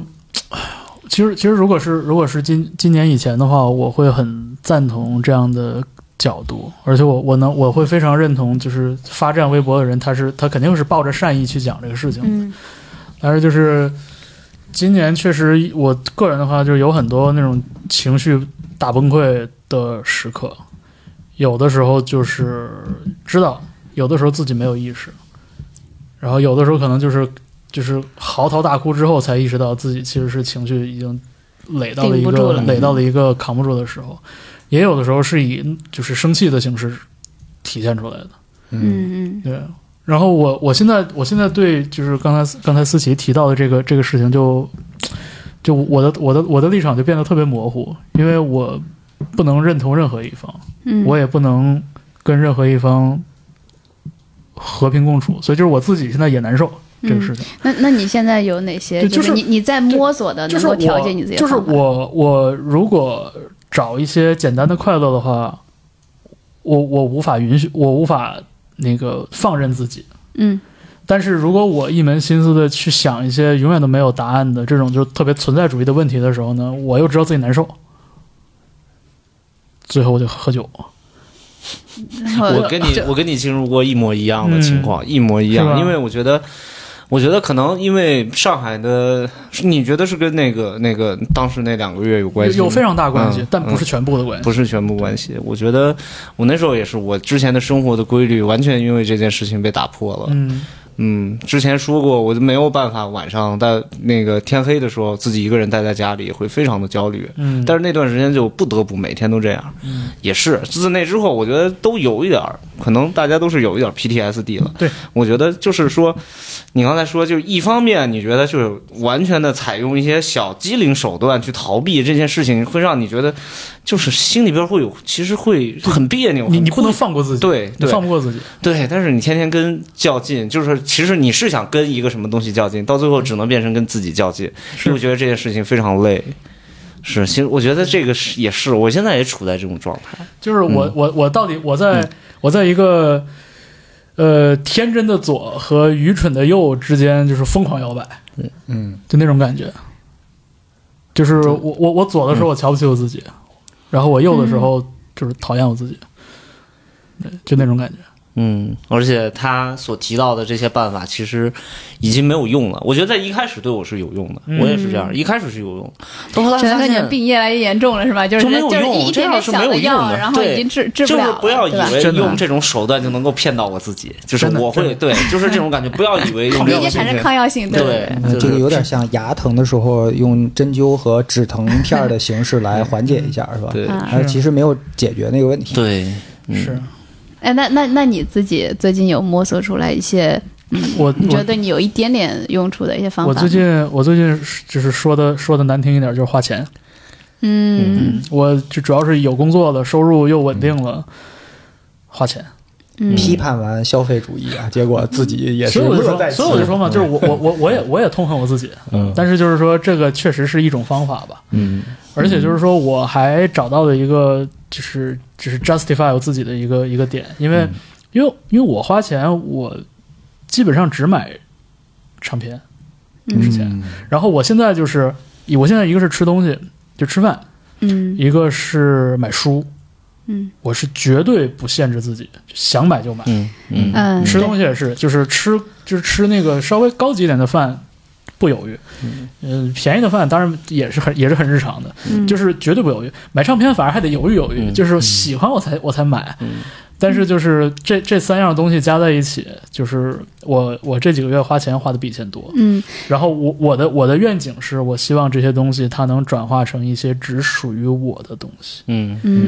Speaker 4: 其实其实如果是如果是今今年以前的话，我会很赞同这样的角度，而且我我能我会非常认同，就是发这样微博的人，他是他肯定是抱着善意去讲这个事情的，
Speaker 2: 嗯
Speaker 4: 但是就是今年确实，我个人的话就是有很多那种情绪大崩溃的时刻，有的时候就是知道，有的时候自己没有意识，然后有的时候可能就是就是嚎啕大哭之后才意识到自己其实是情绪已经累到了一
Speaker 2: 顶不住
Speaker 4: 个
Speaker 2: 了嗯
Speaker 4: 累到了一个扛不住的时候，也有的时候是以就是生气的形式体现出来的。
Speaker 2: 嗯嗯
Speaker 4: 对，然后我我现在我现在对就是刚才刚才思琪提到的这个这个事情就，就我的我的我的立场就变得特别模糊，因为我不能认同任何一方，
Speaker 2: 嗯，
Speaker 4: 我也不能跟任何一方和平共处，所以就是我自己现在也难受
Speaker 2: 嗯
Speaker 4: 这个事情。
Speaker 2: 那那你现在有哪些？
Speaker 4: 对
Speaker 2: 就是
Speaker 4: 就是
Speaker 2: 你你在摸索的
Speaker 4: 就
Speaker 2: 呃能
Speaker 4: 是
Speaker 2: 够
Speaker 4: 我
Speaker 2: 调节你自己的
Speaker 4: 就是
Speaker 2: 方法
Speaker 4: 我我如果找一些简单的快乐的话，我我无法允许，我无法那个放任自己。
Speaker 2: 嗯
Speaker 4: 但是如果我一门心思的去想一些永远都没有答案的这种就是特别存在主义的问题的时候呢，我又知道自己难受，最后我就喝酒。
Speaker 2: 然后
Speaker 5: 我跟你
Speaker 2: 就
Speaker 5: 我跟你进入过一模一样的
Speaker 4: 嗯
Speaker 5: 情况，一模一
Speaker 4: 是吧
Speaker 5: 样，因为我觉得。我觉得可能因为上海的，你觉得是跟那个那个当时那两个月有关
Speaker 4: 有
Speaker 5: 系吗
Speaker 4: 有非常大关系，
Speaker 5: 嗯
Speaker 4: 但不是全部的关系。
Speaker 5: 不是全部关系。我觉得我那时候也是，我之前的生活的规律完全因为这件事情被打破了。
Speaker 4: 嗯，
Speaker 7: 嗯，之前说过，我就没有办法晚上在那个天黑的时候自己一个人待在家里，会非常的焦虑。
Speaker 4: 嗯，
Speaker 7: 但是那段时间就不得不每天都这样，
Speaker 4: 嗯
Speaker 7: 也是自那之后，我觉得都有一点儿，可能大家都是有一点儿 PTSD 了。
Speaker 4: 对，
Speaker 7: 我觉得就是说，你刚才说，就是一方面你觉得就是完全的采用一些小机灵手段去逃避这件事情，会让你觉得就是心里边会有，其实会很别扭。
Speaker 4: 你
Speaker 7: 很
Speaker 4: 你不能放过自己，
Speaker 7: 对
Speaker 4: 你
Speaker 7: 对
Speaker 4: 放不过自己，
Speaker 7: 对，但是你天天跟较劲，就是其实你是想跟一个什么东西较劲，到最后只能变成跟自己较劲，
Speaker 4: 是
Speaker 7: 因为我觉得这件事情非常累。是，其实我觉得这个是也是，我现在也处在这种状态。
Speaker 4: 就是我、
Speaker 7: 嗯
Speaker 4: 我我到底我在、我在一个呃天真的左和愚蠢的右之间就是疯狂摇摆，
Speaker 3: 嗯，
Speaker 4: 就那种感觉。就是我我我左的
Speaker 3: 嗯
Speaker 4: 时候我瞧不起我自己，然后我右
Speaker 2: 嗯
Speaker 4: 的时候就是讨厌我自己，对，就那种感觉。
Speaker 5: 嗯，而且他所提到的这些办法其实已经没有用了。我觉得在一开始对我是有用的，
Speaker 4: 嗯
Speaker 5: 我也是这样，一开始是有用的，到后来
Speaker 2: 觉得
Speaker 5: 发
Speaker 2: 你的
Speaker 5: 现。
Speaker 2: 病越来越严重了，是吧？就是
Speaker 5: 就没有
Speaker 2: 就是
Speaker 5: 用
Speaker 2: 一一
Speaker 5: 这
Speaker 2: 点
Speaker 5: 样
Speaker 2: 点
Speaker 5: 是
Speaker 2: 小
Speaker 5: 没有用
Speaker 2: 药，
Speaker 5: 的
Speaker 2: 然后已
Speaker 5: 对
Speaker 2: 经治治
Speaker 5: 就是
Speaker 2: 了，
Speaker 5: 不要以
Speaker 2: 对吧？
Speaker 5: 为
Speaker 4: 真的
Speaker 5: 用这种手段就能够骗到我自己，就是
Speaker 4: 真的
Speaker 5: 我
Speaker 4: 真
Speaker 5: 会
Speaker 4: 的
Speaker 5: 对，就是这种感觉，不要以为用
Speaker 2: 你
Speaker 5: 这
Speaker 2: 已
Speaker 5: 种
Speaker 2: 经产生
Speaker 5: 事
Speaker 2: 抗药性，
Speaker 5: 情
Speaker 2: 吧
Speaker 5: 对
Speaker 3: 嗯，
Speaker 5: 就
Speaker 3: 这个
Speaker 5: 是
Speaker 3: 有点像牙疼的时候用针灸和止疼片儿的形式来缓解一下，是吧？
Speaker 7: 对，
Speaker 2: 啊
Speaker 3: 而其实没有解决那个问题。
Speaker 5: 对，嗯
Speaker 4: 是
Speaker 2: 哎，那那那你自己最近有摸索出来一些
Speaker 4: 我
Speaker 2: 你觉得
Speaker 4: 我
Speaker 2: 对你有一点点用处的一些方法
Speaker 4: 我
Speaker 2: 吗？
Speaker 4: 最近我最近是就是说的说的难听一点就是花钱，
Speaker 2: 嗯
Speaker 4: 我就主要是有工作了，收入又稳定了，
Speaker 3: 嗯
Speaker 4: 花钱。
Speaker 2: 嗯
Speaker 3: 批判完消费主义啊，结果自己也是
Speaker 4: 所以我就
Speaker 3: 乐
Speaker 4: 说，
Speaker 3: 在其
Speaker 4: 所以我就说嘛，就是我我我我也我也痛恨我自己，
Speaker 3: 嗯
Speaker 4: 但是就是说这个确实是一种方法吧，
Speaker 3: 嗯，
Speaker 4: 而且就是说我还找到了一个就是就是 justify 我自己的一个一个点，因为、因为因为我花钱我基本上只买唱片，
Speaker 2: 嗯
Speaker 3: 前
Speaker 4: 然后我现在就是我现在一个是吃东西就吃饭，
Speaker 2: 嗯
Speaker 4: 一个是买书，
Speaker 2: 嗯
Speaker 4: 我是绝对不限制自己，想买就买。
Speaker 5: 嗯嗯
Speaker 2: 嗯，
Speaker 4: 吃东
Speaker 2: 西
Speaker 4: 西也是，就是吃就是吃那个稍微高级一点的饭不犹豫，嗯、便宜的饭当然也是很也是很日常的，
Speaker 2: 嗯
Speaker 4: 就是绝对不犹豫。买唱片反而还得犹豫犹豫，
Speaker 5: 嗯
Speaker 4: 就是喜欢我才我才买。
Speaker 5: 嗯
Speaker 4: 但是就是这这三样东西加在一起，就是我我这几个月花钱花的比以前多。
Speaker 2: 嗯
Speaker 4: 然后我我的我的愿景是我希望这些东西它能转化成一些只属于我的东西。
Speaker 5: 嗯
Speaker 2: 嗯，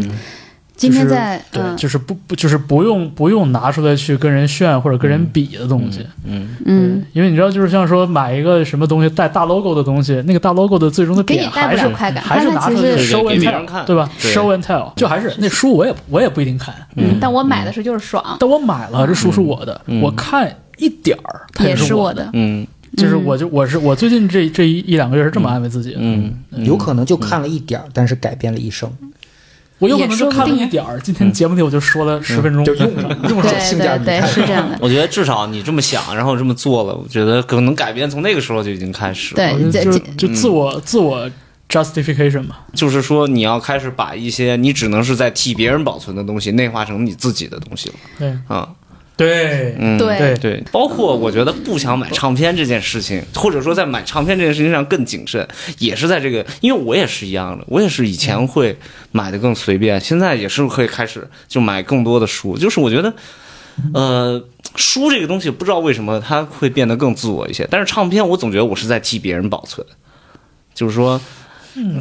Speaker 2: 今天在
Speaker 4: 对，
Speaker 2: 嗯
Speaker 4: 就是不不就是不用不用拿出来去跟人炫或者跟人比的东西。
Speaker 5: 嗯，
Speaker 2: 嗯，
Speaker 4: 因为你知道，就是像说买一个什么东西带大 logo 的东西，那个大 logo 的最终的
Speaker 2: 给你
Speaker 4: 点
Speaker 2: 带
Speaker 4: 还
Speaker 2: 不
Speaker 4: 是
Speaker 2: 了快感，
Speaker 4: 还是
Speaker 2: 但
Speaker 4: 拿
Speaker 2: 它
Speaker 4: 出
Speaker 2: 其
Speaker 4: 去
Speaker 2: 实
Speaker 4: show
Speaker 5: 对
Speaker 4: and
Speaker 5: 给别人
Speaker 4: tell，
Speaker 5: 看
Speaker 4: 对吧
Speaker 5: 对
Speaker 4: ？show and tell 就还是那书我也我也不一定看，
Speaker 2: 嗯，但我买的时候就是爽，
Speaker 4: 但我买了这书是我的，我看一点儿它
Speaker 2: 也
Speaker 4: 是
Speaker 2: 是我
Speaker 4: 的，
Speaker 2: 的，
Speaker 5: 嗯
Speaker 4: 就是我就我是我最近这这一一两个月是这么安慰自己的，
Speaker 5: 嗯，
Speaker 3: 有可能就看了一点儿，但是改变了一生，
Speaker 4: 我有可能
Speaker 2: 也
Speaker 4: 就
Speaker 2: 说不定
Speaker 4: 看了一点儿，今天节目里我就说了十分钟，
Speaker 3: 就用
Speaker 4: [LAUGHS]
Speaker 3: 上用上
Speaker 2: 对
Speaker 3: 性价
Speaker 2: 对
Speaker 3: 比
Speaker 2: 对，
Speaker 3: 太
Speaker 2: 是
Speaker 3: 高
Speaker 2: 这样的。
Speaker 5: 我觉得至少你这么想，然后这么做了，我觉得可能改变从那个时候就已经开始了。
Speaker 2: 对
Speaker 4: 就
Speaker 2: 这
Speaker 4: 就
Speaker 2: 这
Speaker 4: 就自我自我 justification 嘛，
Speaker 5: 就是说你要开始把一些你只能是在替别人保存的东西内化成你自己的东西了
Speaker 4: 对
Speaker 5: 啊。
Speaker 4: 对
Speaker 5: 嗯，
Speaker 2: 对
Speaker 5: 对，包括我觉得不想买唱片这件事情，或者说在买唱片这件事情上更谨慎，也是在这个，因为我也是一样的，我也是以前会买的更随便，现在也是会开始就买更多的书，就是我觉得，呃，书这个东西不知道为什么它会变得更自我一些，但是唱片我总觉得我是在替别人保存，就是说。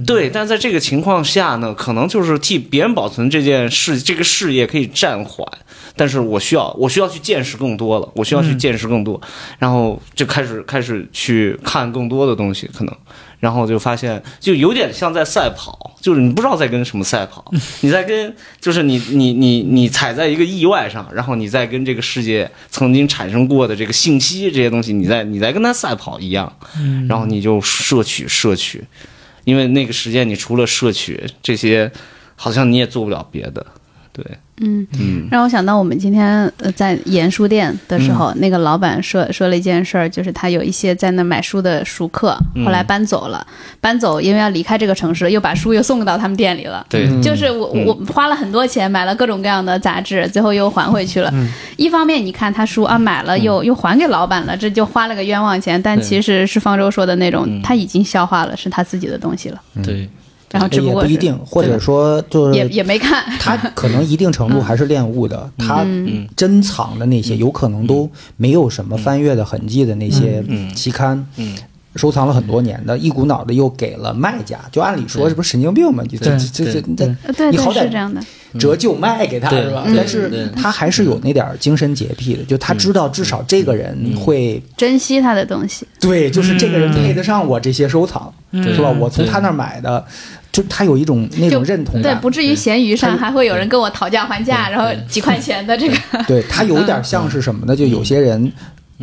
Speaker 5: 对，但在这个情况下呢，可能就是替别人保存这件事，这个事业可以暂缓，但是我需要，我需要去见识更多了，我需要去见识更多，然后就开始开始去看更多的东西，可能，然后就发现就有点像在赛跑，就是你不知道在跟什么赛跑，你在跟就是你你你你踩在一个意外上，然后你在跟这个世界曾经产生过的这个信息这些东西，你在你在跟它赛跑一样，然后你就摄取摄取，因为那个时间你除了摄取这些，好像你也做不了别的，对，
Speaker 2: 嗯
Speaker 5: 嗯
Speaker 2: 让我想到我们今天呃在盐书店的时候，
Speaker 3: 嗯
Speaker 2: 那个老板说说了一件事儿，就是他有一些在那买书的熟客，
Speaker 3: 嗯
Speaker 2: 后来搬走了，搬走因为要离开这个城市，又把书又送到他们店里了。
Speaker 5: 对，
Speaker 3: 嗯
Speaker 2: 就是我、我花了很多钱买了各种各样的杂志，最后又还回去了。
Speaker 3: 嗯
Speaker 2: 一方面，你看他书啊买了又、又还给老板了，这就花了个
Speaker 3: 嗯
Speaker 2: 冤枉钱。但其实是方舟说的那种，他已经消化了，是他自己的东西了。
Speaker 5: 对，
Speaker 2: 然后只
Speaker 3: 呃哎也
Speaker 2: 不过
Speaker 3: 不
Speaker 2: 是
Speaker 3: 一定，或者说就
Speaker 2: 也
Speaker 3: 是
Speaker 2: 也没看，
Speaker 3: 他可能一定程
Speaker 2: 嗯
Speaker 3: 度还是恋物的，他
Speaker 5: 嗯
Speaker 3: 珍藏的那些有可能都没有什么翻阅的痕迹的那些期刊，
Speaker 5: 嗯嗯
Speaker 3: 收藏了很多年的，一股脑的又给了卖家，就按理说这不是神经病吗？就这
Speaker 4: 对
Speaker 3: 这这这
Speaker 4: 对
Speaker 2: 呃对
Speaker 3: 你好
Speaker 2: 对
Speaker 3: 歹
Speaker 2: 是这样的，
Speaker 3: 折旧卖给他
Speaker 5: 对
Speaker 3: 是吧？
Speaker 5: 对
Speaker 3: 但
Speaker 5: 对嗯
Speaker 3: 是他还是有那点儿精神洁癖的，就他知道至少这个人会
Speaker 2: 珍惜他的东西，
Speaker 3: 对，就是这个人
Speaker 4: 嗯
Speaker 3: 配得上我这些收藏，是吧？
Speaker 4: 嗯
Speaker 3: 我从他那儿买的，就他有一种那
Speaker 2: 就
Speaker 3: 种认同
Speaker 2: 对，
Speaker 3: 感，
Speaker 2: 不至于闲鱼上还会有人跟我讨价还价，然后几块钱的这个，
Speaker 3: 对他有点像是什么呢？就有些人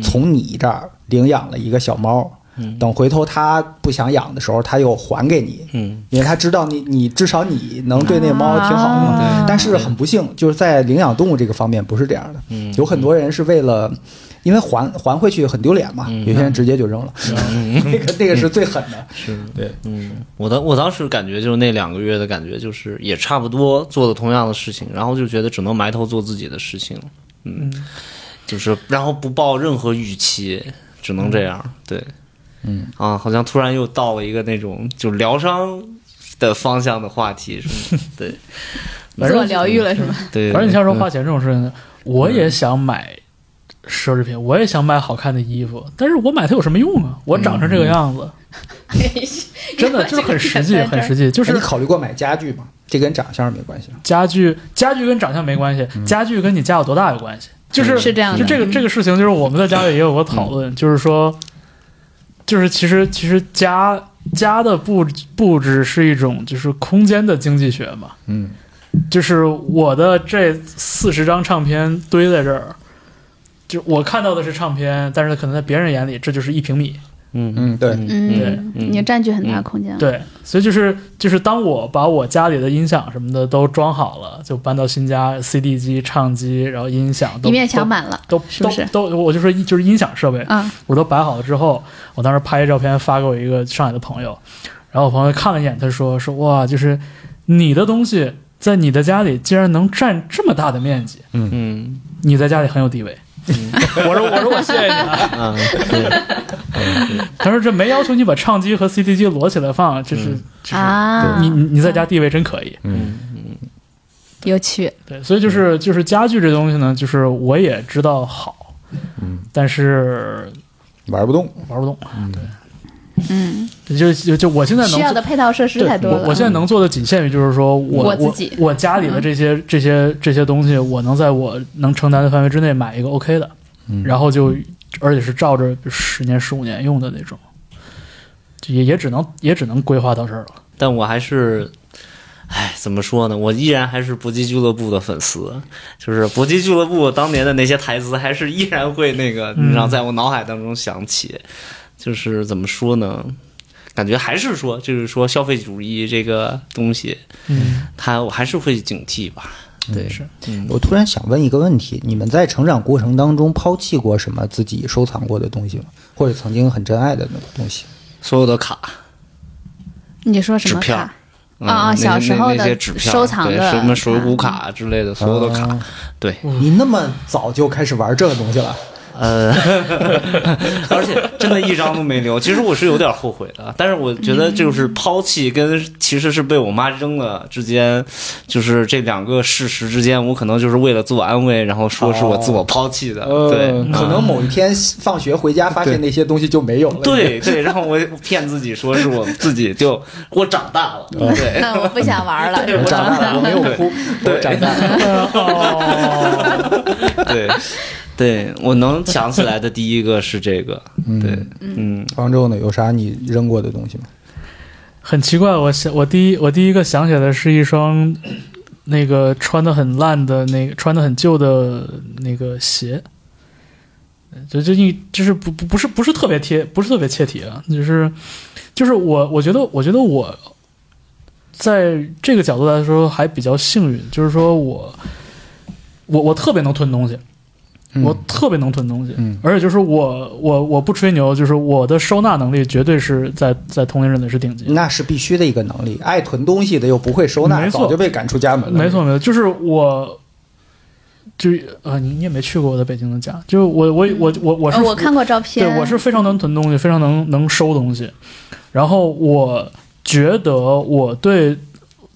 Speaker 3: 从你这儿领养了一个小猫。等回头他不想养的时候，他又还给你，
Speaker 5: 嗯，
Speaker 3: 因为他知道你，你至少你能对那猫挺好嘛。
Speaker 2: 啊对
Speaker 3: 但是很不幸，就是在领养动物这个方面不是这样的，有很多人是为了，因为还还回去很丢脸嘛，有些人直接就扔了， [LAUGHS] 那个那个是最狠的。
Speaker 5: 我当我当时感觉就是那两个月的感觉，就是也差不多做了同样的事情，然后就觉得只能埋头做自己的事情，嗯，就是然后不抱任何预期，只能这样，对，嗯啊，好像突然又到了一个那种就疗伤的方向的话题，是吗？ [LAUGHS] 对
Speaker 2: 自
Speaker 4: 反正
Speaker 2: 我疗愈了是吗？
Speaker 5: 对，
Speaker 4: 反正你像说
Speaker 5: 嗯
Speaker 4: 花钱这种事情，我也想买奢侈品，我也想买好看的衣服，但是我买它有什么用啊？我长成这个样
Speaker 2: [LAUGHS]
Speaker 4: 子，真的就是很实际，很实际。就
Speaker 3: 哎
Speaker 4: 是
Speaker 3: 你考虑过买家具吗？这跟长相没关系。
Speaker 4: 家具，家具跟长相没关系，家具跟你家有多大有关系。就是
Speaker 2: 是这样的嗯
Speaker 4: 就这个这个事情，就是我们在家里也有过讨论，就是说，就是其实其实家家的布布置是一种就是空间的经济学嘛，
Speaker 3: 嗯，
Speaker 4: 就是我的这四十张唱片堆在这儿，就我看到的是唱片，但是可能在别人眼里这就是一平米。
Speaker 5: 嗯
Speaker 3: 嗯，对，
Speaker 2: 嗯，
Speaker 5: 对
Speaker 2: 你占据很大空间了。
Speaker 4: 对，所以就是就是当我把我家里的音响什么的都装好了，就搬到新家，CD 机、唱机，然后音响都
Speaker 2: 一面墙满了，
Speaker 4: 都
Speaker 2: 是不是
Speaker 4: 都都，我就说一就是音响设备，
Speaker 2: 啊，
Speaker 4: 我都摆好了之后，我当时拍一照片发给我一个上海的朋友，然后我朋友看了一眼，他说说哇，就是你的东西在你的家里竟然能占这么大的面积，
Speaker 5: 嗯
Speaker 4: 你在家里很有地位。我说我说我谢谢你啊，
Speaker 5: 啊，对
Speaker 4: 他说这没要求你把唱机和 CD 机摞起来放，就是、就是
Speaker 2: 啊，
Speaker 4: 你你你在家地位真可以。
Speaker 5: 嗯
Speaker 2: 有趣，
Speaker 4: 对，所以就是就是家具这东西呢，就是我也知道好，嗯，但是
Speaker 3: 玩不动。
Speaker 4: 玩不动。
Speaker 2: 嗯，
Speaker 4: 对，就就就我现在能
Speaker 2: 需要
Speaker 4: 做
Speaker 2: 的配套设施
Speaker 4: 对
Speaker 2: 太多了。
Speaker 4: 我我现在能做的仅限于就是说我
Speaker 2: 我
Speaker 4: 我
Speaker 2: 自己嗯
Speaker 4: 我家里的这些这些这些东西，我能在我能承担的范围之内买一个 OK 的，然后就而且是照着十年十五年用的那种，就也也只能也只能规划到这儿了。
Speaker 5: 但我还是，唉，怎么说呢？我依然还是搏击俱乐部的粉丝，就是搏击俱乐部当年的那些台词，还是依然会那个，
Speaker 4: 嗯
Speaker 5: 你知道，在我脑海当中响起。就是怎么说呢？感觉还是说，就是说消费主义这个东西，
Speaker 4: 嗯，
Speaker 5: 它我还是会警惕吧。对，
Speaker 4: 是
Speaker 3: 嗯我突然想问一个问题：你们在成长过程当中抛弃过什么自己收藏过的东西吗？或者曾经很珍爱的那个东西？
Speaker 5: 所有的卡
Speaker 2: 你说什
Speaker 5: 纸
Speaker 2: 么
Speaker 5: 片
Speaker 2: 卡
Speaker 5: 儿？嗯
Speaker 2: 啊啊
Speaker 5: 那些
Speaker 2: 小时候的
Speaker 5: 那那些纸片儿
Speaker 2: 收藏的
Speaker 5: 对什么水浒卡之类的，所有的卡，
Speaker 4: 哦
Speaker 5: 对，
Speaker 4: 嗯
Speaker 3: 你那么早就开始玩这个东西了？
Speaker 5: 呃， [LAUGHS] 而且真的一张都没留。其实我是有点后悔的，但是我觉得就是抛弃跟其实是被我妈扔了之间，就是这两个事实之间，我可能就是为了自我安慰，然后说是我自我抛弃的。对，
Speaker 3: 呃
Speaker 5: 嗯
Speaker 3: 可能某一天放学回家发现那些东西就没有了。
Speaker 5: 对对，然后我骗自己说是我自己就我长大
Speaker 3: [LAUGHS]
Speaker 5: 了，
Speaker 3: 嗯
Speaker 5: 对。
Speaker 2: 那我不想玩了，是
Speaker 3: 我长
Speaker 2: 吧？
Speaker 3: 大了，我没有哭，我长大了。
Speaker 5: 对，对我能想起来的第一个是这个，对，嗯，
Speaker 3: 方舟呢？有啥你扔过的东西吗？
Speaker 4: [LAUGHS] 很奇怪，我想我第一我第一个想起来的是一双那个穿的很烂的那个穿的很旧的那个鞋，就就一就是不不不是不是特别贴不是特别切题啊，就是就是我我觉得我觉得我在这个角度来说还比较幸运，就是说我我我特别能吞东西，我特别能吞东西，
Speaker 3: 嗯
Speaker 4: 而且就是我我我不吹牛，就是我的收纳能力绝对是在在同龄人里是顶级的。
Speaker 3: 那是必须的一个能力。爱囤东西的又不会收纳，
Speaker 4: 没错
Speaker 3: 早就被赶出家门了。
Speaker 4: 没错，没错，就是我，就是呃，你你也没去过我在北京的家，就是我我我我我是、
Speaker 2: 呃我看过照片，
Speaker 4: 对我是非常能囤东西，非常能能收东西，然后我觉得我对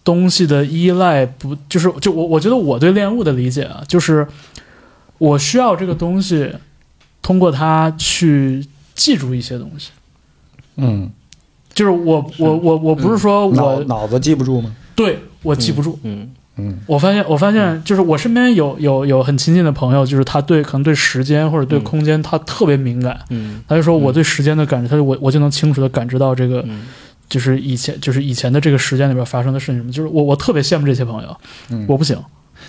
Speaker 4: 东西的依赖不就是就我我觉得我对恋物的理解啊，就是我需要这个东西，通过它去记住一些东西。
Speaker 3: 嗯，
Speaker 4: 就是我我我我不是说我、
Speaker 3: 脑脑子记不住吗？
Speaker 4: 对我记不住，
Speaker 5: 嗯，
Speaker 3: 嗯
Speaker 4: 我发现，我发现，就是我身边有有有很亲近的朋友，就是他对可能对时间或者对
Speaker 5: 嗯
Speaker 4: 空间，他特别敏感。
Speaker 5: 嗯
Speaker 4: 他就说我对时间的感知，他就我我就能清楚的感知到这个，
Speaker 5: 嗯
Speaker 4: 就是以前就是以前的这个时间里边发生的事情什么。就是我我特别羡慕这些朋友，
Speaker 3: 嗯
Speaker 4: 我不行。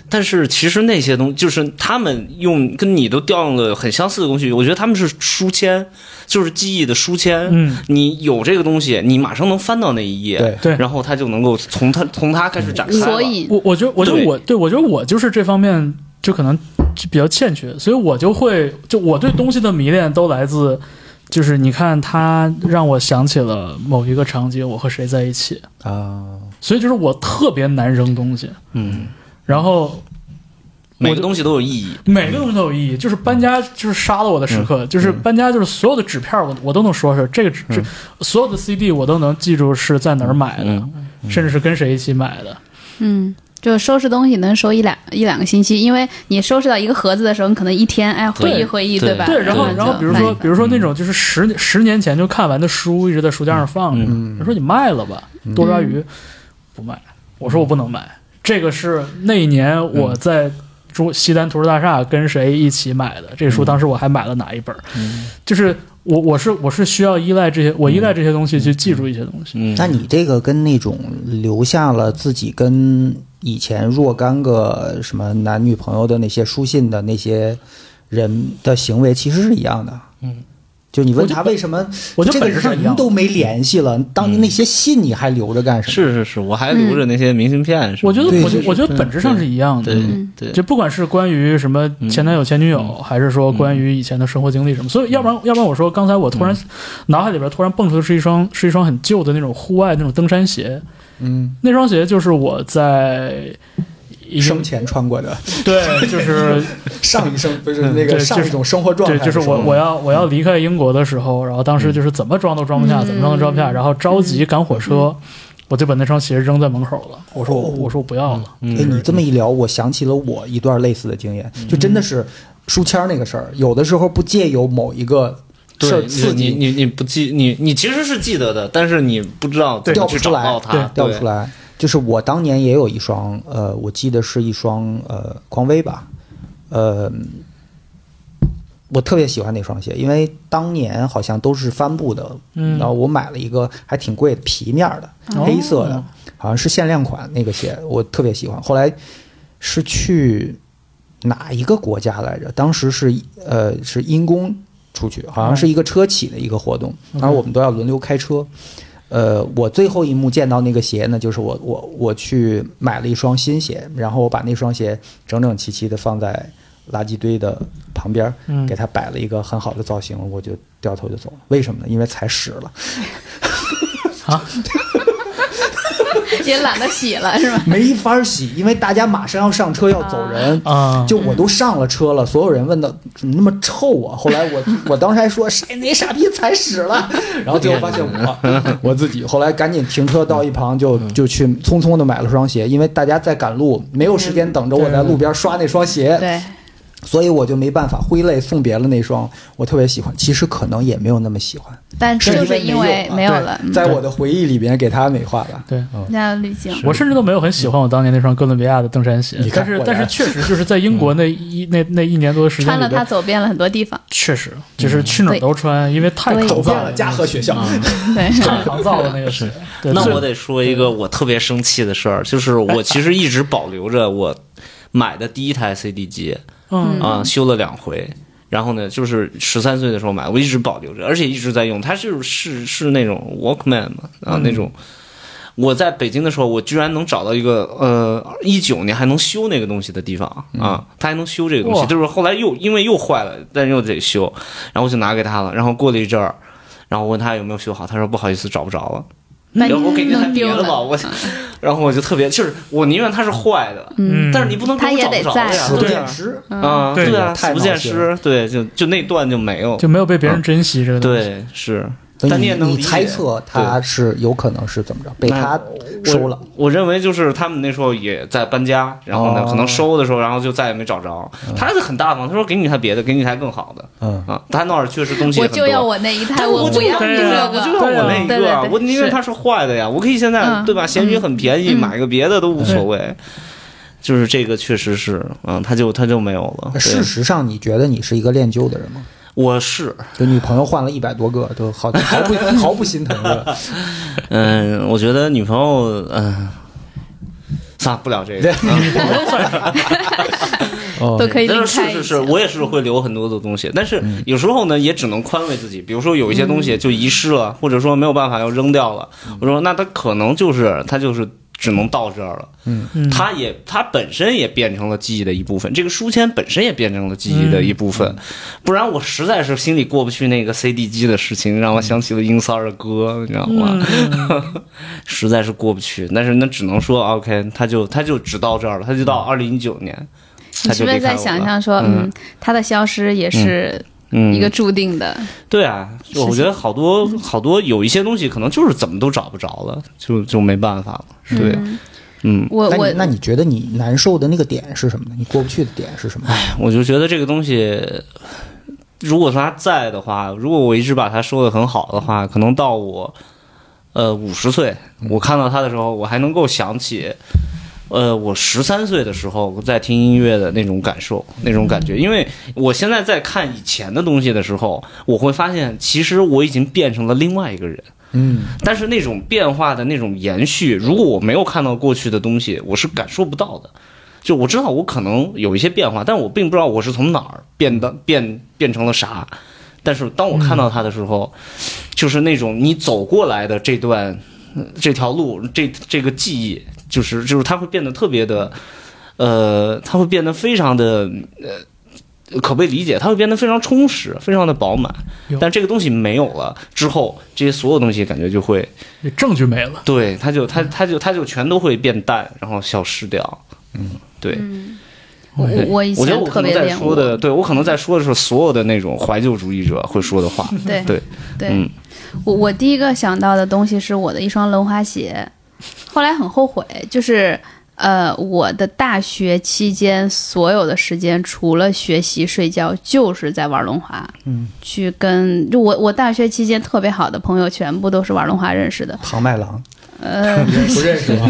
Speaker 5: 但是其实那些东就是他们用跟你都调用了很相似的东西，我觉得他们是书签，就是记忆的书签。
Speaker 4: 嗯，
Speaker 5: 你有这个东西，你马上能翻到那一页，
Speaker 3: 对
Speaker 4: 对
Speaker 5: 然后它就能够从它从它开始展开了。
Speaker 2: 所以
Speaker 4: 我我觉得我觉得
Speaker 5: 对
Speaker 4: 我对我觉得我就是这方面就可能就比较欠缺，所以我就会就我对东西的迷恋都来自。就是你看，他让我想起了某一个场景，我和谁在一起，
Speaker 3: 啊，
Speaker 4: 所以就是我特别难扔东西。
Speaker 5: 嗯，
Speaker 4: 然后
Speaker 5: 每个东西都有意义。
Speaker 4: 每个东西都有意义，就是搬家就是杀了我的时刻，就是搬家就是所有的纸片儿我我都能说是这个纸，这所有的 CD 我都能记住是在哪儿买的，甚至是跟谁一起买的。
Speaker 2: 嗯，就收拾东西能收一两一两个星期，因为你收拾到一个盒子的时候，你可能一天哎回忆
Speaker 5: 对
Speaker 2: 回忆，
Speaker 5: 对
Speaker 2: 吧？
Speaker 4: 对，然后
Speaker 2: 嗯
Speaker 4: 然后
Speaker 2: 就
Speaker 4: 比如
Speaker 2: 翻
Speaker 4: 说
Speaker 2: 一嗯翻
Speaker 4: 比如说那种就是十年十年前就看完的书一直在书架上放着，
Speaker 5: 嗯
Speaker 4: 我说你卖了吧，
Speaker 3: 嗯
Speaker 4: 多抓鱼不卖，我说我不能买，这个是那一年
Speaker 3: 嗯
Speaker 4: 我在中西单图书大厦跟谁一起买的，这
Speaker 3: 嗯
Speaker 4: 个书当时我还买了哪一本儿，就是我我是我是需要依赖这些，我依
Speaker 3: 嗯
Speaker 4: 赖这些东西去记住一些东西，
Speaker 5: 嗯，
Speaker 3: 那你这个跟那种留下了自己跟以前若干个什么男女朋友的那些书信的那些人的行为其实是一样的。
Speaker 5: 嗯，
Speaker 3: 就你问
Speaker 4: 我就
Speaker 3: 他为什么
Speaker 4: 我觉
Speaker 3: 这
Speaker 4: 得
Speaker 3: 个
Speaker 4: 本质上一样
Speaker 3: 人。都没联系了，当那些信你还留着干什么？
Speaker 5: 是是是，我还留着那些明信片什
Speaker 4: 我
Speaker 5: 么
Speaker 4: 觉
Speaker 5: 的。
Speaker 3: 对
Speaker 4: 得，我觉
Speaker 3: 对
Speaker 4: 得我觉得本质上是一样的。
Speaker 2: 嗯
Speaker 5: 对对
Speaker 4: 就不管是关于什么
Speaker 3: 嗯
Speaker 4: 前男友、前女友，还是说关于以前的生活经历什么，所以要不然，
Speaker 3: 嗯
Speaker 4: 要不然我说刚才我突然脑海里边突然蹦出的是一双是一双很旧的那种户外那种登山鞋，
Speaker 3: 嗯，
Speaker 4: 那双鞋就是我在已经
Speaker 3: 生前穿
Speaker 4: [LAUGHS]
Speaker 3: 过的，
Speaker 4: 对，
Speaker 3: [LAUGHS]
Speaker 4: 就是
Speaker 3: 上一生不是那
Speaker 4: 嗯对就
Speaker 3: 个
Speaker 4: 是
Speaker 3: 上一种生活状态
Speaker 4: 对，
Speaker 3: 的时
Speaker 4: 就
Speaker 3: 候，嗯
Speaker 4: 是我我要我要离开英国的时候，然后当时就是怎么装都装不下，怎么装都装不下，然后着急赶火
Speaker 3: 嗯
Speaker 4: 车，我就把那双鞋扔在门口了。我
Speaker 3: 哦
Speaker 4: 说我我说我不要了，嗯
Speaker 3: 哎，你这么一聊，我想起了我一段类似的经验，就真的是书签儿那个事儿，有的时候不借由某一个事儿
Speaker 5: 对，
Speaker 3: 刺
Speaker 5: 你
Speaker 3: 激
Speaker 5: 你你不记你你其实是记得的，但是你不知道怎
Speaker 3: 调
Speaker 5: 么
Speaker 3: 不
Speaker 5: 去
Speaker 3: 出
Speaker 5: 找
Speaker 3: 来
Speaker 5: 到它，
Speaker 3: 调不出
Speaker 5: 来。
Speaker 3: 来。就是我当年也有一双，呃，我记得是一双呃匡威吧，呃，我特别喜欢那双鞋，因为当年好像都是帆布的，
Speaker 4: 嗯
Speaker 3: 然后我买了一个还挺贵的皮面儿的，
Speaker 4: 哦
Speaker 3: 黑色的，好像是限量款那个鞋，我特别喜欢。后来是去哪一个国家来着？当时是呃是因公出去，好像是一个车企的一个活动，然
Speaker 4: 嗯
Speaker 3: 后我们都要轮流开车。呃，我最后一幕见到那个鞋呢，就是我我我去买了一双新鞋，然后我把那双鞋整整齐齐的放在垃圾堆的旁边儿，
Speaker 4: 嗯
Speaker 3: 给它摆了一个很好的造型，我就掉头就走了。为什么呢？因为踩屎了，
Speaker 2: 也懒得洗了是吧？
Speaker 3: [LAUGHS] 没法儿洗，因为大家马上要上车要走人，
Speaker 4: 啊，
Speaker 3: 就我都上了车了，所有人问到怎么那么臭啊？后来我我当时还说谁那傻逼踩屎了，然后最后发现我我自己，后来赶紧停车到一旁就就去匆匆的买了双鞋，因为大家在赶路，没有时间等着我在路边刷那双鞋，
Speaker 2: [LAUGHS] 嗯对，
Speaker 3: 所以我就没办法挥泪送别了那双我特别喜欢，其实可能也没有那么喜欢，
Speaker 2: 但
Speaker 3: 是
Speaker 2: 就是因为没
Speaker 3: 没
Speaker 2: 有
Speaker 3: 啊
Speaker 2: 了
Speaker 3: 对，在我的回忆里边给它美化了。
Speaker 4: 对。
Speaker 2: 嗯那旅行
Speaker 4: 我甚至都没有很喜欢我当年那双哥伦比亚的登山鞋
Speaker 3: 你，看
Speaker 4: 但是
Speaker 3: 果
Speaker 4: 但
Speaker 3: 然
Speaker 4: 是确实就是在英国那一那那一年多的时间
Speaker 2: 穿
Speaker 4: 里
Speaker 2: 了它
Speaker 4: 边，
Speaker 2: 走遍了很多地方，
Speaker 4: 确实就是去哪儿都穿，因为太
Speaker 2: 对
Speaker 4: 抗
Speaker 3: 走
Speaker 4: 造
Speaker 3: 遍
Speaker 4: 了
Speaker 3: 了，家和学校，
Speaker 2: 对，
Speaker 4: 太抗造了那个鞋。对
Speaker 5: 那
Speaker 4: 所以
Speaker 5: 我得说一个我特别生气的事儿，就是我其实一直保留着我买的第一台 CD 机
Speaker 4: 嗯
Speaker 5: 啊，修了两回。然后呢，就是十三岁的时候买，我一直保留着，而且一直在用。它就是是是那种 Walkman 嘛，啊
Speaker 2: 嗯
Speaker 5: 那种。我在北京的时候，我居然能找到一个呃一九年还能修那个东西的地方
Speaker 2: 嗯
Speaker 5: 啊，他还能修这个东
Speaker 4: 哇
Speaker 5: 西。就是后来又因为又坏了，但又得修，然后我就拿给他了。然后过了一阵儿，然后我问他有没有修好，他说不好意思找不着了。
Speaker 2: 那
Speaker 5: 要不我给你台
Speaker 2: 弄
Speaker 5: 别
Speaker 2: 丢
Speaker 5: 的吧，
Speaker 2: 了，嗯
Speaker 5: 我， [LAUGHS] 然后我就特别，就是我宁愿它是坏的，
Speaker 4: 嗯
Speaker 5: 但是你不能给
Speaker 2: 它
Speaker 5: 我
Speaker 2: 也
Speaker 5: 找
Speaker 2: 得
Speaker 5: 不着
Speaker 2: 在
Speaker 5: 呀
Speaker 3: 死，不
Speaker 4: 对
Speaker 3: 见
Speaker 5: 啊，
Speaker 3: 尸。
Speaker 2: 嗯
Speaker 5: 啊，
Speaker 4: 对
Speaker 5: 对啊，
Speaker 3: 太
Speaker 5: 死不
Speaker 3: 闹
Speaker 5: 见
Speaker 3: 心
Speaker 5: 尸，对，就就那段就没有，
Speaker 4: 就没有被别人珍惜这个东西。
Speaker 5: 对，是，
Speaker 3: 所以
Speaker 5: 但你
Speaker 3: 你
Speaker 5: 也能
Speaker 3: 你
Speaker 5: 理解
Speaker 3: 猜测他是有可能是怎么着，被他收了。
Speaker 5: 我认为就是他们那时候也在搬家，然后呢，
Speaker 3: 哦
Speaker 5: 可能收的时候，然后就再也没找着。他是很大方，他说给你一台别的，给你一台更好的
Speaker 3: 嗯，
Speaker 5: 啊。他那儿确实东西
Speaker 2: 我
Speaker 5: 也很
Speaker 2: 就要
Speaker 5: 多。
Speaker 2: 我那一台，
Speaker 5: 但
Speaker 2: 我
Speaker 5: 就
Speaker 2: 不要
Speaker 5: 要
Speaker 2: 你
Speaker 5: 对
Speaker 2: 这
Speaker 5: 啊
Speaker 2: 个，
Speaker 5: 我就要我那一
Speaker 2: 对对
Speaker 5: 个啊
Speaker 2: 对，
Speaker 5: 我宁愿
Speaker 2: 是
Speaker 5: 它是坏的呀，我可以现在
Speaker 2: 嗯
Speaker 5: 对吧？闲鱼很便宜，
Speaker 2: 嗯
Speaker 5: 买个别的都无所谓。就是这个确实是，嗯，他就他就没有了。对
Speaker 3: 事实上，你觉得你是一个恋旧的人吗？
Speaker 5: 我是，
Speaker 3: 就女朋友换了一百多个，都好毫不毫不心疼的。
Speaker 5: 嗯，我觉得女朋友，嗯，算了不聊这个。
Speaker 3: [LAUGHS] 哦
Speaker 2: 都可以
Speaker 5: 但
Speaker 2: 另
Speaker 5: 是
Speaker 2: 开
Speaker 5: 是
Speaker 2: 一
Speaker 5: 是
Speaker 2: 些
Speaker 5: 是，我也是会留很多的东西，但是有时候呢，也只能宽慰自己。比如说有一些
Speaker 2: 嗯
Speaker 5: 东西就遗失了，或者说没有办法要扔掉了，我说那它可能就是它就是只能到这儿了。
Speaker 4: 嗯
Speaker 5: 它也它本身也变成了记忆的一部分，这个书签本身也变成了记忆的一部
Speaker 2: 嗯
Speaker 5: 分。不然我实在是心里过不去那个 CD 机的事情，让我想起了英三儿的歌，你知道吗？
Speaker 2: 嗯
Speaker 5: 实在是过不去。但是那只能说 OK，它就它就只到这儿了，它就到二零一九年。
Speaker 2: 嗯你
Speaker 5: 它
Speaker 2: 是
Speaker 5: 就
Speaker 2: 不是
Speaker 5: 离开
Speaker 2: 在
Speaker 5: 我了
Speaker 2: 想象说，
Speaker 5: 嗯
Speaker 2: 嗯，它的消失也是
Speaker 5: 嗯，
Speaker 2: 一个注定的？
Speaker 5: 对啊，就我觉得好多好多有一些东西可能就是怎么都找不着了，就就没办法了。对，嗯，
Speaker 2: 我
Speaker 3: 那
Speaker 2: 我
Speaker 3: 你那你觉得你难受的那个点是什么呢？你过不去的点是什么？
Speaker 5: 我就觉得这个东西，如果它在的话，如果我一直把它说的很好的话，可能到我呃五十岁，我看到它的时候，我还能够想起。呃，我十三岁的时候在听音乐的那种感受，那种感觉，因为我现在在看以前的东西的时候，我会发现，其实我已经变成了另外一个人。
Speaker 3: 嗯，
Speaker 5: 但是那种变化的那种延续，如果我没有看到过去的东西，我是感受不到的。就我知道我可能有一些变化，但我并不知道我是从哪儿变的变变成了啥。但是当我看到它的时候，就是那种你走过来的这段呃这条路，这这个记忆，就是就是它会变得特别的，呃，它会变得非常的呃可被理解，它会变得非常充实，非常的饱满
Speaker 4: 有。
Speaker 5: 但这个东西没有了之后，这些所有东西感觉就会
Speaker 4: 这证据没了，
Speaker 5: 对，它就它它就它就全都会变淡，然后消失掉。嗯，对。
Speaker 2: 我
Speaker 5: 对
Speaker 2: 我以
Speaker 5: 我觉得
Speaker 2: 前
Speaker 5: 我可
Speaker 2: 特
Speaker 5: 能
Speaker 2: 别
Speaker 5: 在
Speaker 2: 恋
Speaker 5: 说
Speaker 2: 物，
Speaker 5: 的，对我可能在说的是所有的那种怀旧主义者会说的话。
Speaker 2: [LAUGHS] 对
Speaker 5: 对
Speaker 2: 对
Speaker 5: 嗯，
Speaker 2: 我我第一个想到的东西是我的一双轮滑鞋，后来很后悔，就是呃，我的大学期间所有的时间除了学习睡觉，就是在玩轮滑。嗯，去跟就我我大学期间特别好的朋友全部都是玩轮滑认识的，
Speaker 3: 庞麦郎
Speaker 2: 呃，
Speaker 3: [LAUGHS] 不认识吗？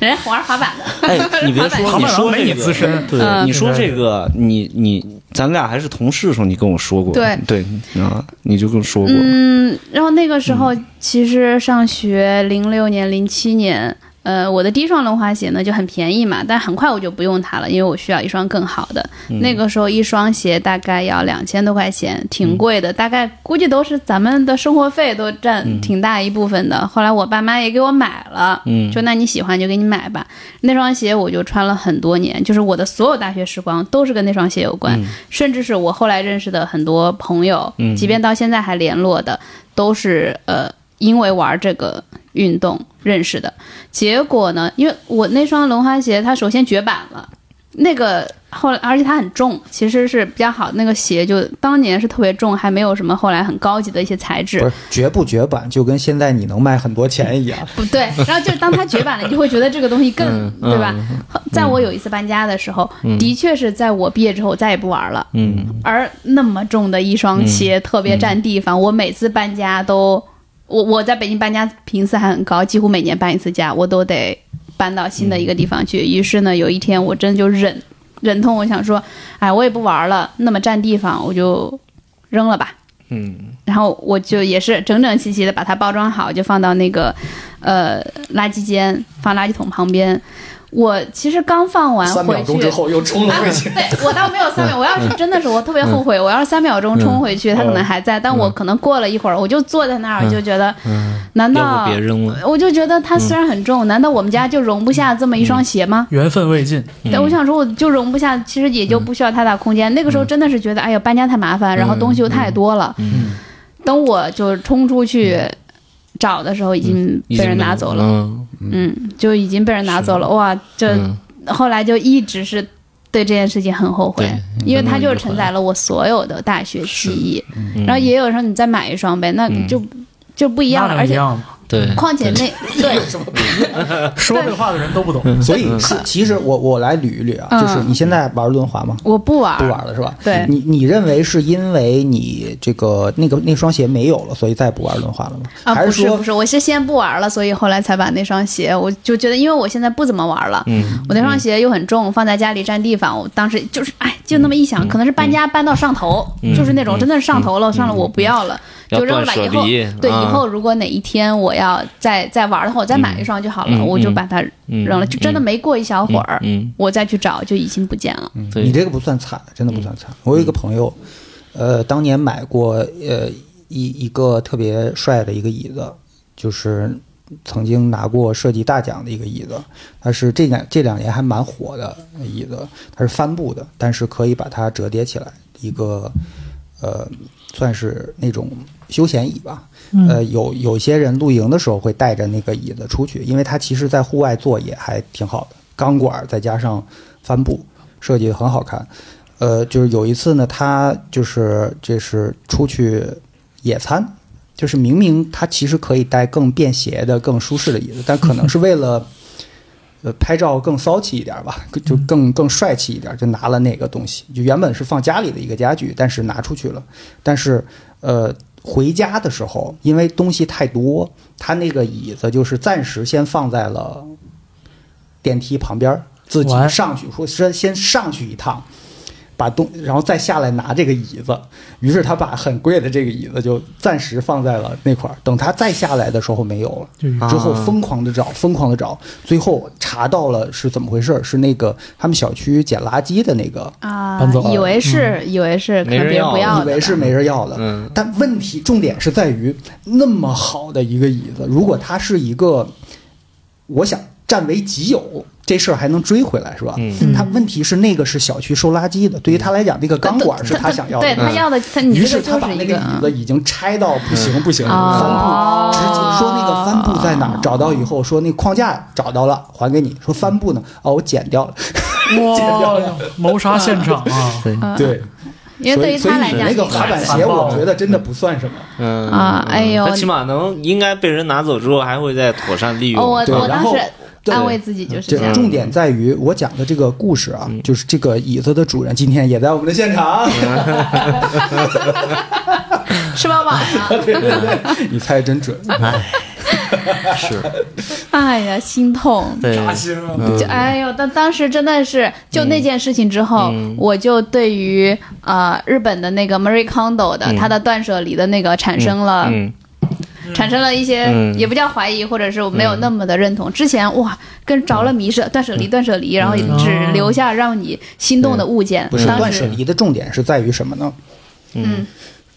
Speaker 2: 人家玩滑板的，
Speaker 5: 哎，你别说，你说
Speaker 4: 没
Speaker 5: 这
Speaker 4: 你
Speaker 5: 个
Speaker 4: 资深，
Speaker 5: 对，你说这个，你你，咱俩还是同事的时候，你跟我说过，
Speaker 2: 对
Speaker 5: 对啊，你就跟我说过，
Speaker 2: 嗯，然后那个时候其实上学零六年、零七年，呃，我的第一双轮滑鞋呢就很便宜嘛，但很快我就不用它了，因为我需要一双更好的。
Speaker 5: 嗯
Speaker 2: 那个时候一双鞋大概要两千多块钱，挺贵
Speaker 5: 嗯
Speaker 2: 的，大概估计都是咱们的生活费都占挺大一部分的。后来我爸妈也给我买了，
Speaker 5: 嗯
Speaker 2: 说那你喜欢就给你买吧。那双鞋我就穿了很多年，就是我的所有大学时光都是跟那双鞋有关，甚至是我后来认识的很多朋友，即便到现在还联络的，都是呃因为玩这个运动认识的。结果呢，因为我那双轮滑鞋它首先绝版了。那个后来，而且它很重，其实是比较好。那个鞋就当年是特别重，还没有什么后来很高级的一些材质
Speaker 3: 不。是绝不绝版，就跟现在你能卖很多钱一样。
Speaker 2: 不嗯对，然后就是当它绝版了，你就会觉得这个东西更、
Speaker 5: 嗯
Speaker 2: 对吧？在我有一次搬家的时候，的确是在我毕业之后我再也不玩了。
Speaker 5: 嗯，
Speaker 2: 而那么重的一双鞋特别占地方，我每次搬家都，我我在北京搬家频次还很高，几乎每年搬一次家，我都得搬到新的一个
Speaker 5: 嗯
Speaker 2: 地方去。于是呢，有一天我真的就忍忍痛，我想说，哎，我也不玩了，那么占地方，我就扔了吧。嗯，然后我就也是整整齐齐的把它包装好，就放到那个呃垃圾间，放垃圾桶旁边。我其实刚放完
Speaker 3: 三秒
Speaker 2: 回
Speaker 3: 钟
Speaker 2: 去，
Speaker 3: 之后又冲了
Speaker 2: 啊
Speaker 3: 回去。
Speaker 2: 对我倒没有三
Speaker 3: [LAUGHS]
Speaker 2: 秒，我要是真的是我特别后悔，我要是三秒钟冲回
Speaker 3: 嗯
Speaker 2: 去，他可能还在，但我可能过了一会儿，我就坐在那儿，我就觉得，
Speaker 3: 嗯
Speaker 2: 难
Speaker 8: 要
Speaker 2: 道
Speaker 8: 不别扔了。
Speaker 2: 我就觉得它虽然很重，难道我们家就容不下这么一双鞋吗？
Speaker 4: 缘分未尽，
Speaker 2: 对，我想说，我就容不下，其实也就不需要太大空间。那个时候真的是觉得，哎呀，搬家太麻烦，然后东西又太多了。嗯等我就冲出去找的时候，已经被人拿走了。
Speaker 8: 嗯，
Speaker 2: 嗯，就已经被人拿走了。哇，这
Speaker 8: 嗯
Speaker 2: 后来就一直是对这件事情很后悔
Speaker 8: 对，
Speaker 2: 因为它就是承载了我所有的大学记忆。然后也有时候你再买一双呗，那你就就不一样了，
Speaker 4: 那能
Speaker 2: 而
Speaker 4: 一
Speaker 2: 且
Speaker 4: 样吗？
Speaker 5: 对，
Speaker 2: 况且那对
Speaker 4: 说这话的人都不懂，
Speaker 3: [LAUGHS] 所以是其实我我来捋一捋啊，就是
Speaker 2: 嗯
Speaker 3: 你现在玩轮滑吗？
Speaker 2: 我不玩，
Speaker 3: 不玩了是吧？
Speaker 2: 对
Speaker 3: 你你认为是因为你这个那个那双鞋没有了，所以再也不玩轮滑了吗？
Speaker 2: 啊，
Speaker 3: 还
Speaker 2: 不是
Speaker 3: 说
Speaker 2: 不是，我是先不玩了，所以后来才把那双鞋，我就觉得，因为我现在不怎么玩了，
Speaker 7: 嗯，
Speaker 2: 我那双鞋又很重，放在家里占地方，我当时就是哎，就那么一想，
Speaker 5: 嗯
Speaker 2: 可能是搬家搬到上头，就是那种真的是上头了，算了，我不要了，
Speaker 5: 嗯要
Speaker 2: 就扔了吧。
Speaker 5: 断舍
Speaker 2: 以后
Speaker 5: 离
Speaker 2: 对，
Speaker 5: 啊
Speaker 2: 以后如果哪一天我要再再玩的话，我再买一双就好了，
Speaker 5: 嗯
Speaker 2: 我就把它
Speaker 5: 嗯
Speaker 2: 扔了，就真的没过一小会儿，
Speaker 5: 嗯，
Speaker 2: 我再去找就已经不见了。
Speaker 5: 嗯
Speaker 3: 你
Speaker 5: 对，
Speaker 3: 这个不算惨，真的不算惨。我有一个朋友，呃，当年买过呃一一个特别帅的一个椅子，就是曾经拿过设计大奖的一个椅子，它是这两这两年还蛮火的椅子，它是帆布的，但是可以把它折叠起来，一个呃算是那种休闲椅吧。呃，有有些人露营的时候会带着那个椅子出去，因为它其实在户外坐也还挺好的，钢管儿再加上帆布，设计的很好看。呃，就是有一次呢，他就是这是出去野餐，就是明明他其实可以带更便携的、更舒适的椅子，但可能是为了呃拍照更骚气一点吧，就更更帅气一点，就拿了那个东西。就原本是放家里的一个家具，但是拿出去了，但是呃。回家的时候，因为东西太多，他那个椅子就是暂时先放在了电梯旁边儿，自己
Speaker 4: 完
Speaker 3: 上去，说先先上去一趟，把东，然后再下来拿这个椅子。于是他把很贵的这个椅子就暂时放在了那块儿，等他再下来的时候没有了。
Speaker 4: 就
Speaker 3: 之后疯狂的找，疯狂的找，最后查到了是怎么回事儿，是那个他们小区捡垃圾的那个，
Speaker 2: 啊
Speaker 4: 搬走，了
Speaker 2: 以
Speaker 5: 嗯
Speaker 2: 为是，以为是，可
Speaker 7: 没
Speaker 2: 能
Speaker 7: 人
Speaker 2: 别人
Speaker 7: 要
Speaker 2: 不
Speaker 7: 了
Speaker 2: 要
Speaker 3: 以
Speaker 2: 的
Speaker 3: 为
Speaker 2: 了，
Speaker 3: 是没人要的。
Speaker 7: 嗯
Speaker 3: 但问题重点是在于，那么好的一个椅子，如果它是一个，我想占为己有，这事儿还能追回来是吧？
Speaker 7: 嗯
Speaker 4: 嗯
Speaker 3: 他问题是那个是小区收垃圾的，对于他来讲，那个钢管是他想要的。嗯
Speaker 2: 对他要的，他你
Speaker 3: 于
Speaker 2: 嗯这
Speaker 3: 是
Speaker 2: 个
Speaker 3: 他
Speaker 2: 就
Speaker 3: 把
Speaker 2: 是
Speaker 3: 那
Speaker 2: 一
Speaker 3: 个
Speaker 2: 个嗯
Speaker 3: 椅子已经拆到不行不行，帆
Speaker 2: 啊
Speaker 3: 布直接说那个帆布在哪儿
Speaker 2: 哦
Speaker 3: 找到以后，说那框架找到了还给你，说帆布呢？哦，我剪掉了。
Speaker 4: 哇，谋杀现场
Speaker 3: [LAUGHS]
Speaker 4: 啊！
Speaker 3: 对，
Speaker 2: 嗯因为
Speaker 3: 所
Speaker 2: 对
Speaker 3: 以
Speaker 2: 于
Speaker 3: 所以
Speaker 2: 他来
Speaker 3: 你
Speaker 2: 讲，
Speaker 3: 那个滑板鞋，我觉得真的不算什么。
Speaker 7: 嗯
Speaker 2: 啊哎呦
Speaker 7: 他起码能应该被人拿走之后，还会再妥善利用。
Speaker 2: 哦，我
Speaker 3: 对
Speaker 2: 我
Speaker 3: 然
Speaker 2: 当
Speaker 3: 后
Speaker 2: 时
Speaker 3: 对
Speaker 2: 安慰自己就是
Speaker 3: 这 [LAUGHS]
Speaker 2: 这样。嗯
Speaker 3: 重点在于我讲的这个故事啊，就是这个椅子的主人今天也在我们的现场，啊 [LAUGHS]
Speaker 2: 是吧，
Speaker 3: [LAUGHS]
Speaker 2: 晚上？
Speaker 3: 你猜得真准。
Speaker 2: 嗯哎呀，心痛。
Speaker 5: 对
Speaker 4: 扎心啊！
Speaker 2: 就哎呦，当当时真的是，就
Speaker 3: 嗯
Speaker 2: 那件事情之后，
Speaker 5: 嗯
Speaker 2: 我就对于呃日本的那个 Marie Kondo 的、他的断舍离的那个产生了、
Speaker 5: 嗯嗯
Speaker 2: 产生了一些、也不叫怀疑，或者是我没有那么的认同。之前哇，跟着了迷似的，断舍离，断舍离，然后
Speaker 5: 嗯
Speaker 2: 只留下让你心动的物件。
Speaker 3: 不是
Speaker 2: 当时
Speaker 3: 断舍离的重点是在于什么呢？
Speaker 2: 嗯，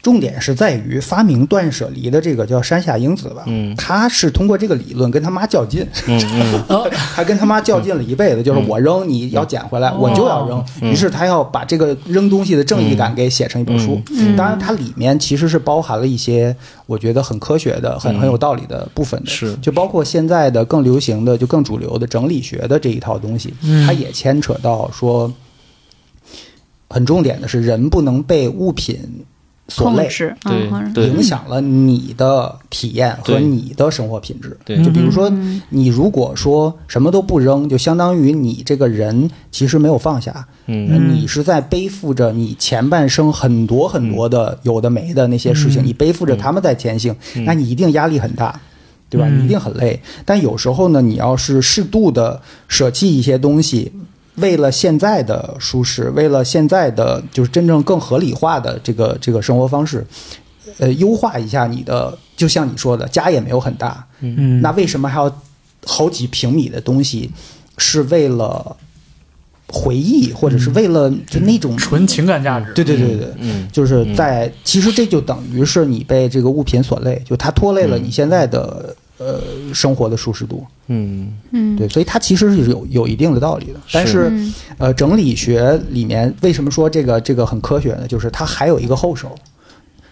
Speaker 3: 重点是在于发明断舍离的这个叫山下英子吧，嗯，他是通过这个理论跟他妈较劲，嗯 [LAUGHS] 嗯，他跟他妈较劲了一辈子，就是我扔你要捡回来，我就要扔，于是他要把这个扔东西的正义感给写成一本书。当然，它里面其实是包含了一些我觉得很科学的、很很有道理的部分的，
Speaker 7: 是
Speaker 3: 就包括现在的更流行的、就更主流的整理学的这一套东西，它也牵扯到说。很重点的是，人不能被物品所
Speaker 2: 控
Speaker 3: 累，
Speaker 2: 制，
Speaker 5: 对
Speaker 2: 嗯，控制
Speaker 5: 对
Speaker 3: 影响了你的体验和
Speaker 5: 对
Speaker 3: 你的生活品质。
Speaker 5: 对
Speaker 3: 就比如说，你如果说什么都不扔，就相当于你这个人其实没有放下，嗯，你是在背负着你前半生很多很多的有的没的那些事
Speaker 5: 嗯
Speaker 3: 情，你背负着他们在前行，那你一定压力很大。对吧？你一定很累，但有时候呢，你要是适度的舍弃一些东西，为了现在的舒适，为了现在的就是真正更合理化的这个这个生活方式，呃，优化一下你的，就像你说的，家也没有很大，
Speaker 4: 嗯，
Speaker 3: 那为什么还要好几平米的东西？是为了回忆，或者是为了就那种
Speaker 4: 纯情感价值，
Speaker 3: 对对对对，
Speaker 7: 嗯，
Speaker 3: 就是在、其实这就等于是你被这个物品所累，就它拖累了你现在的、呃生活的舒适度。
Speaker 7: 嗯
Speaker 2: 嗯，
Speaker 3: 对，所以它其实是有有一定的道理的。但是，
Speaker 2: 嗯
Speaker 3: 呃，整理学里面为什么说这个这个很科学呢？就是它还有一个后手，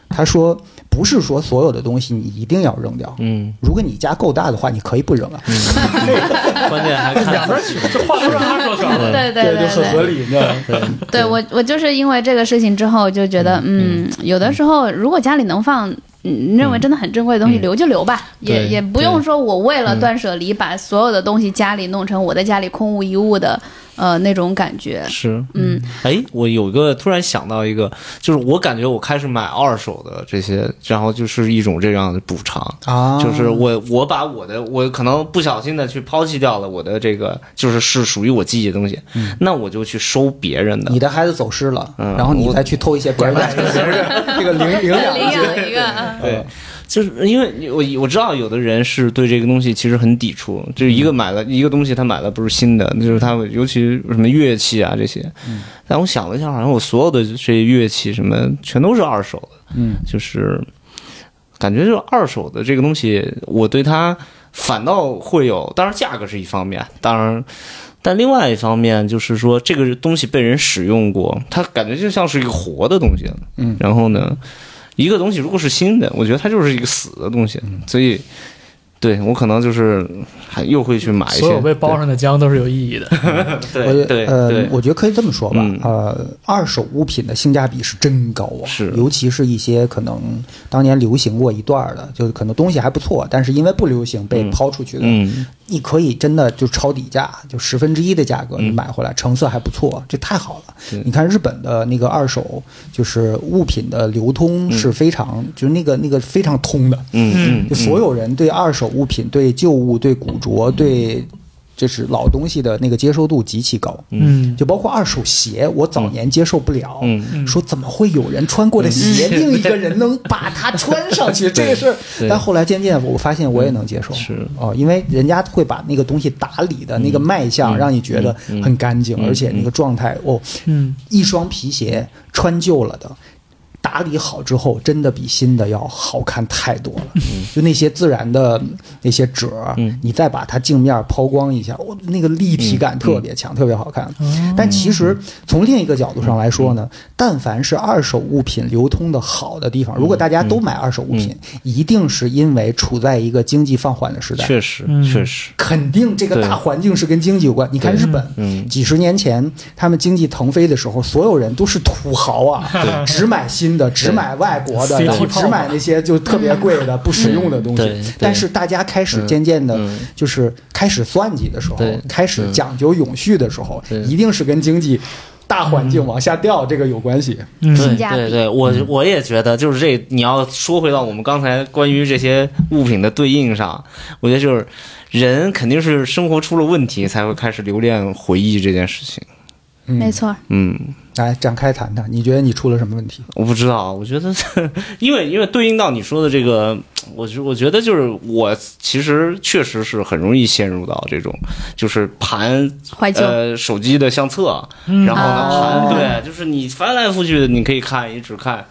Speaker 3: 他说不是说所有的东西你一定要扔掉。
Speaker 7: 嗯，
Speaker 3: 如果你家够大的话，你可以不扔啊。
Speaker 7: 关键还看
Speaker 4: 这话都让他说出来
Speaker 3: [LAUGHS]
Speaker 2: [LAUGHS]
Speaker 4: 了。
Speaker 2: 对对对对，
Speaker 3: 理，你知道吗？
Speaker 2: 对我，我就是因为这个事情之后就觉得，嗯，有的时候如果家里能放嗯认为真的很珍贵的东西
Speaker 9: 嗯
Speaker 2: 留就留吧，也
Speaker 9: 对
Speaker 2: 也不用
Speaker 9: 对
Speaker 2: 说我为了
Speaker 9: 嗯
Speaker 2: 断舍离把所有的东西家里弄成我在家里空无一物的呃那种感觉，
Speaker 9: 是，
Speaker 2: 嗯，
Speaker 5: 哎，我有一个突然想到一个，就是我感觉我开始买二手的这些，然后就是一种这样的补偿。
Speaker 3: 啊，
Speaker 5: 就是我，我把我的，我可能不小心的去抛弃掉了我的这个，就是是属于我自己的东西，那我就去收别人的
Speaker 3: 你。的孩子走失了，
Speaker 5: 嗯
Speaker 3: 然后你
Speaker 5: 我
Speaker 3: 再去偷一些别人的，
Speaker 5: [LAUGHS]
Speaker 3: 是这个领领养
Speaker 2: 领养一个啊
Speaker 5: 对，就是因为你我我知道有的人是对这个东西其实很抵触，就是一个买了一个东西，他买了不是新的，就是他尤其什么乐器啊这些。但我想了一下，好像我所有的这些乐器什么全都是二手的，
Speaker 3: 嗯，
Speaker 5: 就是感觉就是二手的这个东西，我对它反倒会有，当然价格是一方面，当然。但另外一方面就是说，这个东西被人使用过，它感觉就像是一个活的东西了。
Speaker 3: 嗯，
Speaker 5: 然后呢，一个东西如果是新的，我觉得它就是一个死的东西，
Speaker 4: 嗯
Speaker 5: 所以对我可能就是还又会去买一些。
Speaker 4: 所有被包上的浆都是有意义的。
Speaker 5: 对
Speaker 3: 我觉
Speaker 5: 对
Speaker 3: 得
Speaker 5: 对
Speaker 3: 呃
Speaker 5: 对，，
Speaker 3: 我觉得可以这么说吧，
Speaker 5: 嗯
Speaker 3: 呃，二手物品的性价比是真高啊，
Speaker 5: 是
Speaker 3: 尤其是一些可能当年流行过一段儿的，就是可能东西还不错，但是因为不流行被
Speaker 5: 嗯
Speaker 3: 抛出去的，
Speaker 5: 嗯，
Speaker 3: 你可以真的就抄底价，就十分之一的价格
Speaker 5: 嗯
Speaker 3: 你买回来，成色还不错，这太好了
Speaker 5: 对。
Speaker 3: 你看日本的那个二手，就是物品的流通是非常，就是那个那个非常通的，
Speaker 5: 嗯
Speaker 3: 就所有人对二手物品、对旧物、对古着、对就是老东西的那个接受度极其高。
Speaker 4: 嗯，
Speaker 3: 就包括二手鞋，我早年接受不了，
Speaker 5: 嗯
Speaker 3: 说怎么会有人穿过的鞋，另一个人能把它穿上去，这个事儿。但后来渐渐我发现我也能接受，
Speaker 5: 是
Speaker 3: 哦，因为人家会把那个东西打理的那个卖相，让你觉得很干净，而且那个状态哦，
Speaker 4: 嗯，
Speaker 3: 一双皮鞋穿旧了的。打理好之后，真的比新的要好看太多了。就那些自然的那些褶儿，啊你再把它镜面抛光一下，我那个立体感特别强，特别好看。但其实从另一个角度上来说呢，但凡是二手物品流通的好的地方，如果大家都买二手物品，一定是因为处在一个经济放缓的时代。
Speaker 5: 确实
Speaker 4: 嗯
Speaker 5: 确实，
Speaker 3: 肯定这个
Speaker 5: 对嗯
Speaker 3: 大环境是跟经济有关。你看日本，几十年前他们经济腾飞的时候，所有人都是土豪
Speaker 5: [LAUGHS]
Speaker 3: 啊，只买新的，只买外国的，
Speaker 4: 对
Speaker 3: 然后
Speaker 4: CT
Speaker 3: 只买那些就特别贵的、不实用的东
Speaker 5: 嗯对对嗯
Speaker 3: 西。但是大家开始渐渐的，就是开始算计的时候
Speaker 5: 对，嗯
Speaker 3: 开始讲究永续的时候，一定是跟经济大环
Speaker 5: 嗯
Speaker 3: 境往下掉这个有关系。
Speaker 2: 性
Speaker 5: 对
Speaker 2: 价比
Speaker 5: 对对，我我也觉得，就是这你要说回到我们刚才关于这些物品的对应上，我觉得就是人肯定是生活出了问题才会开始留恋回忆这件事情。
Speaker 2: 没错，
Speaker 5: 嗯，
Speaker 3: 来展开谈谈，你觉得你出了什么问题？
Speaker 5: 我不知道，我觉得，因为因为对应到你说的这个，我觉我觉得就是我其实确实是很容易陷入到这种，就是盘
Speaker 2: 怀旧，
Speaker 5: 呃手机的相册，啊然后呢
Speaker 2: 哦
Speaker 5: 盘对，就是你翻来覆去的，你可以看一直看。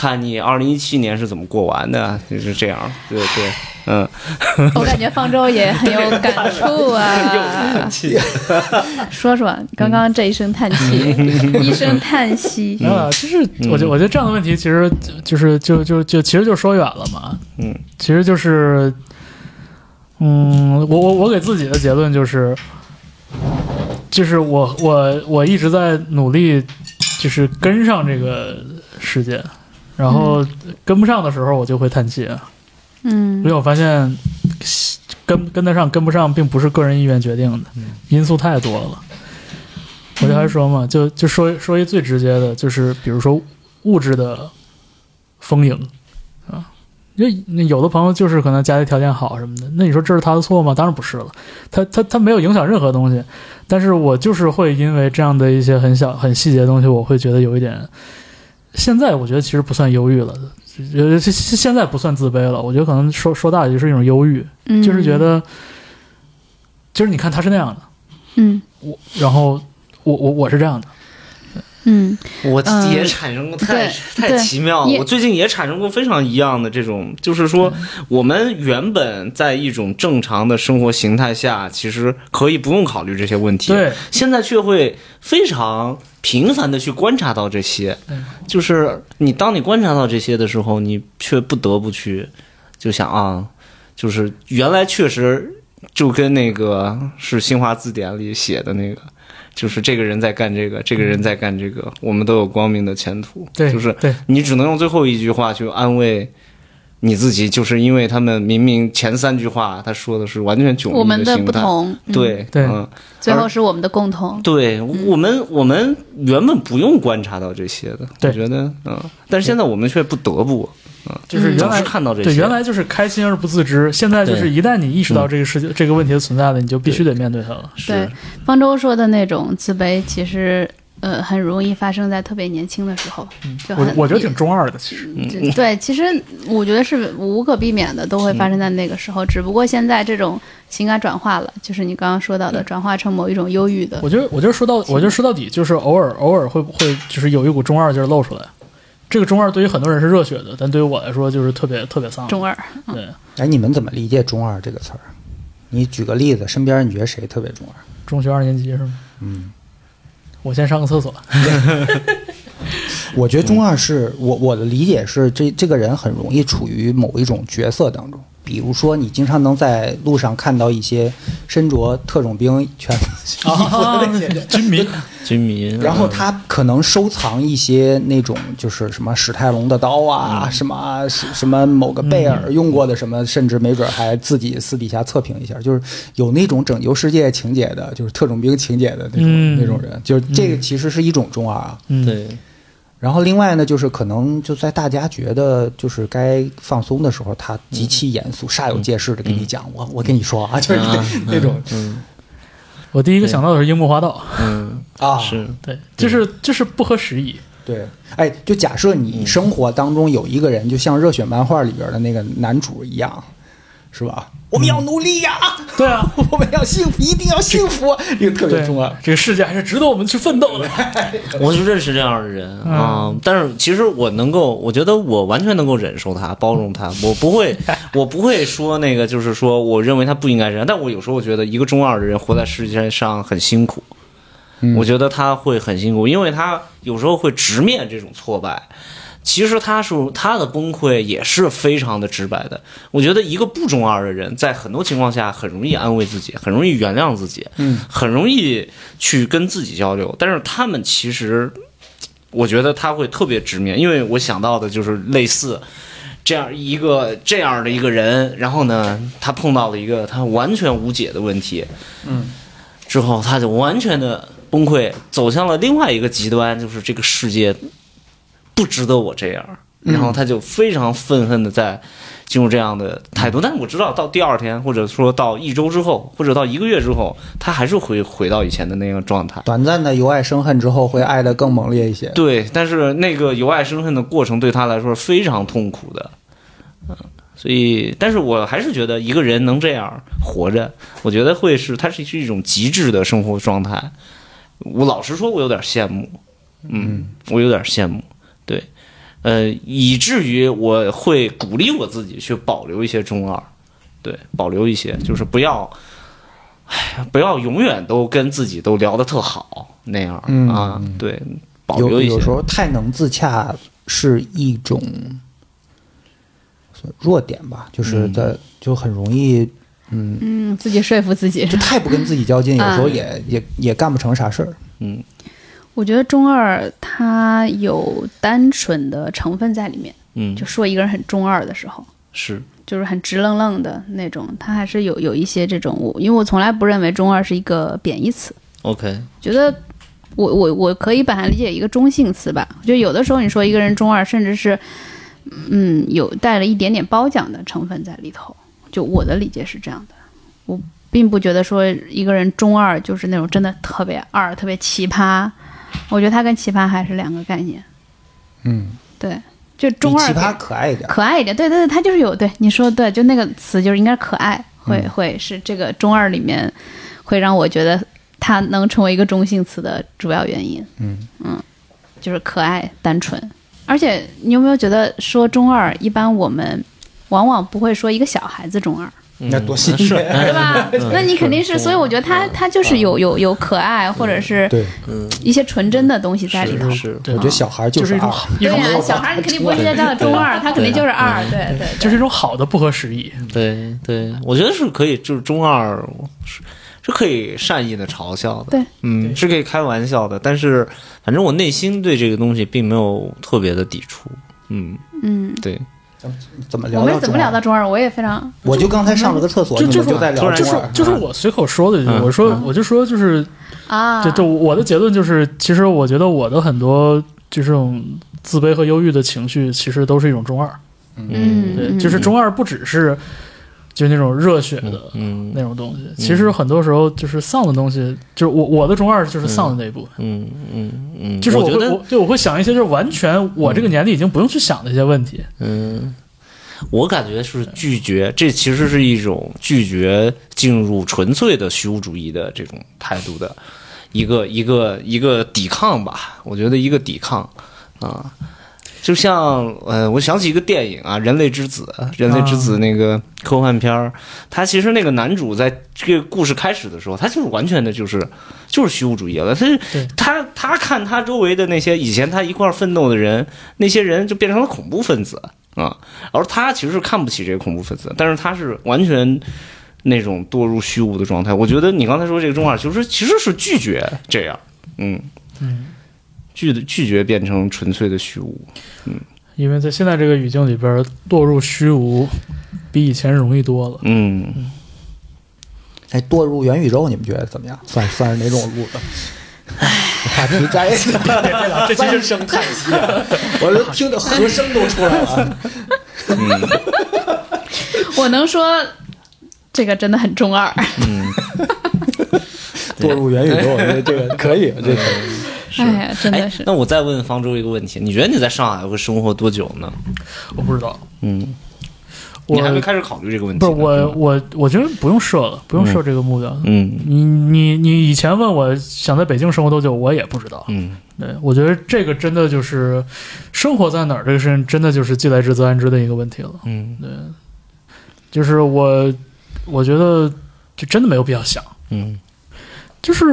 Speaker 5: 看你二零一七年是怎么过完的，就是这样，对对，嗯，
Speaker 2: 我感觉方舟也很有感触啊。说说刚刚这一声叹气，一声叹息，
Speaker 4: 啊，就是我觉得我觉得这样的问题其实就是就就就其实就说远了嘛，
Speaker 5: 嗯，
Speaker 4: 其实就是，嗯，我我我给自己的结论就是，就是我我我一直在努力，就是跟上这个世界，然后跟不上的时候我就会叹气，啊
Speaker 2: 嗯
Speaker 4: 因为我发现跟跟得上跟不上并不是个人意愿决定的，因素太多了。我就还说嘛，就就说说一最直接的，就是比如说物质的丰盈啊，因为那有的朋友就是可能家里条件好什么的，那你说这是他的错吗？当然不是了，他他他没有影响任何东西，但是我就是会因为这样的一些很小很细节的东西，我会觉得有一点，现在我觉得其实不算忧郁了，呃，现现在不算自卑了，我觉得可能说说大了就是一种忧郁，
Speaker 2: 嗯
Speaker 4: 就是觉，得，就是你看他是那样的，
Speaker 2: 嗯
Speaker 4: 我然后我我我是这样的，
Speaker 2: 嗯，
Speaker 5: 我自己也
Speaker 2: 嗯
Speaker 5: 产生过太、
Speaker 2: 对
Speaker 5: 太
Speaker 2: 对
Speaker 5: 奇妙了。
Speaker 2: 也嗯
Speaker 5: 我最近也产生过非常一样的这种，就是说，我们原本在一种正常的生活形态下，其实可以不用考虑这些问题，
Speaker 4: 对，
Speaker 5: 现在却会非常频繁的去观察到这些。
Speaker 4: 嗯
Speaker 5: 就是你当你观察到这些的时候，你却不得不去就想啊，就是原来确实就跟那个是新华字典里写的那个，就是这个人在干这个，这个人在干这个，我们都有光明的前途。
Speaker 4: 对，
Speaker 5: 就是
Speaker 4: 对，
Speaker 5: 你只能用最后一句话去安慰
Speaker 7: 你自己就是因为他们明明前三句话他说的是完全迥
Speaker 2: 我们
Speaker 7: 异
Speaker 2: 的
Speaker 7: 形
Speaker 2: 不
Speaker 7: 态，
Speaker 2: 同，嗯，
Speaker 7: 对
Speaker 4: 对
Speaker 7: 嗯，
Speaker 2: 最后是我们的共同。
Speaker 7: 对我们，我们原本不用观察到这些的，
Speaker 4: 对
Speaker 7: 我觉得，嗯，但是现在我们却不得不，
Speaker 4: 嗯就是原
Speaker 7: 总
Speaker 4: 来
Speaker 7: 是看到这些，
Speaker 4: 对，原来就是开心而不自知，现在就是
Speaker 7: 对
Speaker 4: 一旦你意识到这个事情、这个问题的存在了，你就必须得面对它了。
Speaker 2: 对
Speaker 7: 是，，
Speaker 2: 方舟说的那种自卑，其实呃很容易发生在特别年轻的时候，就
Speaker 4: 嗯我
Speaker 2: 很
Speaker 4: 我觉得挺嗯中二的，其实
Speaker 2: 对
Speaker 4: [LAUGHS]
Speaker 2: 对，其实我觉得是无可避免的，都会发生在那个时候。只不过现在这种情感转化了，就是你刚刚说到的，转化成某一种忧郁的
Speaker 4: 嗯我。觉得，我就说到，我就说到底，就是偶尔偶尔会不会就是有一股中二劲儿露出来。这个中二对于很多人是热血的，但对于我来说就是特别特别丧。
Speaker 2: 中二，
Speaker 4: 对，
Speaker 3: 哎，你们怎么理解“中二”这个词儿？你举个例子，身边你觉得谁特别中二？
Speaker 4: 中学二年级是吗？
Speaker 3: 嗯，
Speaker 4: 我先上个厕所。
Speaker 3: 我觉得中二是我我的理解是这这个人很容易处于某一种角色当中，比如说你经常能在路上看到一些身着特种兵全服衣服的那些人，
Speaker 4: 军迷，
Speaker 5: 军迷，
Speaker 7: 啊
Speaker 3: 然后他可能收藏一些那种就是什么史泰龙的刀啊，什么什什么某个贝尔用过的什么，甚至没准还自己私底下测评一下，就是有那种拯救世界情节的，就是特种兵情节的那种、
Speaker 4: 嗯
Speaker 3: 那种人，就是这个其实是一种中二啊。
Speaker 4: 嗯，
Speaker 5: 对，
Speaker 3: 然后另外呢，就是可能就在大家觉得就是该放松的时候，他极其严肃、煞有介事的跟你讲，我我跟你说啊，就是那 [LAUGHS] 那种
Speaker 4: 我第一个想到的是樱木花道，
Speaker 5: 嗯，
Speaker 4: 哦
Speaker 3: 啊，
Speaker 5: 是
Speaker 4: 对，就是就是不合时宜。
Speaker 3: 对，哎，就假设你生活当中有一个人，就像热血漫画里边的那个男主一样，是吧？我们要努力呀、 [LAUGHS]
Speaker 4: 对啊，
Speaker 3: 我们要幸福，一定要幸福，这个特别
Speaker 4: 对
Speaker 3: 重要。，
Speaker 4: 这个世界还是值得我们去奋斗的。
Speaker 5: [LAUGHS] 我就认识这样的人啊、但是其实我能够，我觉得我完全能够忍受他，包容他，我不会，我不会说那个，就是说我认为他不应该这样，但我有时候觉得一个中二的人活在世界上很辛苦，我觉得他会很辛苦，因为他有时候会直面这种挫败。其实他是他的崩溃也是非常的直白的。我觉得一个不中二的人，在很多情况下很容易安慰自己，很容易原谅自己，
Speaker 3: 嗯，
Speaker 5: 很容易去跟自己交流。但是他们其实，我觉得他会特别直面，因为我想到的就是类似。这样一个这样的一个人，然后呢，他碰到了一个他完全无解的问题，之后，他就完全的崩溃，走向了另外一个极端，就是这个世界不值得我这样。然后他就非常愤恨的在进入这样的态度。但是我知道，到第二天，或者说到一周之后，或者到一个月之后，他还是会回到以前的那个状态。
Speaker 3: 短暂的由爱生恨之后，会爱的更猛烈一些。
Speaker 5: 对，但是那个由爱生恨的过程对他来说是非常痛苦的，嗯，所以，但是我还是觉得一个人能这样活着，我觉得会是它是一种极致的生活状态。我老实说，我有点羡慕，嗯，我有点羡慕，对，呃，以至于我会鼓励我自己去保留一些中二，对，保留一些，就是不要。哎呀，不要永远都跟自己都聊得特好那样、
Speaker 3: 嗯
Speaker 5: 啊，对，保
Speaker 3: 有
Speaker 5: 留一些。
Speaker 3: 有时候太能自洽是一种弱点吧，
Speaker 5: 嗯
Speaker 3: 就是在、就很容易
Speaker 2: 嗯，自己说服自己 [LAUGHS]
Speaker 3: 就。太不跟自己较劲，有时候
Speaker 2: 嗯
Speaker 3: 也、也也干不成啥事儿。
Speaker 5: 嗯，
Speaker 2: 我觉得中二它有单纯的成分在里面，
Speaker 5: 嗯
Speaker 2: 就，说一个人很中二的时候，
Speaker 5: 是，
Speaker 2: 就是很直愣愣的那种，它还是有有一些这种，我因为我从来不认为中二是一个贬义词，
Speaker 5: OK，
Speaker 2: 觉得我我我可以把它理解一个中性词吧。就有的时候你说一个人中二，甚至是嗯有带了一点点褒奖的成分在里头。就我的理解是这样的，我并不觉得说一个人中二就是那种真的特别二、特别奇葩。我觉得他跟奇葩还是两个概念。
Speaker 3: 嗯，
Speaker 2: 对，就
Speaker 3: 比
Speaker 2: 中二
Speaker 3: 奇
Speaker 2: 给
Speaker 3: 葩可爱一点。
Speaker 2: 可爱一点，对对对，他就是有对你说的对，就那个词就是应该是可爱，会会是这个中二里面会让我觉得它能成为一个中性词的主要原因。嗯就是可爱、单纯。而且你有没有觉得说中二，一般我们往往不会说一个小孩子中二，
Speaker 3: 那多
Speaker 5: 嗯
Speaker 3: 新 [LAUGHS] 鲜！
Speaker 2: 对吧？那你肯定是，所以我觉得他他就是有有有可爱或者是
Speaker 3: 对，
Speaker 2: 一些纯真的东西在里头。
Speaker 5: 是
Speaker 3: 我觉得小孩就啊
Speaker 4: 就是是一种
Speaker 3: 二，
Speaker 4: 一
Speaker 2: 对啊
Speaker 4: 种
Speaker 2: 呀、小孩儿你肯定不会叫他中二，他肯定就是二，对对对。
Speaker 4: 就是一种好的不合时宜。
Speaker 5: 对对，我觉得是可以，就是中二是是可以善意的嘲笑的，
Speaker 2: 对，
Speaker 5: 嗯，是可以开玩笑的，但是反正我内心对这个东西并没有特别的抵触，嗯，
Speaker 2: 嗯，
Speaker 5: 对，
Speaker 3: 怎么聊
Speaker 2: 我
Speaker 3: 到
Speaker 2: 们怎么聊
Speaker 3: 中
Speaker 2: 到
Speaker 3: 二？
Speaker 2: 中二？我也非常
Speaker 3: 我就刚才上了个厕所，
Speaker 4: 就
Speaker 3: 你
Speaker 4: 就
Speaker 3: 们
Speaker 4: 是
Speaker 3: 就在聊
Speaker 5: 突然
Speaker 4: 就
Speaker 3: 中
Speaker 4: 是
Speaker 3: 二。
Speaker 4: 就是我随口说的一句，
Speaker 5: 嗯
Speaker 4: 我说
Speaker 2: 嗯
Speaker 4: 我就说就是
Speaker 2: 啊，
Speaker 4: 对，就我的结论就是，其实我觉得我的很多就这种自卑和忧郁的情绪，其实都是一种中二。
Speaker 2: 嗯，
Speaker 4: 对，
Speaker 2: 嗯
Speaker 4: 就是中二不只是就是那种热血的
Speaker 5: 嗯
Speaker 4: 那种东西，其实很多时候就是丧的东西，就是我我的中二就是丧的那一部分。
Speaker 5: 嗯嗯嗯，
Speaker 4: 就是
Speaker 5: 我
Speaker 4: 会
Speaker 5: 觉得
Speaker 4: 我对我会想一些就是完全我这个年龄已经不用去想的一些问题。
Speaker 5: 嗯，我感觉是拒绝，这其实是一种拒绝进入纯粹的虚无主义的这种态度的一个一个一个抵抗吧。我觉得一个抵抗啊，就像呃，我想起一个电影啊，《人类之子》，《人类之子》那个科幻片儿，他其实那个男主在这个故事开始的时候，他就是完全的就是就是虚无主义了。他是
Speaker 4: 对
Speaker 5: 他他看他周围的那些以前他一块儿奋斗的人，那些人就变成了恐怖分子啊，而他其实是看不起这些恐怖分子，但是他是完全。那种堕入虚无的状态，我觉得你刚才说这个中二，就是其实是拒绝这样，嗯，
Speaker 4: 嗯，
Speaker 5: 拒拒绝变成纯粹的虚无，
Speaker 4: 因为在现在这个语境里边，堕入虚无比以前容易多了。
Speaker 5: 嗯，
Speaker 3: 哎，堕入元宇宙，你们觉得怎么样？算算是哪种路的？话题该三声叹息啊， [LAUGHS] 我都听着和声都出来了。
Speaker 2: 我能说这个真的很中二。
Speaker 3: 堕入元宇宙，我
Speaker 5: [LAUGHS]
Speaker 3: 觉得这个可以，
Speaker 5: 嗯
Speaker 3: 这个
Speaker 2: 哎呀，真的
Speaker 5: 哎
Speaker 2: 是，
Speaker 5: 那我再问方舟一个问题，你觉得你在上海会生活多久呢？
Speaker 4: 我不知道，
Speaker 5: 嗯，
Speaker 4: 我
Speaker 5: 你还没开始考虑这个问题
Speaker 4: 不
Speaker 5: 呢。
Speaker 4: 是我
Speaker 5: 吧，
Speaker 4: 我我觉得不用设了，不用设这个目标。
Speaker 5: 嗯
Speaker 4: 你你你以前问我想在北京生活多久，我也不知道。
Speaker 5: 嗯
Speaker 4: 对，我觉得这个真的就是生活在哪儿这个事情，真的就是既来之则安之的一个问题了。
Speaker 5: 嗯
Speaker 4: 就是我，我觉得就真的没有必要想。
Speaker 5: 嗯
Speaker 4: 就是，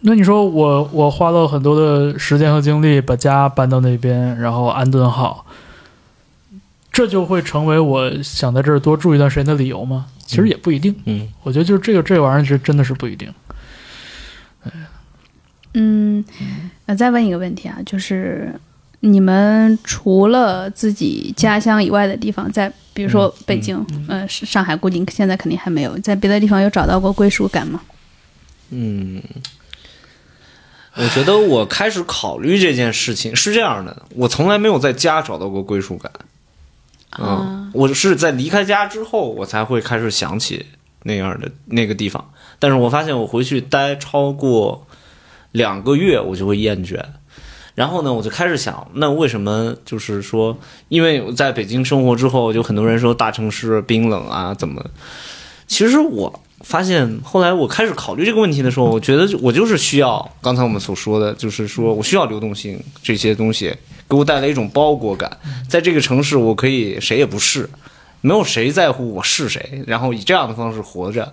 Speaker 4: 那你说我我花了很多的时间和精力把家搬到那边，然后安顿好，这就会成为我想在这儿多住一段时间的理由吗？其实也不一定。
Speaker 5: 嗯
Speaker 4: 我觉得就是这个这玩意儿，是真的是不一定。
Speaker 2: 嗯，呃，再问一个问题啊，就是你们除了自己家乡以外的地方，在比如说北京，呃，是上海，估计现在肯定还没有，在别的地方有找到过归属感吗？
Speaker 5: 嗯，我觉得我开始考虑这件事情是这样的，我从来没有在家找到过归属感。嗯，我是在离开家之后，我才会开始想起那样的那个地方。但是我发现我回去待超过两个月，我就会厌倦。然后呢，我就开始想，那为什么就是说，因为我在北京生活之后，有很多人说大城市冰冷啊，怎么？其实我发现，后来我开始考虑这个问题的时候，我觉得就我就是需要刚才我们所说的，就是说我需要流动性这些东西，给我带来一种包裹感。在这个城市，我可以谁也不是，没有谁在乎我是谁，然后以这样的方式活着，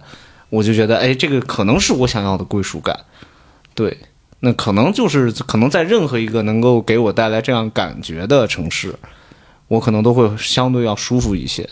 Speaker 5: 我就觉得，哎，这个可能是我想要的归属感。对，那可能就是可能在任何一个能够给我带来这样感觉的城市，我可能都会相对要舒服一些。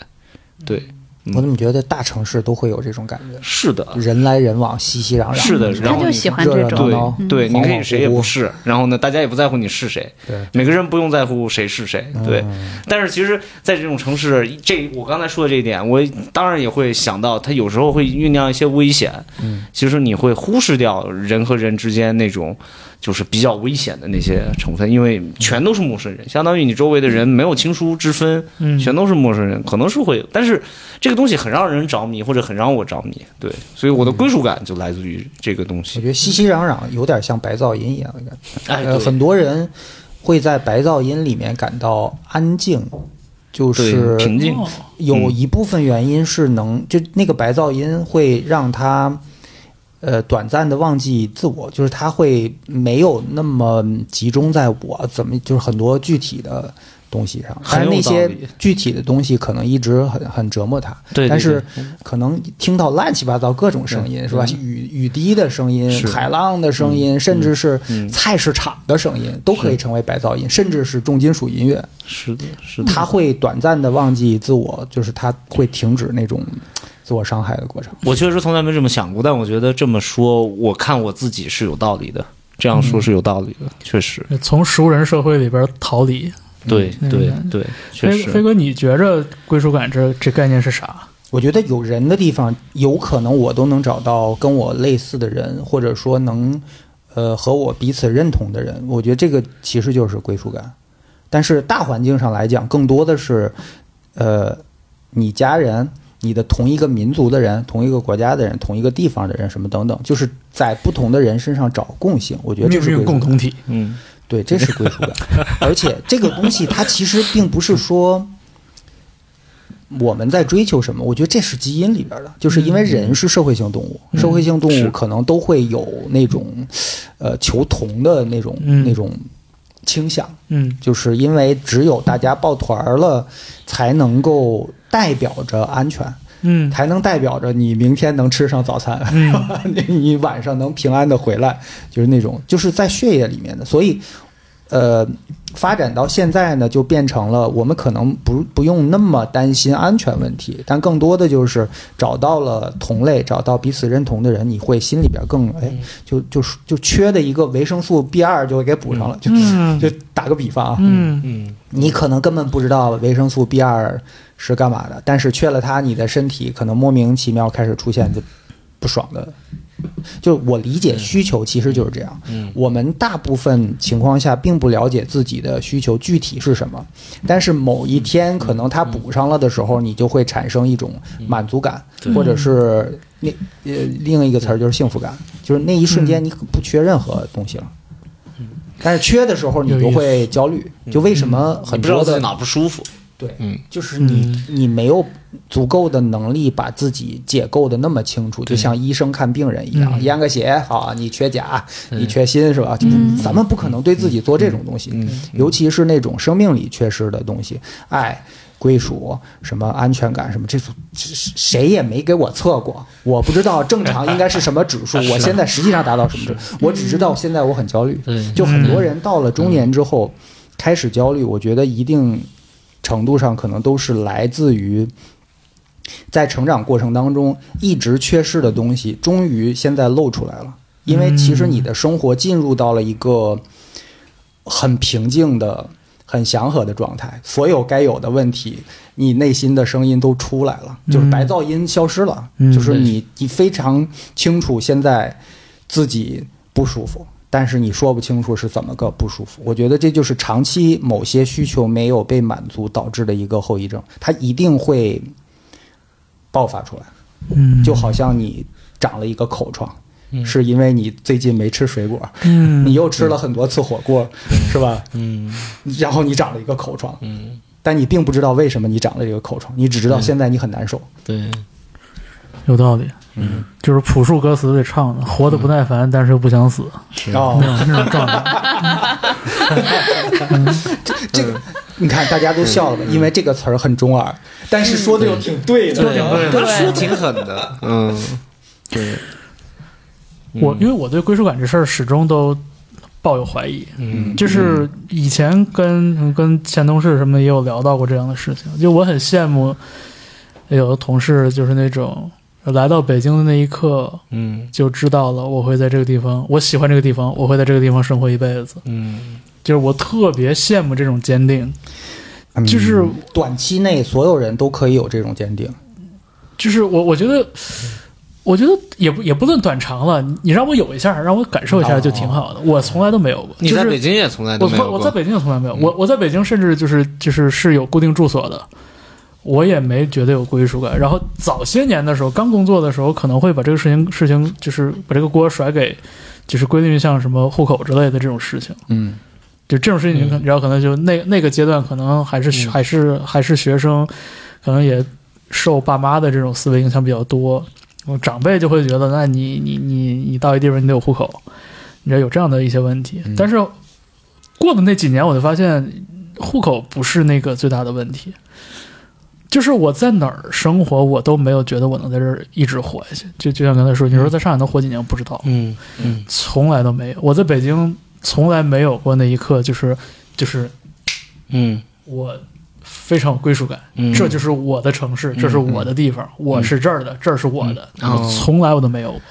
Speaker 5: 对，嗯
Speaker 3: 我怎么觉得大城市都会有这种感觉？
Speaker 5: 是的，
Speaker 3: 人来人往，熙熙攘攘。嗯
Speaker 5: 是的，然
Speaker 2: 他
Speaker 5: 后
Speaker 2: 就
Speaker 5: 你
Speaker 2: 喜欢
Speaker 3: 热
Speaker 2: 这
Speaker 3: 热
Speaker 2: 种
Speaker 3: 闹，闹，
Speaker 5: 对，
Speaker 3: 恍
Speaker 5: 你可以
Speaker 3: 恍
Speaker 5: 谁也
Speaker 3: 惚
Speaker 5: 不
Speaker 3: 惚。
Speaker 5: 是，然后呢，大家也不在乎你是谁，
Speaker 3: 对
Speaker 5: 每个人不用在乎谁是谁，对。
Speaker 3: 嗯
Speaker 5: 但是其实，在这种城市，这我刚才说的这一点，我当然也会想到，它有时候会酝酿一些危险。
Speaker 3: 嗯，
Speaker 5: 其实你会忽视掉人和人之间那种就是比较危险的那些成分，因为全都是陌生人，相当于你周围的人没有亲疏之分，
Speaker 4: 嗯
Speaker 5: 全都是陌生人，可能是会有，但是这个东西很让人着迷，或者很让我着迷，对，所以我的归属感就来自于这个
Speaker 3: 嗯
Speaker 5: 东
Speaker 3: 我
Speaker 5: 西。
Speaker 3: 觉得熙熙攘攘有点像白噪音一样的感觉。
Speaker 5: 哎，
Speaker 3: 呃，
Speaker 5: 对
Speaker 3: 很多人会在白噪音里面感到安静，就是
Speaker 5: 对平静，
Speaker 4: 哦
Speaker 3: 有
Speaker 5: 嗯
Speaker 3: 一部分原因是能，就那个白噪音会让他，呃，短暂的忘记自我，就是他会没有那么集中在我怎么，就是很多具体的东西上。但
Speaker 5: 很
Speaker 3: 是
Speaker 5: 有
Speaker 3: 那些
Speaker 5: 道理
Speaker 3: 具体的东西可能一直很很折磨他，
Speaker 5: 对，对
Speaker 3: 但是
Speaker 5: 对嗯
Speaker 3: 可能听到乱七八糟各种声音，是吧？雨雨滴的声音、
Speaker 5: 是
Speaker 3: 海浪的声音，甚至是
Speaker 5: 嗯
Speaker 3: 菜市场的声音，都可以成为白噪音，甚至是重金属音乐。
Speaker 5: 是的，是的，
Speaker 3: 他会短暂的忘记自我，就是他会停止那种自我伤害的过程。
Speaker 5: 我确实从来没这么想过，但我觉得这么说，我看我
Speaker 4: 嗯
Speaker 5: 自己是有道理的，这样说是有道理的，确实。
Speaker 4: 从熟人社会里边逃离，
Speaker 5: 对
Speaker 4: 嗯
Speaker 5: 对
Speaker 4: 嗯
Speaker 5: 对，确
Speaker 4: 飞飞
Speaker 5: 实，
Speaker 4: 哥，你觉着归属感这这概念是啥？
Speaker 3: 我觉得有人的地方，有可能我都能找到跟我类似的人，或者说能，呃，和我彼此认同的人。我觉得这个其实就是归属感。但是大环境上来讲，更多的是，呃，你家人、你的同一个民族的人、同一个国家的人、同一个地方的人，什么等等，就是在不同的人身上找共性。我觉得这
Speaker 4: 命
Speaker 3: 是
Speaker 4: 运
Speaker 3: 归属
Speaker 4: 共
Speaker 3: 感
Speaker 4: 同体，
Speaker 7: 嗯，
Speaker 3: 对，这是归属感。而且这个东西它其实并不是说我们在追求什么，我觉得这是基因里边的，就是因为人是社会性动物，社会性动物
Speaker 5: 是
Speaker 3: 可能都会有那种呃求同的那种、
Speaker 4: 嗯
Speaker 3: 那种倾向。
Speaker 4: 嗯
Speaker 3: 就是因为只有大家抱团儿了，才能够代表着安全，
Speaker 4: 嗯
Speaker 3: 才能代表着你明天能吃上早餐， [LAUGHS] 你你晚上能平安的回来，就是那种就是在血液里面的。所以，呃，发展到现在呢，就变成了我们可能不不用那么担心安全问题，但更多的就是找到了同类，找到彼此认同的人，你会心里边更哎，
Speaker 4: 嗯
Speaker 3: 就就是就缺的一个维生素 B 二就给补上了，就
Speaker 4: 嗯
Speaker 3: 就打个比方啊，
Speaker 4: 嗯
Speaker 3: 你可能根本不知道维生素 B 二是干嘛的，但是缺了它，你的身体可能莫名其妙开始出现就不爽的。就我理解需求其实就是这样，
Speaker 7: 嗯
Speaker 3: 我们大部分情况下并不了解自己的需求具体是什么，但是某一天可能它补上了的时候，你就会产生一种满足感，
Speaker 7: 嗯
Speaker 3: 或者是那呃另一个词儿就是幸福感，就是那一瞬间你不缺任何东西了。但是缺的时候，你就会焦虑。
Speaker 7: 嗯
Speaker 3: 就为什么很
Speaker 7: 你不知道
Speaker 3: 多
Speaker 7: 自
Speaker 3: 的
Speaker 7: 己哪不舒服，
Speaker 3: 就是你你没有足够的能力把自己解构的那么清楚，就像医生看病人一样，验个血，好啊，你缺钾，你缺锌是吧？就是咱们不可能对自己做这种东西，尤其是那种生命里缺失的东西，爱。归属什么安全感什么，这种这谁也没给我测过，我不知道正常应该是什么指数，我现在实际上达到什么指数，我只知道现在我很焦虑。
Speaker 4: [LAUGHS]
Speaker 3: 就很多人到了中年之后开始焦虑，我觉得一定程度上可能都是来自于在成长过程当中一直缺失的东西，终于现在露出来了。因为其实你的生活进入到了一个很平静的、很祥和的状态，所有该有的问题，你内心的声音都出来了，就是白噪音消失了，
Speaker 4: 嗯
Speaker 3: 就是你你非常清楚现在自己不舒服。但是你说不清楚是怎么个不舒服，我觉得这就是长期某些需求没有被满足导致的一个后遗症，它一定会爆发出来。
Speaker 4: 嗯
Speaker 3: 就好像你长了一个口疮，是因为你最近没吃水果，
Speaker 4: 嗯
Speaker 3: 你又吃了很多次火锅，是吧？嗯，然后你长了一个口疮，嗯，但你并不知道为什么你长了这个口疮，你只知道现在你很难受。
Speaker 7: 对，
Speaker 4: 有道理。嗯，就是朴树歌词里唱的“活得不耐烦，但是又不想死
Speaker 3: 哦”，
Speaker 4: 那种状态。
Speaker 3: 这个你看大家都笑了吧，因为这个词儿很中二，但是说的又挺对的。
Speaker 7: 他说挺狠
Speaker 4: [LAUGHS]
Speaker 7: 的，嗯，对，嗯
Speaker 4: 我因为我对归属感这事儿始终都抱有怀疑，
Speaker 7: 嗯，
Speaker 4: 就是以前跟跟前同事什么也有聊到过这样的事情，就我很羡慕有的同事就是那种来到北京的那一刻
Speaker 7: 嗯
Speaker 4: 就知道了我会在这个地方，我喜欢这个地方，我会在这个地方生活一辈子，
Speaker 7: 嗯
Speaker 4: 就是我特别羡慕这种坚定，
Speaker 3: 嗯
Speaker 4: 就是
Speaker 3: 短期内所有人都可以有这种坚定，
Speaker 4: 就是我我觉得。
Speaker 7: 嗯
Speaker 4: 我觉得也不也不论短长了，你你让我有一下，让我感受一下就挺好的。我从来都没有过，
Speaker 7: 哦你
Speaker 4: 嗯就
Speaker 7: 在
Speaker 4: 是
Speaker 7: 北京也从来都
Speaker 4: 我
Speaker 7: 没
Speaker 4: 从
Speaker 7: 有
Speaker 4: 我在
Speaker 7: 过，嗯
Speaker 4: 北京也从来没有，我我在北京甚至就是就是是有固定住所的，我也没觉得有归属感。然后早些年的时候，刚工作的时候，可能会把这个事情事情就是把这个锅甩给，就是规定于像什么户口之类的这种事情。
Speaker 3: 嗯，
Speaker 4: 就这种事情，你可然后可能就那那个阶段，可能还是学、还是还是学生，可能也受爸妈的这种思维影响比较多。嗯长辈就会觉得，那你你你你到一地方你得有户口，你这有这样的一些问题。但是过了那几年，我就发现户口不是那个最大的问题，就是我在哪儿生活，我都没有觉得我能在这儿一直活下去。就就像刚才说，你说在上海能活几年，我不知道。
Speaker 7: 嗯嗯
Speaker 4: 从来都没有。我在北京从来没有过那一刻，就是就是
Speaker 7: 嗯
Speaker 4: 我非常有归属感，
Speaker 7: 嗯
Speaker 4: 这就是我的城市，这是我的地方，我是这儿的，这儿是我的。
Speaker 7: 嗯哦
Speaker 4: 我从来我都没有过。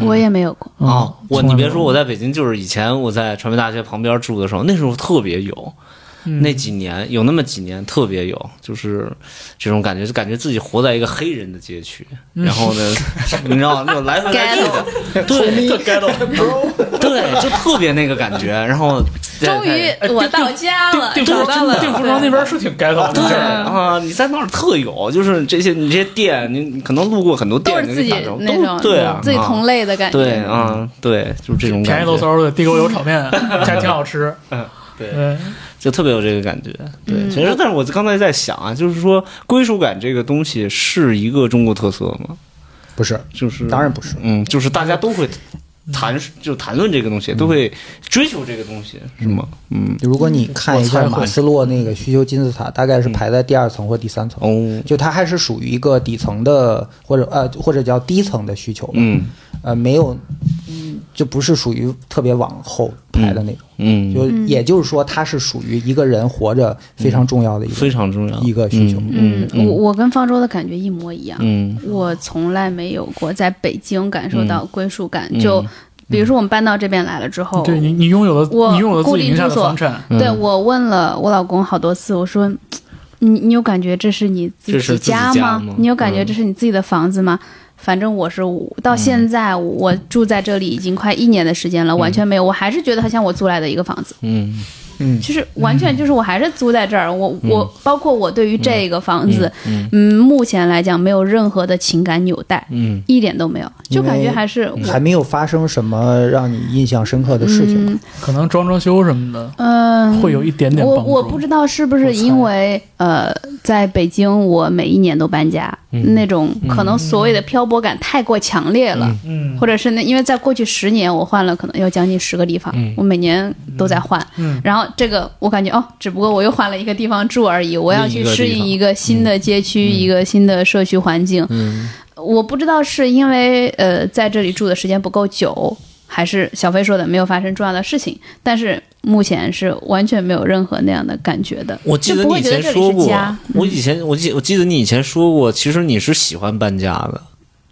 Speaker 2: 我也没有过。
Speaker 4: 嗯
Speaker 7: 哦，我
Speaker 4: 从来
Speaker 7: 你
Speaker 4: 没
Speaker 7: 别
Speaker 4: 有
Speaker 7: 说，我在北京就是以前我在传媒大学旁边住的时候，那时候特别有，
Speaker 4: 嗯
Speaker 5: 那几年有那么几年特别有，就是这种感觉，就感觉自己活在一个黑人的街区，
Speaker 2: 嗯
Speaker 5: 然
Speaker 2: [LAUGHS]
Speaker 5: 后呢，你知道，就来回来去的，对，特 ghetto，对，就特别那个
Speaker 2: [LAUGHS]
Speaker 5: 感觉。然后
Speaker 2: 终于我到家了，
Speaker 4: 定
Speaker 2: 找
Speaker 4: 服
Speaker 2: 到了
Speaker 4: 装嗯定服装那边是挺 ghetto 的，
Speaker 5: 对
Speaker 2: 嗯
Speaker 5: 啊，你在那儿特有，就是这些你这些店，你你可能路过很多
Speaker 2: 都
Speaker 5: 店，
Speaker 2: 是
Speaker 5: 你
Speaker 2: 自
Speaker 5: 就
Speaker 2: 己
Speaker 5: 感受
Speaker 2: 那种
Speaker 5: 都对啊，
Speaker 2: 自己
Speaker 5: 啊
Speaker 2: 同类的感觉。
Speaker 5: 对啊，对，就是这种
Speaker 4: 便宜
Speaker 5: 感
Speaker 4: 漏
Speaker 5: 觉，
Speaker 4: 搜的地沟油
Speaker 7: [LAUGHS]
Speaker 4: 炒面，还挺好吃。
Speaker 7: 嗯
Speaker 4: 对，
Speaker 5: 就特别有这个感觉。对，
Speaker 2: 嗯
Speaker 5: 其实但是我刚才在想啊，就是说归属感这个东西是一个中国特色吗？
Speaker 3: 不是，
Speaker 5: 就是
Speaker 3: 当然不是。
Speaker 5: 嗯，就是大家都会谈，
Speaker 2: 嗯
Speaker 5: 就谈论这个东西，都会追求这个东西，是吗？嗯，
Speaker 3: 如果你看一
Speaker 4: 我
Speaker 3: 下
Speaker 4: 猜会
Speaker 3: 马斯洛那个需求金字塔，大概是排在第二层或第三层，
Speaker 5: 哦，
Speaker 3: 就它还是属于一个底层的，或者呃或者叫低层的需求吧，
Speaker 5: 嗯
Speaker 3: 呃没有，就不是属于特别往后排的那种，
Speaker 5: 嗯，
Speaker 3: 就也就是说它是属于一个人活着非常重要的一个
Speaker 5: 非常重要
Speaker 3: 一个需求
Speaker 5: 嗯
Speaker 2: 嗯，我
Speaker 5: 嗯
Speaker 2: 我跟方舟的感觉一模一样。
Speaker 5: 嗯
Speaker 2: 我从来没有过在北京感受到归属感，
Speaker 5: 嗯
Speaker 2: 就比如说我们搬到这边来了之后，
Speaker 4: 对你你拥有了
Speaker 2: 哦我
Speaker 4: 你拥有了自
Speaker 2: 固
Speaker 4: 己
Speaker 2: 定
Speaker 4: 名下的
Speaker 2: 住所
Speaker 4: 房产，
Speaker 5: 嗯
Speaker 2: 对我问了我老公好多次，我说。你你有感觉这是你自
Speaker 5: 这是
Speaker 2: 己
Speaker 5: 自己
Speaker 2: 家
Speaker 5: 家
Speaker 2: 吗？
Speaker 5: 吗嗯
Speaker 2: 你有感觉这是你自己的房子吗？反正我是到
Speaker 5: 嗯
Speaker 2: 现在我住在这里已经快一年的时间了，完全没有，我还是觉得它像我租来的一个房子，
Speaker 5: 嗯
Speaker 3: 嗯，
Speaker 2: 就是完全就是我还是租在这儿。我我包括我对于这个房子，嗯，目前来讲没有任何的情感纽带，
Speaker 5: 嗯
Speaker 2: 一点都没有，就感
Speaker 3: 因
Speaker 2: 觉
Speaker 3: 为
Speaker 2: 还是我
Speaker 3: 嗯还没有发生什么让你印象深刻的事情吧。
Speaker 4: 可能装装修什么的
Speaker 2: 嗯，
Speaker 4: 会有一点点帮
Speaker 2: 我
Speaker 4: 助。
Speaker 2: 我不知道是不
Speaker 4: 我
Speaker 2: 是
Speaker 4: 猜
Speaker 2: 因为呃，在北京我每一年都搬家，那种可能所谓的漂泊感太过强烈了，
Speaker 4: 嗯嗯
Speaker 2: 或者是那因为在过去十年我换了可能有将近十个地方，
Speaker 5: 嗯
Speaker 2: 我每年都在换，
Speaker 4: 嗯
Speaker 2: 然后这个我感觉哦，只不过我又换了一个地方住而已，我要
Speaker 5: 另一
Speaker 2: 去
Speaker 5: 个
Speaker 2: 适
Speaker 5: 地
Speaker 2: 应
Speaker 5: 方
Speaker 2: 一个新的街区，一个新的社区环境，
Speaker 5: 嗯
Speaker 2: 我不知道是因为呃在这里住的时间不够久，还是小飞说的没有发生重要的事情，但是目前是完全没有任何那样的感觉的。
Speaker 5: 我记得
Speaker 2: 就不
Speaker 5: 你
Speaker 2: 会
Speaker 5: 以
Speaker 2: 觉得
Speaker 5: 前
Speaker 2: 这
Speaker 5: 说
Speaker 2: 里是
Speaker 5: 过
Speaker 2: 家，，
Speaker 5: 我以前我记我记得你以前说过，其实你是喜欢搬家的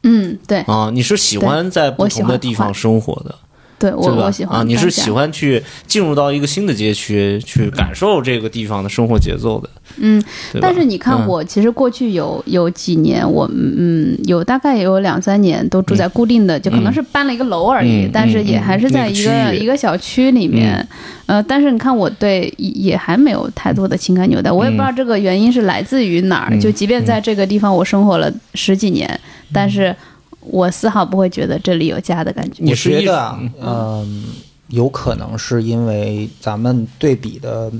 Speaker 2: 嗯，对
Speaker 5: 啊，你是喜欢在不
Speaker 2: 我喜
Speaker 5: 同
Speaker 2: 欢
Speaker 5: 的地方
Speaker 2: 换
Speaker 5: 生活的。
Speaker 2: 对，我
Speaker 5: 对吧？
Speaker 2: 我喜欢
Speaker 5: 啊，你
Speaker 2: 搬
Speaker 5: 是
Speaker 2: 家
Speaker 5: 喜欢去进入到一个新的街区，去感受这个地方的生活节奏的，
Speaker 2: 嗯，
Speaker 5: 对吧？
Speaker 2: 但是你看
Speaker 5: 嗯
Speaker 2: 我其实过去有有几年，我嗯有大概也有两三年都住在固定的，就可能是搬了一个楼而已，
Speaker 5: 嗯
Speaker 2: 但是也还是在一个、
Speaker 5: 嗯那个区域
Speaker 2: 一个小区里面。呃，但是你看我对也还没有太多的情感纽带，我也不知道这个原因是来自于哪儿。
Speaker 5: 嗯
Speaker 2: 就即便在这个地方我生活了十几年，但是我丝毫不会觉得这里有家的感觉。
Speaker 5: 你
Speaker 3: 我
Speaker 5: 是
Speaker 3: 觉
Speaker 5: 一
Speaker 3: 得啊，嗯，有可能是因为咱们对比的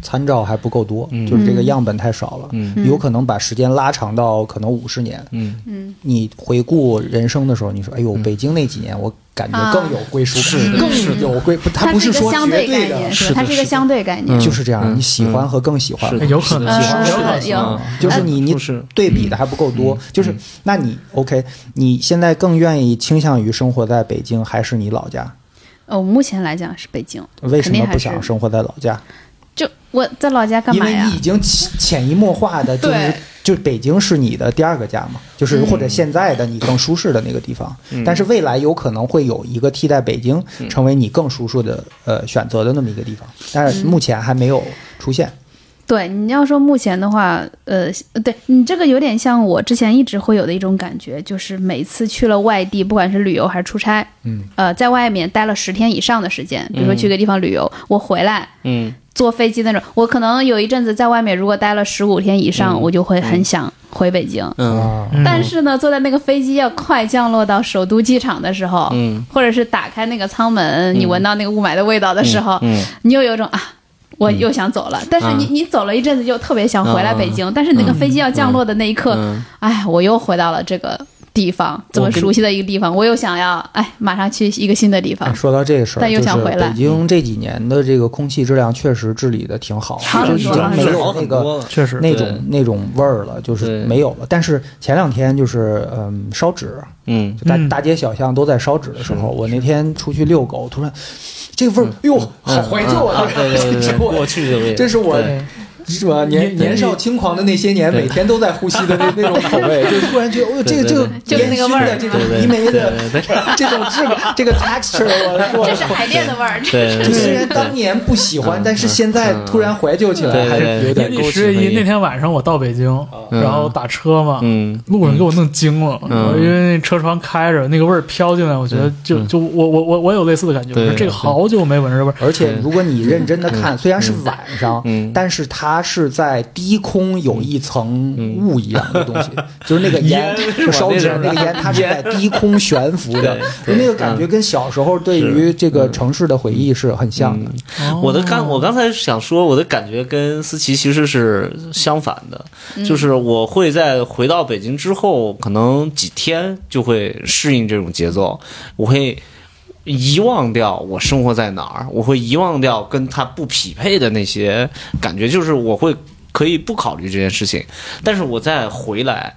Speaker 3: 参照还不够多，就是这个样本太少了，
Speaker 5: 嗯
Speaker 3: 有可能把时间拉长到可能五十年。
Speaker 5: 嗯
Speaker 2: 嗯，
Speaker 3: 你回顾人生的时候，你说：“哎呦，北京那几年，我感觉更有归属感，更有归。”它不
Speaker 2: 啊是一个
Speaker 3: 说
Speaker 2: 相
Speaker 3: 绝
Speaker 2: 概念，
Speaker 3: 的，
Speaker 2: 是吧它是一个相对概念。
Speaker 3: 就是这样。
Speaker 5: 嗯
Speaker 3: 你喜欢和更喜欢
Speaker 5: 是，的
Speaker 4: 哎有可能
Speaker 2: 呃
Speaker 4: 是有可能
Speaker 2: 是有
Speaker 5: 啊
Speaker 3: 就是你你
Speaker 5: 就是嗯
Speaker 3: 对比的还不够多。就是那你 OK，你现在更愿意倾向于生活在北京，还是你老家？
Speaker 2: 呃，我目前来讲是北京，
Speaker 3: 为什
Speaker 2: 肯定
Speaker 3: 么
Speaker 2: 还
Speaker 3: 不
Speaker 2: 是
Speaker 3: 想生活在老家？
Speaker 2: 就我在老家干
Speaker 3: 因
Speaker 2: 嘛
Speaker 3: 为
Speaker 2: 呀
Speaker 3: 你已？经潜潜移默化的就是
Speaker 2: 对嗯
Speaker 3: 就北京是你的第二个家嘛，就是或者现在的你更舒适的那个地方，
Speaker 5: 嗯
Speaker 3: 但是未来有可能会有一个替代北京成为你更舒适的呃选择的那么一个地方，但
Speaker 2: 嗯
Speaker 3: 是目前还没有出现。
Speaker 2: 对，你要说目前的话，呃，对你这个有点像我之前一直会有的一种感觉，就是每次去了外地，不管是旅游还是出差，
Speaker 3: 嗯，
Speaker 2: 呃，在外面待了十天以上的时间，比如说去个地方旅游，我回来
Speaker 5: 嗯
Speaker 2: 坐飞机那种，我可能有一阵子在外面如果待了十五天以上，我就会很想回北京。
Speaker 5: 嗯
Speaker 3: 啊，
Speaker 4: 嗯
Speaker 2: 但是呢，坐在那个飞机要快降落到首都机场的时候，
Speaker 5: 嗯
Speaker 2: 或者是打开那个舱门，你闻到那个雾霾的味道的时候，
Speaker 5: 嗯，
Speaker 2: 你又有一种啊，我
Speaker 4: 嗯
Speaker 2: 又想走了。但是
Speaker 4: 啊
Speaker 2: 你、你走了一阵子，又特别想回来北京。
Speaker 4: 嗯
Speaker 2: 但是那个飞机要降落的那一刻，
Speaker 5: 嗯
Speaker 2: 哎，我又回到了这个地方，这么熟悉的一个地方，我又想要哎，马上去一个新的地方
Speaker 3: 哎。说到这个事儿，
Speaker 2: 啊但又
Speaker 3: 就是
Speaker 2: 想回来嗯
Speaker 3: 北京这几年的这个空气质量确实治理的挺好，
Speaker 2: 好
Speaker 3: 就
Speaker 2: 很
Speaker 3: 已
Speaker 2: 多
Speaker 3: 经没
Speaker 5: 是好
Speaker 3: 有那
Speaker 5: 很
Speaker 3: 个
Speaker 5: 多了。
Speaker 4: 确实
Speaker 3: 那
Speaker 5: 对
Speaker 3: 种那种味儿了，就是
Speaker 5: 对
Speaker 3: 没有了。但是前两天就是嗯烧纸，
Speaker 5: 嗯
Speaker 3: 就大
Speaker 4: 嗯
Speaker 3: 大街小巷都在烧纸的时候，我那天出去遛 [LAUGHS]
Speaker 5: 嗯
Speaker 3: 狗，突然这个味儿，哎呦，好怀旧啊！
Speaker 5: [LAUGHS] 啊，对对对，对过去的味道，
Speaker 3: 这是我
Speaker 5: 对
Speaker 3: 是吧？年
Speaker 4: 你
Speaker 3: 年少轻狂的那些年，每天都在呼吸的那那种口味，就突然觉得，哦，这个这个
Speaker 2: 对对就是那个味儿
Speaker 3: 烟熏的这种
Speaker 5: 对对
Speaker 3: 泥煤
Speaker 5: 对
Speaker 3: 的
Speaker 5: 对对
Speaker 3: [LAUGHS] 这种质感，这个 texture，我我
Speaker 2: [LAUGHS] 这是海淀的味儿。
Speaker 5: 对对
Speaker 3: 这虽然
Speaker 5: 对
Speaker 3: [LAUGHS] 当年不喜欢，但是现在突然怀旧起来，
Speaker 5: 对
Speaker 3: 还
Speaker 5: 对
Speaker 3: 是有
Speaker 4: 年
Speaker 3: 点
Speaker 4: 底
Speaker 3: [LAUGHS] 勾
Speaker 4: 十
Speaker 3: 起。啊
Speaker 4: 月一那天晚上我到北京，然后打车嘛，
Speaker 5: 嗯
Speaker 4: 路上给我弄惊了，
Speaker 5: 嗯
Speaker 4: 因为那车窗开着，那个味儿飘进来，我觉得就
Speaker 5: 嗯
Speaker 4: 就我我我我有类似的感觉，我
Speaker 5: 对
Speaker 4: 说这个好久没闻着味儿，
Speaker 3: 而且如果你认真的看，虽然是晚上，
Speaker 5: 嗯
Speaker 3: 但是它是在低空有一层雾一样的东
Speaker 5: [LAUGHS]
Speaker 3: 西，就是那个烟
Speaker 5: 嗯是吧
Speaker 3: 烧纸
Speaker 5: 那种
Speaker 3: 那个烟，它是在低空悬浮的，
Speaker 5: 对对嗯
Speaker 3: 那个感觉跟小时候对于这个城市的回忆是很像的。
Speaker 5: 嗯我的刚我刚才想说，我的感觉跟思琪其实是相反的，就是我会在回到北京之后，可能几天就会适应这种节奏，我会遗忘掉我生活在哪儿，我会遗忘掉跟它不匹配的那些感觉，就是我会可以不考虑这件事情，但是我再回来。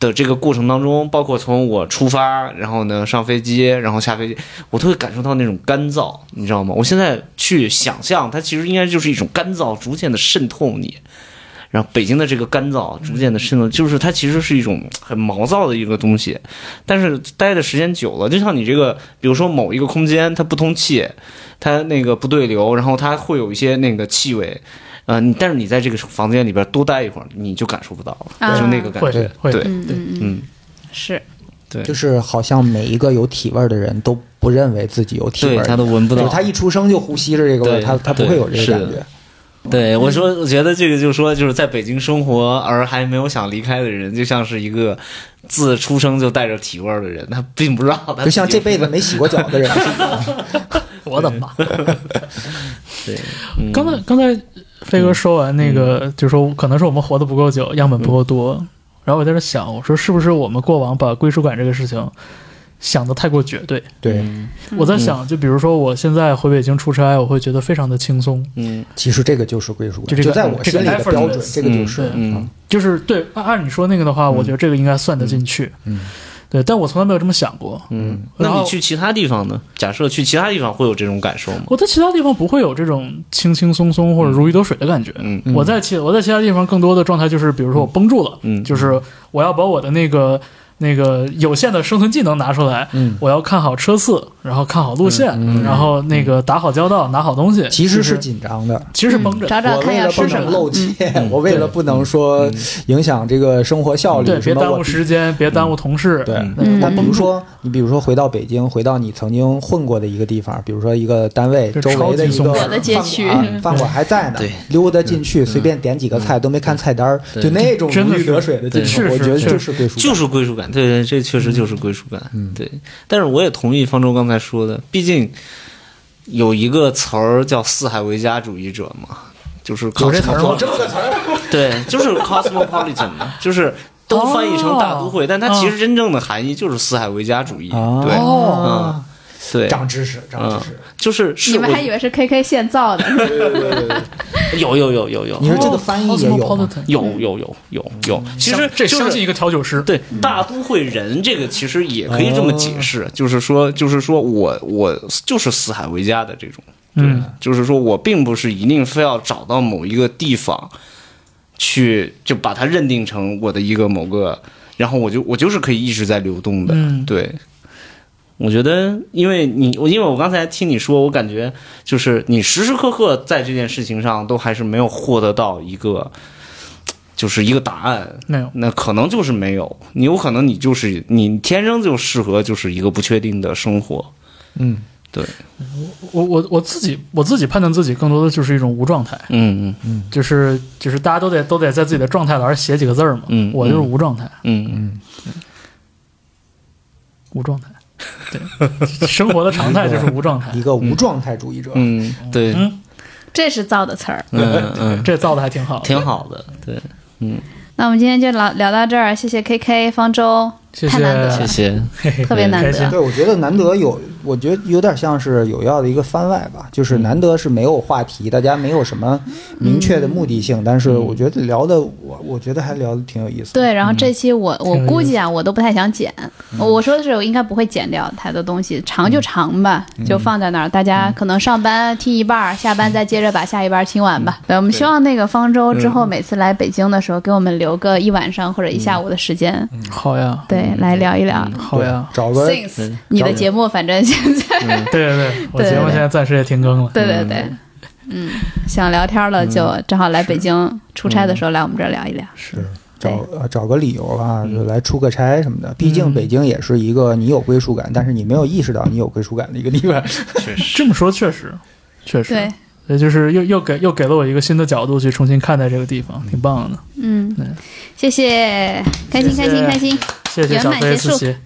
Speaker 5: 的这个过程当中，包括从我出发，然后呢上飞机，然后下飞机，我都会感受到那种干燥，你知道吗？我现在去想象，它其实应该就是一种干燥，逐渐的渗透你。然后北京的这个干燥逐渐的渗透，就是它其实是一种很毛躁的一个东西，但是待的时间久了，就像你这个，比如说某一个空间它不通气，它那个不对流，然后它会有一些那个气味，呃，你但是你在这个房间里边多待一会儿，你就感受不到
Speaker 2: 啊
Speaker 5: 了，就那个感
Speaker 4: 会
Speaker 5: 觉，
Speaker 4: 会
Speaker 5: 对，
Speaker 2: 嗯嗯嗯，
Speaker 5: 嗯，
Speaker 2: 是
Speaker 5: 对，
Speaker 3: 就是好像每一个有体味儿的人都不认为自己有体味
Speaker 5: 对，
Speaker 3: 儿，
Speaker 5: 他都闻不
Speaker 3: 就
Speaker 5: 到，
Speaker 3: 是他一出生就呼吸着这个味儿，
Speaker 5: 对
Speaker 3: 他他不会有这
Speaker 5: 对
Speaker 3: 个感
Speaker 5: 是
Speaker 3: 觉
Speaker 5: 的。对，我说，我觉得这个就是说，就是在北京生活而还没有想离开的人，就像是一个自出生就带着体味儿的人，他并不知道他
Speaker 3: 就像这
Speaker 5: 自己
Speaker 3: 辈子没洗过脚
Speaker 5: [LAUGHS]
Speaker 3: 的人，
Speaker 4: 我的妈！
Speaker 5: 对，嗯
Speaker 4: 刚才刚才飞哥说完那个，就说可能是我们活得不够久，
Speaker 5: 嗯
Speaker 4: 样本不够多。然后我在这想，我说是不是我们过往把归属感这个事情想得太过绝对？
Speaker 3: 对，
Speaker 5: 嗯
Speaker 4: 我在想，就比如说我现在回北京出差，我会觉得非常的轻松，
Speaker 5: 嗯
Speaker 3: 其实这个就是归属
Speaker 4: 就
Speaker 3: 感，
Speaker 4: 这个
Speaker 3: 就在我
Speaker 4: 这
Speaker 3: 心
Speaker 4: 个
Speaker 3: 里的
Speaker 4: effort
Speaker 3: 标准，这个就
Speaker 5: 嗯
Speaker 3: 是
Speaker 5: 嗯
Speaker 4: 就是对按按你说那个的话，我觉得这个应该算得进去。
Speaker 3: 嗯，
Speaker 4: 对，但我从来没有这么想过。
Speaker 5: 嗯。那
Speaker 4: 然后
Speaker 5: 你去其他地方呢？假设去其他地方会有这种感受吗？
Speaker 4: 我在其他地方不会有这种轻轻松松或者如鱼得水的感觉。
Speaker 5: 嗯
Speaker 4: 我在其我在其他地方更多的状态就是，比如说我绷住了，
Speaker 5: 嗯
Speaker 4: 就是我要把我的那个那个有限的生存技能拿出来，
Speaker 3: 嗯
Speaker 4: 我要看好车次，然后看好路线，
Speaker 5: 嗯
Speaker 4: 然后那个打好交道，拿好东西，
Speaker 3: 其实
Speaker 4: 就是
Speaker 3: 紧张的。
Speaker 4: 其实是绷着。
Speaker 5: 嗯
Speaker 2: 找找
Speaker 3: 我
Speaker 2: 看
Speaker 3: 为
Speaker 2: 要
Speaker 3: 了不
Speaker 2: 吃什
Speaker 3: 能
Speaker 2: 么。
Speaker 3: 露怯，[LAUGHS]
Speaker 4: 嗯
Speaker 3: 我为了不能说影响这个生活效率
Speaker 4: 对，，别
Speaker 3: 什么
Speaker 4: 耽
Speaker 3: 我
Speaker 4: 误时间，别耽误同事。
Speaker 3: 对
Speaker 5: 嗯，
Speaker 4: 嗯
Speaker 3: 但比如说，你比如说回到北京，回到你曾经混过的一个地方，比如说一个单位
Speaker 4: 就
Speaker 3: 周围的
Speaker 4: 超级
Speaker 3: 一
Speaker 4: 松
Speaker 3: 个
Speaker 4: 弛
Speaker 2: 我的街
Speaker 3: 饭
Speaker 2: 区
Speaker 3: 馆饭馆还在呢
Speaker 5: 对，
Speaker 3: 溜达进
Speaker 4: 嗯
Speaker 3: 去随便点几个菜都没看菜单儿，
Speaker 5: 对
Speaker 3: 就那种
Speaker 4: 真
Speaker 3: 如
Speaker 4: 的
Speaker 3: 鱼
Speaker 4: 是
Speaker 3: 得水的进去，
Speaker 4: 对
Speaker 3: 我
Speaker 4: 是
Speaker 3: 觉得
Speaker 4: 是
Speaker 3: 就是归属感，
Speaker 5: 就是归属感，对对，这确实就是归属感，
Speaker 3: 嗯
Speaker 5: 对。但是我也同意方舟刚才说的，毕竟有一个词儿叫“四海为家主义者”嘛，就是
Speaker 4: 有这词儿吗？
Speaker 5: 对，就是 cosmopolitan
Speaker 4: [LAUGHS]
Speaker 5: 嘛，就是都翻译成大都会，
Speaker 4: 哦
Speaker 5: 但它其实真正的含义就是四海为家主义。
Speaker 4: 啊
Speaker 3: 哦
Speaker 5: 对，
Speaker 3: 哦
Speaker 5: 嗯，对，
Speaker 3: 长知识，长知识。
Speaker 4: 嗯
Speaker 5: 就是是
Speaker 2: 你们嗯
Speaker 5: 我
Speaker 2: 还以为是 KK 现造的？ [LAUGHS]
Speaker 5: 有有有有有
Speaker 3: 你说这个翻译也有吗，
Speaker 4: 哦 Cosmopolitan
Speaker 5: 有有有有有，其实
Speaker 4: 相这
Speaker 5: 就
Speaker 4: 相信一
Speaker 5: 是。
Speaker 4: 个调酒师，嗯
Speaker 5: 对“大都会人”这个其实也可以这么解释，
Speaker 4: 哦
Speaker 5: 就是说，就是说我我就是四海为家的这种，
Speaker 4: 嗯，
Speaker 5: 就是说我并不是一定非要找到某一个地方去就把它认定成我的一个某个，然后我就我就是可以一直在流动的，
Speaker 4: 嗯
Speaker 5: 对。我觉得，因为你，我因为我刚才听你说，我感觉就是你时时刻刻在这件事情上都还是没有获得到一个，就是一个答案，
Speaker 4: 没有。
Speaker 5: 那可能就是没有，你有可能你就是你天生就适合就是一个不确定的生活，
Speaker 3: 嗯，
Speaker 5: 对，
Speaker 4: 我我我自己我自己判断自己更多的就是一种无状态，
Speaker 5: 嗯嗯
Speaker 4: 就是就是大家都得都得在自己的状态栏写几个字儿嘛。
Speaker 5: 嗯
Speaker 4: 我就是
Speaker 5: 嗯
Speaker 4: 无状态，
Speaker 5: 嗯嗯，
Speaker 4: 无状态。对，生活的常态就是无状态
Speaker 2: [LAUGHS]
Speaker 3: 一。个无状态主义者，
Speaker 5: 嗯，对，
Speaker 4: 嗯
Speaker 5: 嗯
Speaker 2: 这是造的词儿。
Speaker 5: 嗯，
Speaker 4: 这造的还挺好的，
Speaker 5: [LAUGHS] 挺好的，对，
Speaker 2: 那我们今天就聊聊到这儿，谢谢 KK 方舟，
Speaker 4: 谢
Speaker 2: 太难得了
Speaker 4: 谢
Speaker 5: 谢谢，
Speaker 2: 特别难
Speaker 4: 开心
Speaker 2: 得。
Speaker 3: 对，我觉得难得有我觉得有点像是有药的一个番外吧，就是难得是没有话题，大家没有什么明确的目的性，但是我觉得聊的，我我觉得还聊的挺有意思的。
Speaker 2: 对，然后这期我、
Speaker 4: 嗯挺有
Speaker 2: 我
Speaker 4: 意嗯
Speaker 2: 估计啊，我都不太想剪。我我说的是，我应该不会剪掉太多东西，长就长吧，
Speaker 4: 嗯
Speaker 2: 就放在那儿。大家可能上班听一半儿，下班再接着把下一半儿听完
Speaker 4: 嗯
Speaker 2: 吧。对，我们希望那个方舟之后每次来北京的时候，给我们留个一晚上或者一下午的时间，
Speaker 4: 好呀，
Speaker 2: 对，来聊一聊。
Speaker 4: 嗯好嗯呀，
Speaker 3: 找个
Speaker 2: Since 你的节目，反正现在，
Speaker 4: 对对对，我
Speaker 2: 对对
Speaker 4: 节目
Speaker 2: 对
Speaker 4: 现在暂时也停更了。
Speaker 2: 对对对，嗯，想聊天了就
Speaker 4: 嗯
Speaker 2: 正好来北京出差的时候来我们这儿聊一聊。
Speaker 3: 是找呃找个理由啊，就来出个差什么的。毕竟北京也是一个你有归属感，但是你没有意识到你有归属感的一个地方。
Speaker 4: 这么说确实，确实，
Speaker 2: 对，
Speaker 4: 所以就是又又给又给了我一个新的角度去重新看待这个地方，挺棒的。
Speaker 2: 嗯
Speaker 4: 对，
Speaker 2: 谢谢，开心开
Speaker 4: 谢
Speaker 2: 心
Speaker 4: 谢
Speaker 2: 开心。
Speaker 4: 谢谢小
Speaker 2: 圆满
Speaker 4: 飞
Speaker 2: 结
Speaker 4: 思
Speaker 2: 束
Speaker 4: 琪，